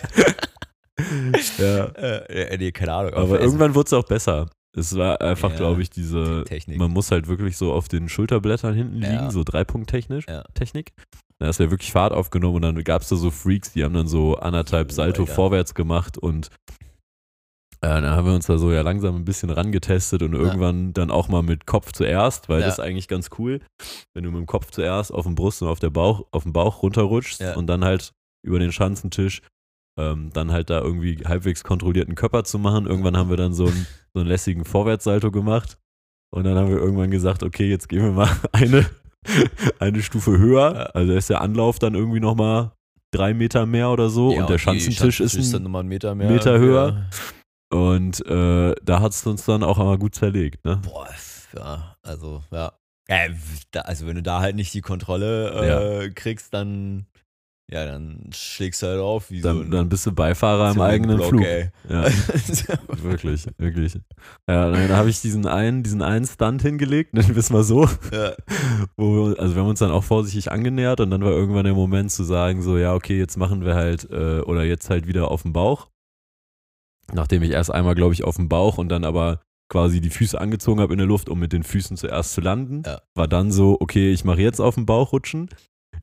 Speaker 2: ja.
Speaker 1: äh, äh, nee, keine Ahnung.
Speaker 2: Aber irgendwann wurde es auch besser. Es war einfach,
Speaker 1: Ja.
Speaker 2: glaube ich, diese,
Speaker 1: Technik.
Speaker 2: Man muss halt wirklich so auf den Schulterblättern hinten
Speaker 1: Ja.
Speaker 2: liegen, so Dreipunkt-technisch.
Speaker 1: Ja.
Speaker 2: Technik. Da hast du ja wirklich Fahrt aufgenommen und dann gab es da so Freaks, die haben dann so anderthalb
Speaker 1: Oh,
Speaker 2: Salto
Speaker 1: Alter.
Speaker 2: vorwärts gemacht und äh, dann haben wir uns da so ja langsam ein bisschen rangetestet und irgendwann dann auch mal mit Kopf zuerst, weil
Speaker 1: Ja.
Speaker 2: das ist eigentlich ganz cool, wenn du mit dem Kopf zuerst auf dem Brust und auf, der Bauch, auf dem Bauch runterrutschst
Speaker 1: Ja.
Speaker 2: und dann halt über den Schanzentisch ähm, dann halt da irgendwie halbwegs kontrollierten Körper zu machen. Irgendwann haben wir dann so einen, so einen lässigen Vorwärtssalto gemacht und dann haben wir irgendwann gesagt, okay, jetzt gehen wir mal eine, eine Stufe höher. Also da ist der Anlauf dann irgendwie nochmal drei Meter mehr oder so und der Schanzentisch ist
Speaker 1: ist dann
Speaker 2: ein,
Speaker 1: nochmal einen Meter mehr.
Speaker 2: Meter höher.
Speaker 1: Ja.
Speaker 2: und äh, da hat es uns dann auch einmal gut zerlegt. Ne?
Speaker 1: Boah, f- ja, also, ja. Äh, da, also, wenn du da halt nicht die Kontrolle äh, kriegst, dann, ja, dann schlägst du halt auf wie so
Speaker 2: Dann,
Speaker 1: ein
Speaker 2: dann bist du Beifahrer im
Speaker 1: Zement-
Speaker 2: eigenen
Speaker 1: Block,
Speaker 2: Flug.
Speaker 1: Ey.
Speaker 2: Ja. Wirklich, wirklich. Ja, dann habe ich diesen einen, diesen einen Stunt hingelegt, nennen wir es mal so.
Speaker 1: ja,
Speaker 2: Wo wir, also wir haben uns dann auch vorsichtig angenähert und dann war irgendwann der Moment zu sagen, so ja, okay, jetzt machen wir halt äh, oder jetzt halt wieder auf dem Bauch. Nachdem ich erst einmal, glaube ich, auf dem Bauch und dann aber quasi die Füße angezogen habe in der Luft, um mit den Füßen zuerst zu landen,
Speaker 1: Ja.
Speaker 2: war dann so, okay, ich mache jetzt auf dem Bauch rutschen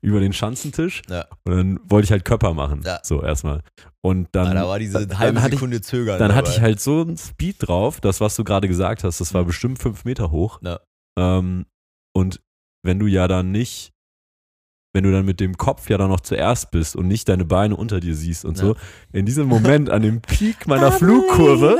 Speaker 2: über den Schanzentisch
Speaker 1: Ja.
Speaker 2: und dann wollte ich halt Körper machen,
Speaker 1: Ja.
Speaker 2: so erstmal. Und dann,
Speaker 1: Ah, da war diese
Speaker 2: dann
Speaker 1: halbe
Speaker 2: hatte ich-
Speaker 1: Sekunde Zögern.
Speaker 2: dann hatte ich
Speaker 1: dabei. Mhm.
Speaker 2: halt so einen Speed drauf, das, was du gerade gesagt hast, das war bestimmt fünf Meter hoch.
Speaker 1: Ja.
Speaker 2: Ähm, und wenn du ja dann nicht, wenn du dann mit dem Kopf ja dann noch zuerst bist und nicht deine Beine unter dir siehst und
Speaker 1: Ja.
Speaker 2: so, in diesem Moment an dem Peak meiner Flugkurve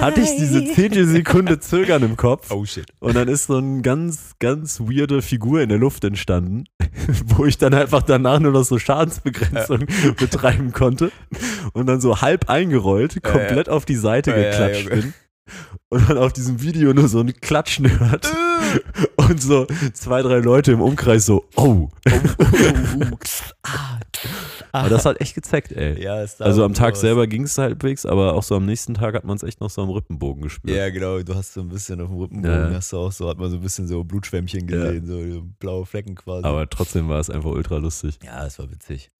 Speaker 2: hatte ich diese Zehntelsekunde Zögern im Kopf
Speaker 1: Oh shit.
Speaker 2: und dann ist so eine ganz, ganz weirde Figur in der Luft entstanden, wo ich dann einfach danach nur noch so Schadensbegrenzung betreiben konnte und dann so halb eingerollt,
Speaker 1: ja.
Speaker 2: komplett auf die Seite
Speaker 1: Ja, ja,
Speaker 2: geklatscht
Speaker 1: Junge.
Speaker 2: bin. und man auf diesem Video nur so ein Klatschen hört
Speaker 1: Äh.
Speaker 2: und so zwei, drei Leute im Umkreis so, oh.
Speaker 1: Ah,
Speaker 2: Aber das hat echt gezeckt, ey.
Speaker 1: ja, es sah
Speaker 2: Also am
Speaker 1: gut
Speaker 2: Tag
Speaker 1: aus.
Speaker 2: selber ging es halbwegs, aber auch so am nächsten Tag hat man es echt noch so am Rippenbogen gespürt.
Speaker 1: Ja, genau. Du hast so ein bisschen auf dem
Speaker 2: Ja,
Speaker 1: Rippenbogen,
Speaker 2: ja.
Speaker 1: hast du auch so, hat man so ein bisschen so Blutschwämmchen gesehen, so blaue Flecken quasi.
Speaker 2: Aber trotzdem war es einfach ultra lustig.
Speaker 1: Ja, das war witzig.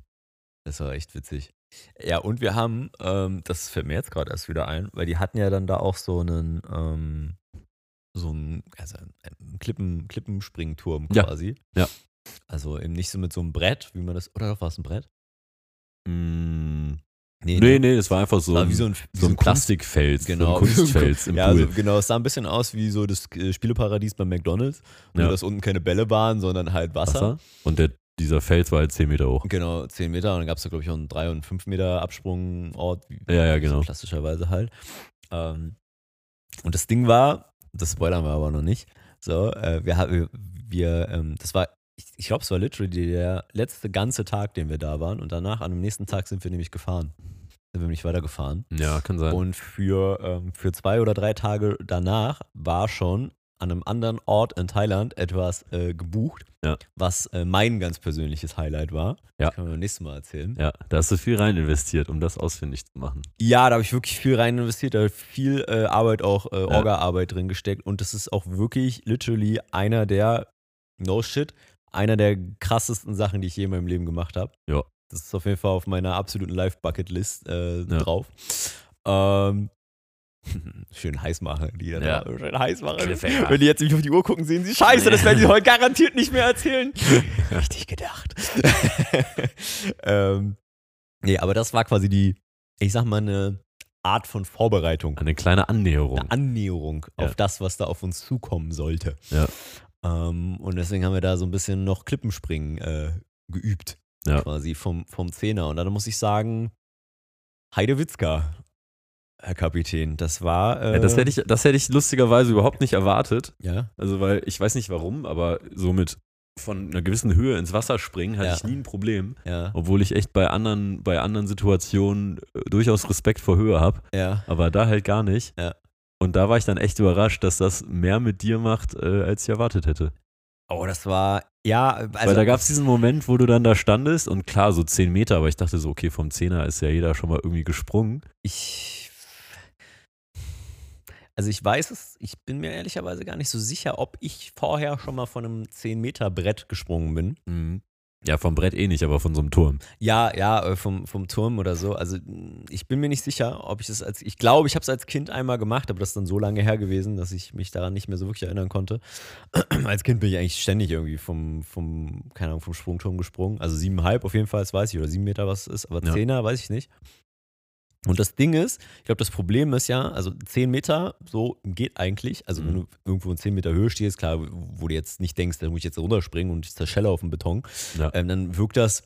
Speaker 1: Das war echt witzig. Ja, und wir haben, ähm, das fällt mir jetzt gerade erst wieder ein, weil die hatten ja dann da auch so einen, ähm, so einen, also einen Klippen, Klippenspringturm
Speaker 2: Ja,
Speaker 1: quasi.
Speaker 2: ja.
Speaker 1: Also eben nicht so mit so einem Brett, wie man das, oder doch war es ein Brett?
Speaker 2: Mm,
Speaker 1: Nee,
Speaker 2: nee, nee, es war einfach so,
Speaker 1: War
Speaker 2: ein,
Speaker 1: wie so
Speaker 2: so,
Speaker 1: ein, wie
Speaker 2: ein
Speaker 1: Kunst-
Speaker 2: Plastikfels, so
Speaker 1: Genau.
Speaker 2: ein Kunstfels im
Speaker 1: ja,
Speaker 2: Pool.
Speaker 1: Also, genau, es sah ein bisschen aus wie so das äh, Spieleparadies bei McDonalds, nur
Speaker 2: Ja.
Speaker 1: dass unten keine Bälle waren, sondern halt Wasser.
Speaker 2: Wasser. Und der, dieser Fels war halt 10 Meter hoch.
Speaker 1: Genau, 10 Meter und dann gab es da glaube ich auch einen 3- und 5 Meter Absprungort, wie-
Speaker 2: Ja, ja,
Speaker 1: so
Speaker 2: genau.
Speaker 1: klassischerweise halt. Ähm, und das Ding war, das spoilern wir aber noch nicht, so, äh, wir, ha- wir, wir ähm, das war, ich, ich glaube es war literally der letzte ganze Tag, den wir da waren und danach, an dem nächsten Tag sind wir nämlich gefahren, sind wir nämlich weitergefahren.
Speaker 2: Ja, kann sein.
Speaker 1: Und für, ähm, für zwei oder drei Tage danach war schon an einem anderen Ort in Thailand etwas äh, gebucht,
Speaker 2: Ja.
Speaker 1: was äh, mein ganz persönliches Highlight war.
Speaker 2: Ja.
Speaker 1: Das können wir beim nächsten Mal erzählen. Ja,
Speaker 2: ja, da hast du viel rein investiert, um das ausfindig zu machen.
Speaker 1: da habe ich wirklich viel rein investiert, da hab ich viel äh, Arbeit, auch äh, Orga-Arbeit drin gesteckt. Und das ist auch wirklich literally einer der, no shit, einer der krassesten Sachen, die ich je in meinem Leben gemacht habe.
Speaker 2: Ja.
Speaker 1: Das ist auf jeden Fall auf meiner absoluten Live-Bucket-List äh,
Speaker 2: Ja.
Speaker 1: drauf. Ähm, schön heiß machen, die da
Speaker 2: Ja.
Speaker 1: schön heiß machen.
Speaker 2: Cliffhanger.
Speaker 1: Wenn die jetzt nämlich auf die Uhr gucken, sehen sie, scheiße, das werden sie heute garantiert nicht mehr erzählen. Richtig gedacht. ähm, nee, aber das war quasi die, ich sag mal, eine Art von Vorbereitung,
Speaker 2: Eine kleine Annäherung.
Speaker 1: eine Annäherung
Speaker 2: Ja.
Speaker 1: auf das, was da auf uns zukommen sollte.
Speaker 2: Ja.
Speaker 1: Ähm, und deswegen haben wir da so ein bisschen noch Klippenspringen äh, geübt,
Speaker 2: Ja.
Speaker 1: quasi vom, vom Zehner. Und dann muss ich sagen, Heide Witzka, Herr Kapitän, das war. Äh,
Speaker 2: Ja, das, hätte ich, das hätte ich lustigerweise überhaupt nicht erwartet.
Speaker 1: Ja,
Speaker 2: Also, weil ich weiß nicht warum, aber so mit von einer gewissen Höhe ins Wasser springen hatte
Speaker 1: Ja.
Speaker 2: ich nie ein Problem.
Speaker 1: ja,
Speaker 2: Obwohl ich echt bei anderen, bei anderen Situationen äh, durchaus Respekt vor Höhe habe.
Speaker 1: ja.
Speaker 2: Aber da halt gar nicht.
Speaker 1: Ja.
Speaker 2: Und da war ich dann echt überrascht, dass das mehr mit dir macht, äh, als ich erwartet hätte.
Speaker 1: Oh, das war. Ja, also.
Speaker 2: Weil da gab es diesen Moment, wo du dann da standest und klar, so 10 Meter, aber ich dachte so, okay, vom Zehner ist ja jeder schon mal irgendwie gesprungen.
Speaker 1: Ich. Also ich weiß es, ich bin mir ehrlicherweise gar nicht so sicher, ob ich vorher schon mal von einem 10-Meter-Brett gesprungen bin.
Speaker 2: Mhm. Ja, vom Brett eh nicht, aber von so einem Turm.
Speaker 1: Ja, ja, äh, vom, vom Turm oder so. Also mh, ich bin mir nicht sicher, ob ich das als, ich glaube, ich habe es als Kind einmal gemacht, aber das ist dann so lange her gewesen, dass ich mich daran nicht mehr so wirklich erinnern konnte. als Kind bin ich eigentlich ständig irgendwie vom, vom keine Ahnung, vom Sprungturm gesprungen. Also siebeneinhalb auf jeden Fall, das weiß ich, oder sieben Meter, was es ist, aber
Speaker 2: Ja.
Speaker 1: Zehner weiß ich nicht. Und das Ding ist, ich glaube, das Problem ist ja, also 10 Meter, so geht eigentlich. Also,
Speaker 2: Mhm.
Speaker 1: wenn du irgendwo in 10 Meter Höhe stehst, klar, wo du jetzt nicht denkst, da muss ich jetzt runterspringen und ich zerschelle auf den Beton,
Speaker 2: Ja.
Speaker 1: ähm, dann wirkt das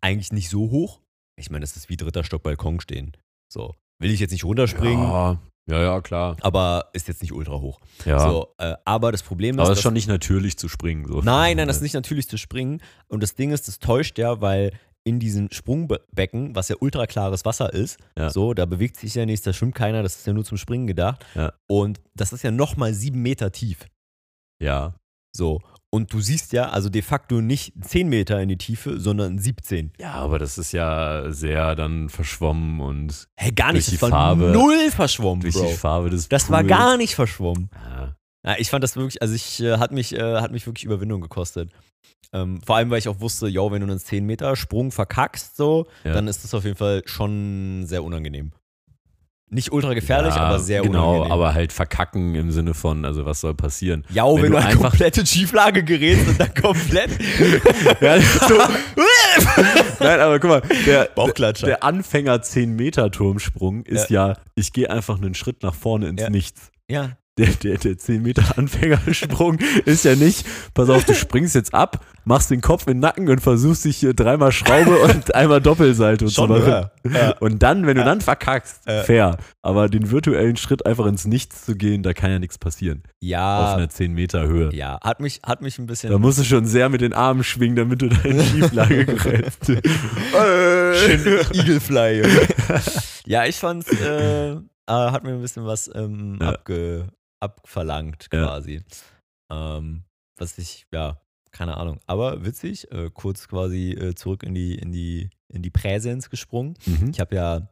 Speaker 1: eigentlich nicht so hoch. Ich meine, das ist wie dritter Stock Balkon stehen. So, will ich jetzt nicht runterspringen,
Speaker 2: Ja, ja, ja, klar.
Speaker 1: aber ist jetzt nicht ultra hoch.
Speaker 2: Ja.
Speaker 1: So, äh, aber das Problem ist,
Speaker 2: aber es
Speaker 1: dass-
Speaker 2: ist schon nicht natürlich zu springen. So. Äh,
Speaker 1: Nein, nein, das ist nicht natürlich zu springen. Und das Ding ist, das täuscht ja, weil in diesem Sprungbecken, was ja ultraklares Wasser ist,
Speaker 2: Ja.
Speaker 1: so, da bewegt sich ja nichts, da schwimmt keiner, das ist ja nur zum Springen gedacht.
Speaker 2: Ja.
Speaker 1: Und das ist ja nochmal sieben Meter tief.
Speaker 2: Ja.
Speaker 1: So. Und du siehst ja also de facto nicht 10 Meter in die Tiefe, sondern 17.
Speaker 2: Ja, aber das ist ja sehr dann verschwommen und
Speaker 1: Hey, gar nicht.
Speaker 2: Durch die
Speaker 1: das war
Speaker 2: Farbe.
Speaker 1: null verschwommen,
Speaker 2: durch
Speaker 1: Bro.
Speaker 2: die Farbe des
Speaker 1: Das war
Speaker 2: Pools.
Speaker 1: gar nicht verschwommen.
Speaker 2: Ja.
Speaker 1: Ja, ich fand das wirklich, also ich äh, hat mich, äh, hat mich wirklich Überwindung gekostet. Ähm, vor allem, weil ich auch wusste, yo, wenn du einen 10 Meter Sprung verkackst, so,
Speaker 2: Ja.
Speaker 1: dann ist das auf jeden Fall schon sehr unangenehm. Nicht ultra gefährlich,
Speaker 2: ja,
Speaker 1: aber sehr
Speaker 2: genau,
Speaker 1: unangenehm.
Speaker 2: aber halt verkacken im Sinne von, also was soll passieren?
Speaker 1: ja, wenn, wenn
Speaker 2: wenn du
Speaker 1: du eine
Speaker 2: einfach-
Speaker 1: komplette Schieflage gerätst und dann komplett
Speaker 2: Ja, so. Nein, aber guck mal, der,
Speaker 1: Bauchklatscher.
Speaker 2: der Anfänger 10-Meter-Turmsprung ist ja, ich gehe einfach einen Schritt nach vorne ins
Speaker 1: Ja.
Speaker 2: Nichts.
Speaker 1: ja,
Speaker 2: Der, der, der 10-Meter-Anfängersprung ist ja nicht, pass auf, du springst jetzt ab, machst den Kopf in den Nacken und versuchst dich hier dreimal Schraube und einmal Doppelsalto zu
Speaker 1: schon
Speaker 2: machen.
Speaker 1: höher. Ja.
Speaker 2: Und dann, wenn du dann verkackst,
Speaker 1: Ja.
Speaker 2: fair. Aber den virtuellen Schritt einfach ins Nichts zu gehen, da kann ja nichts passieren. Auf
Speaker 1: Ja,
Speaker 2: einer 10 Meter Höhe.
Speaker 1: Ah. ja, hat mich, hat mich ein bisschen.
Speaker 2: Da musst du schon sehr mit den Armen schwingen, damit du da in Schieflage gerätst.
Speaker 1: Schön Eaglefly. Junge. ja, ich Äh. fand's, äh, äh, hat mir ein bisschen was ähm,
Speaker 2: Ja.
Speaker 1: abge, abverlangt
Speaker 2: Ja.
Speaker 1: quasi. Ähm, was ich, ja, keine Ahnung. Aber witzig, äh, kurz quasi äh, zurück in die, in die, in die Präsenz gesprungen.
Speaker 2: Mhm.
Speaker 1: Ich habe ja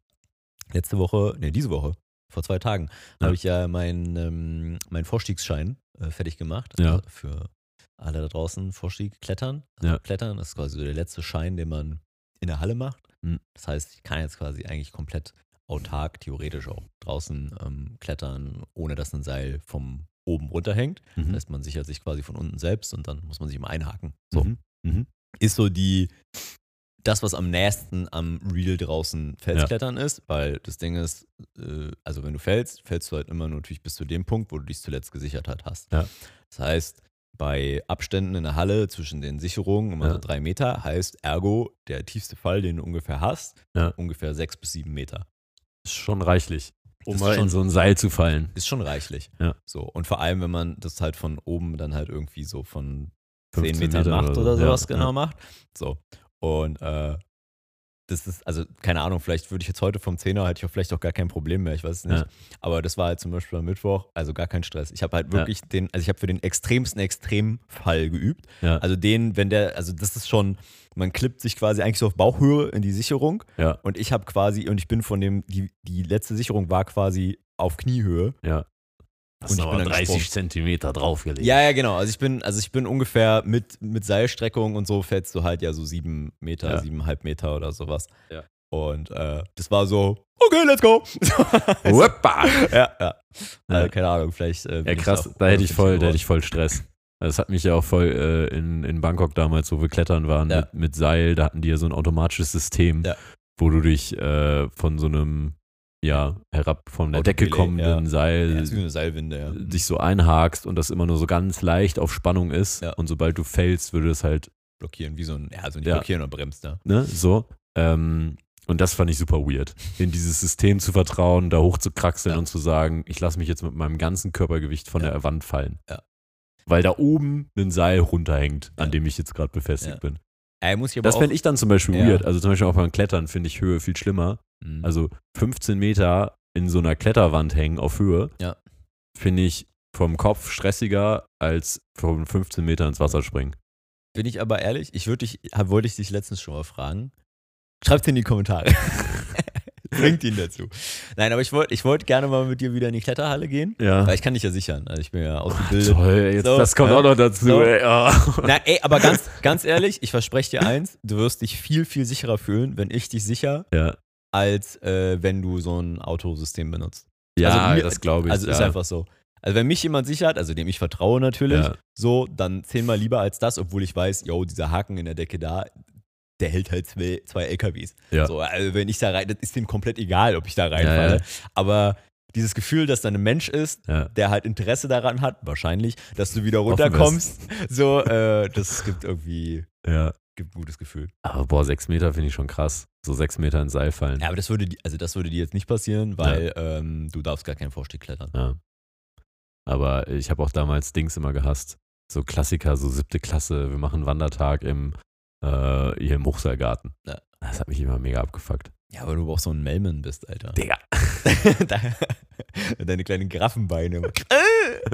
Speaker 1: letzte Woche, nee, diese Woche, vor zwei Tagen,
Speaker 2: Ja.
Speaker 1: habe ich ja meinen ähm, meinen Vorstiegsschein äh, fertig gemacht.
Speaker 2: Ja.
Speaker 1: Also für alle da draußen, Vorstieg, Klettern. Also
Speaker 2: Ja.
Speaker 1: Klettern ist quasi so der letzte Schein, den man in der Halle macht.
Speaker 2: Mhm.
Speaker 1: Das heißt, ich kann jetzt quasi eigentlich komplett autark, theoretisch auch draußen ähm, klettern, ohne dass ein Seil vom oben runterhängt.
Speaker 2: Mhm.
Speaker 1: Das heißt, man sichert sich quasi von unten selbst und dann muss man sich immer einhaken. So
Speaker 2: Mhm. Mhm.
Speaker 1: ist so die, das, was am nächsten am Real draußen Felsklettern ist, weil das Ding ist, äh, also wenn du fällst, fällst du halt immer nur natürlich bis zu dem Punkt, wo du dich zuletzt gesichert halt hast.
Speaker 2: Ja.
Speaker 1: Das heißt, bei Abständen in der Halle zwischen den Sicherungen, immer
Speaker 2: Ja.
Speaker 1: so drei Meter, heißt ergo der tiefste Fall, den du ungefähr hast,
Speaker 2: Ja.
Speaker 1: ungefähr sechs bis sieben Meter.
Speaker 2: Ist schon reichlich, um
Speaker 1: Das ist
Speaker 2: mal in
Speaker 1: schon-
Speaker 2: so ein Seil zu fallen.
Speaker 1: Ist schon reichlich.
Speaker 2: Mhm. Ja.
Speaker 1: So. Und vor allem, wenn man das halt von oben dann halt irgendwie so von 10
Speaker 2: 15
Speaker 1: Meter macht oder,
Speaker 2: so.
Speaker 1: sowas
Speaker 2: Ja,
Speaker 1: genau macht. So. Und äh, das ist, also keine Ahnung, vielleicht würde ich jetzt heute vom 10er, hätte ich auch vielleicht auch gar kein Problem mehr, ich weiß es nicht.
Speaker 2: Ja.
Speaker 1: Aber das war halt zum Beispiel am Mittwoch, also gar kein Stress. Ich habe halt
Speaker 2: Ja.
Speaker 1: wirklich den, also ich habe für den extremsten Extremfall geübt.
Speaker 2: Ja.
Speaker 1: Also den, wenn der, also das ist schon, man klippt sich quasi eigentlich so auf Bauchhöhe in die Sicherung
Speaker 2: Ja.
Speaker 1: und ich habe quasi, und ich bin von dem, die, die letzte Sicherung war quasi auf Kniehöhe.
Speaker 2: ja.
Speaker 1: Und ich bin dann gesprungen.
Speaker 2: Zentimeter draufgelegt.
Speaker 1: Ja, ja, genau. Also ich bin, also ich bin ungefähr mit, mit Seilstreckung und so fällst du halt ja so sieben Meter,
Speaker 2: Ja.
Speaker 1: siebeneinhalb Meter oder sowas.
Speaker 2: Ja.
Speaker 1: Und äh, das war so, okay, let's go. also
Speaker 2: Whoppa!
Speaker 1: ja, ja.
Speaker 2: Ja.
Speaker 1: Also, keine Ahnung, vielleicht. Äh, bin
Speaker 2: Ja,
Speaker 1: ich
Speaker 2: krass,
Speaker 1: auch
Speaker 2: da hätte ich
Speaker 1: 50
Speaker 2: voll, da
Speaker 1: geworden.
Speaker 2: hätte ich voll Stress. Das hat mich ja auch voll äh, in, in Bangkok damals, wo wir klettern waren,
Speaker 1: Ja.
Speaker 2: mit, mit Seil, da hatten die ja so ein automatisches System,
Speaker 1: Ja.
Speaker 2: wo du dich äh, von so einem, ja, herab von der Decke
Speaker 1: Autopilot,
Speaker 2: kommenden
Speaker 1: ja. Ja,
Speaker 2: Seil
Speaker 1: ist wie eine Seilwinde, ja.
Speaker 2: dich so einhakst und das immer nur so ganz leicht auf Spannung ist.
Speaker 1: Ja.
Speaker 2: Und sobald du fällst, würde es halt,
Speaker 1: Blockieren, wie so ein, ja, also nicht
Speaker 2: Ja.
Speaker 1: blockieren und bremst, ne?
Speaker 2: ne, so. Ähm, und das fand ich super weird, in dieses System zu vertrauen, da hochzukraxeln
Speaker 1: Ja.
Speaker 2: und zu sagen, ich lasse mich jetzt mit meinem ganzen Körpergewicht von
Speaker 1: Ja.
Speaker 2: der Wand fallen.
Speaker 1: Ja.
Speaker 2: Weil da oben ein Seil runterhängt, an
Speaker 1: Ja.
Speaker 2: dem ich jetzt gerade befestigt
Speaker 1: Ja.
Speaker 2: bin.
Speaker 1: Ey, muss ich aber
Speaker 2: Das
Speaker 1: auch,
Speaker 2: fände ich dann zum Beispiel
Speaker 1: Ja.
Speaker 2: weird. Also zum Beispiel auch beim Klettern finde ich Höhe viel schlimmer.
Speaker 1: Mhm.
Speaker 2: Also 15 Meter in so einer Kletterwand hängen auf Höhe,
Speaker 1: Ja.
Speaker 2: finde ich vom Kopf stressiger als von 15 Meter ins Wasser springen.
Speaker 1: bin ich aber ehrlich, ich würde dich, hab- wollte ich dich letztens schon mal fragen. Schreibt's in die Kommentare. Bringt ihn dazu. Nein, aber ich wollte ich wollt gerne mal mit dir wieder in die Kletterhalle gehen.
Speaker 2: Ja.
Speaker 1: Weil ich kann dich ja sichern. Also ich bin ja ausgebildet.
Speaker 2: Toll, jetzt,
Speaker 1: So,
Speaker 2: das kommt
Speaker 1: ja.
Speaker 2: auch noch dazu.
Speaker 1: So.
Speaker 2: Ey. ah.
Speaker 1: Na, ey, aber ganz, ganz ehrlich, ich verspreche dir eins, du wirst dich viel, viel sicherer fühlen, wenn ich dich sicher,
Speaker 2: Ja,
Speaker 1: als äh, wenn du so ein Autosystem benutzt.
Speaker 2: ja
Speaker 1: mir-
Speaker 2: das glaube ich.
Speaker 1: Also
Speaker 2: ja.
Speaker 1: ist einfach so. Also wenn mich jemand sichert, also dem ich vertraue natürlich,
Speaker 2: ja.
Speaker 1: so, dann zehnmal lieber als das, obwohl ich weiß, yo, dieser Haken in der Decke da, der hält halt zwei, zwei LKWs.
Speaker 2: Ja.
Speaker 1: So, also wenn ich da rein, das ist dem komplett egal, ob ich da
Speaker 2: Ja,
Speaker 1: reinfalle.
Speaker 2: ja.
Speaker 1: Aber dieses Gefühl, dass da ein Mensch ist,
Speaker 2: Ja.
Speaker 1: der halt Interesse daran hat, wahrscheinlich, dass du wieder
Speaker 2: Offen bist.
Speaker 1: runterkommst. So, äh, das gibt irgendwie
Speaker 2: ja.
Speaker 1: gibt ein gutes Gefühl.
Speaker 2: Aber boah, sechs Meter finde ich schon krass. So sechs Meter ins Seil fallen.
Speaker 1: Ja, aber das würde, die- also das würde dir jetzt nicht passieren, weil ähm, du darfst gar keinen Vorstieg klettern.
Speaker 2: Ja. Aber ich habe auch damals Dings immer gehasst. So Klassiker, so siebte Klasse, wir machen Wandertag im, äh, hier im Hochseilgarten.
Speaker 1: Ja.
Speaker 2: Das hat mich immer mega abgefuckt.
Speaker 1: Ja, aber du auch so ein Melman bist, Alter.
Speaker 2: Digga.
Speaker 1: Da- Deine kleinen Graffenbeine.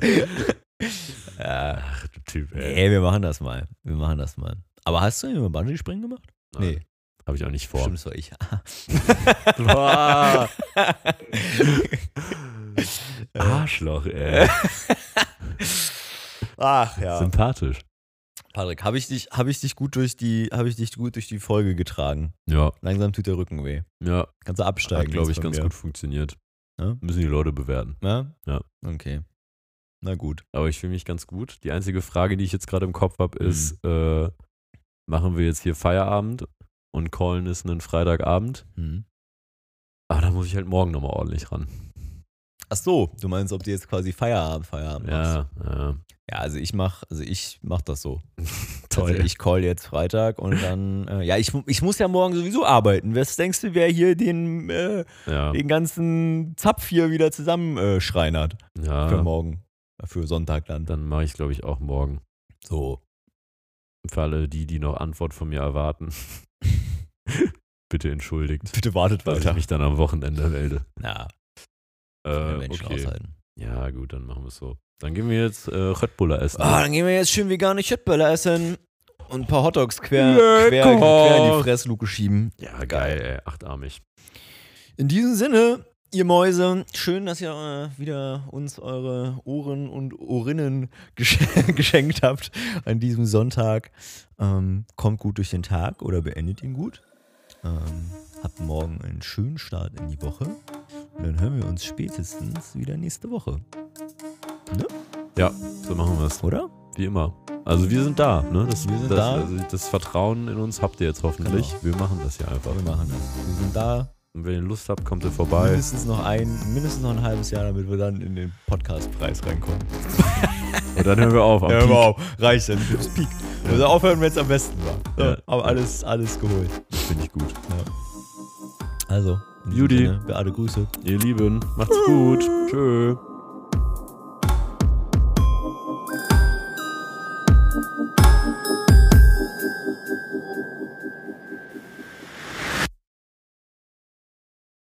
Speaker 1: ja.
Speaker 2: Ach, du Typ,
Speaker 1: Nee, wir machen das mal. Wir machen das mal. Aber hast du immer Bungee-Springen gemacht?
Speaker 2: Nee. Habe ich auch nicht vor.
Speaker 1: Stimmt, das war ich.
Speaker 2: Boah. Arschloch, ey.
Speaker 1: Ach ja.
Speaker 2: Sympathisch.
Speaker 1: Patrick, habe ich, dich- hab ich dich gut durch die, habe ich dich gut durch die Folge getragen.
Speaker 2: Ja,
Speaker 1: Langsam tut der Rücken weh.
Speaker 2: ja.
Speaker 1: Kannst du absteigen.
Speaker 2: hat, glaube ich,
Speaker 1: jetzt bei
Speaker 2: ganz
Speaker 1: mir.
Speaker 2: gut funktioniert.
Speaker 1: Ja?
Speaker 2: Müssen die Leute bewerten.
Speaker 1: Ja?
Speaker 2: Ja.
Speaker 1: Okay. Na gut.
Speaker 2: Aber ich fühle mich ganz gut. Die einzige Frage, die ich jetzt gerade im Kopf habe,
Speaker 1: Mhm.
Speaker 2: ist: äh, Machen wir jetzt hier Feierabend und callen es einen Freitagabend?
Speaker 1: Hm.
Speaker 2: Aber da muss ich halt morgen nochmal ordentlich ran.
Speaker 1: Ach so, du meinst, ob du jetzt quasi Feierabend, Feierabend machst?
Speaker 2: Ja, ja.
Speaker 1: Ja, also ich mach, also ich mach das so.
Speaker 2: Toll.
Speaker 1: Also ich call jetzt Freitag und dann, äh, ja, ich, mu- ich muss ja morgen sowieso arbeiten. Was denkst du, wer hier den, äh,
Speaker 2: ja,
Speaker 1: den ganzen Zapf hier wieder zusammenschreinert für
Speaker 2: ja.
Speaker 1: morgen? Für Sonntag dann.
Speaker 2: Dann mache ich, glaube ich, auch morgen.
Speaker 1: So.
Speaker 2: Für alle die, die noch Antwort von mir erwarten, bitte entschuldigt,
Speaker 1: Bitte wartet
Speaker 2: dass ich
Speaker 1: weiter.
Speaker 2: mich dann am Wochenende melde.
Speaker 1: Ja. Äh,
Speaker 2: Äh,
Speaker 1: Menschen
Speaker 2: okay.
Speaker 1: aushalten.
Speaker 2: Ja, gut, dann machen wir es so. Dann gehen wir jetzt äh, Röttbuller essen.
Speaker 1: Ah, dann gehen wir jetzt schön vegane Schöttböller essen und ein paar Hotdogs quer, quer,
Speaker 2: Lecker.
Speaker 1: quer in die Fressluke schieben.
Speaker 2: ja, geil, ey, achtarmig.
Speaker 1: In diesem Sinne, ihr Mäuse, schön, dass ihr äh, wieder uns eure Ohren und Ohrinnen gesch- geschenkt habt an diesem Sonntag. Ähm, kommt gut durch den Tag oder beendet ihn gut. Ähm, habt morgen einen schönen Start in die Woche. Und dann hören wir uns spätestens wieder nächste Woche,
Speaker 2: Ja, so machen wir es.
Speaker 1: oder?
Speaker 2: Wie immer. Also wir sind da, ne? Das,
Speaker 1: Wir sind
Speaker 2: das,
Speaker 1: da.
Speaker 2: Also das Vertrauen in uns habt ihr jetzt hoffentlich.
Speaker 1: Genau.
Speaker 2: Wir machen das hier einfach.
Speaker 1: Wir machen das. Wir sind da.
Speaker 2: Und wenn ihr Lust habt, kommt ihr vorbei.
Speaker 1: Mindestens noch ein, mindestens noch ein halbes Jahr, damit wir dann in den Podcastpreis reinkommen.
Speaker 2: Und dann hören wir auf. am
Speaker 1: Ja,
Speaker 2: Peak.
Speaker 1: überhaupt. Reicht dann. Das Peak. Also aufhören, wenn es am besten war. So,
Speaker 2: Ja.
Speaker 1: Aber alles, alles geholt.
Speaker 2: Finde ich gut.
Speaker 1: Also, in diesem
Speaker 2: Judy.
Speaker 1: Sinne, Beate Grüße.
Speaker 2: Ihr Lieben, macht's gut. Tschö.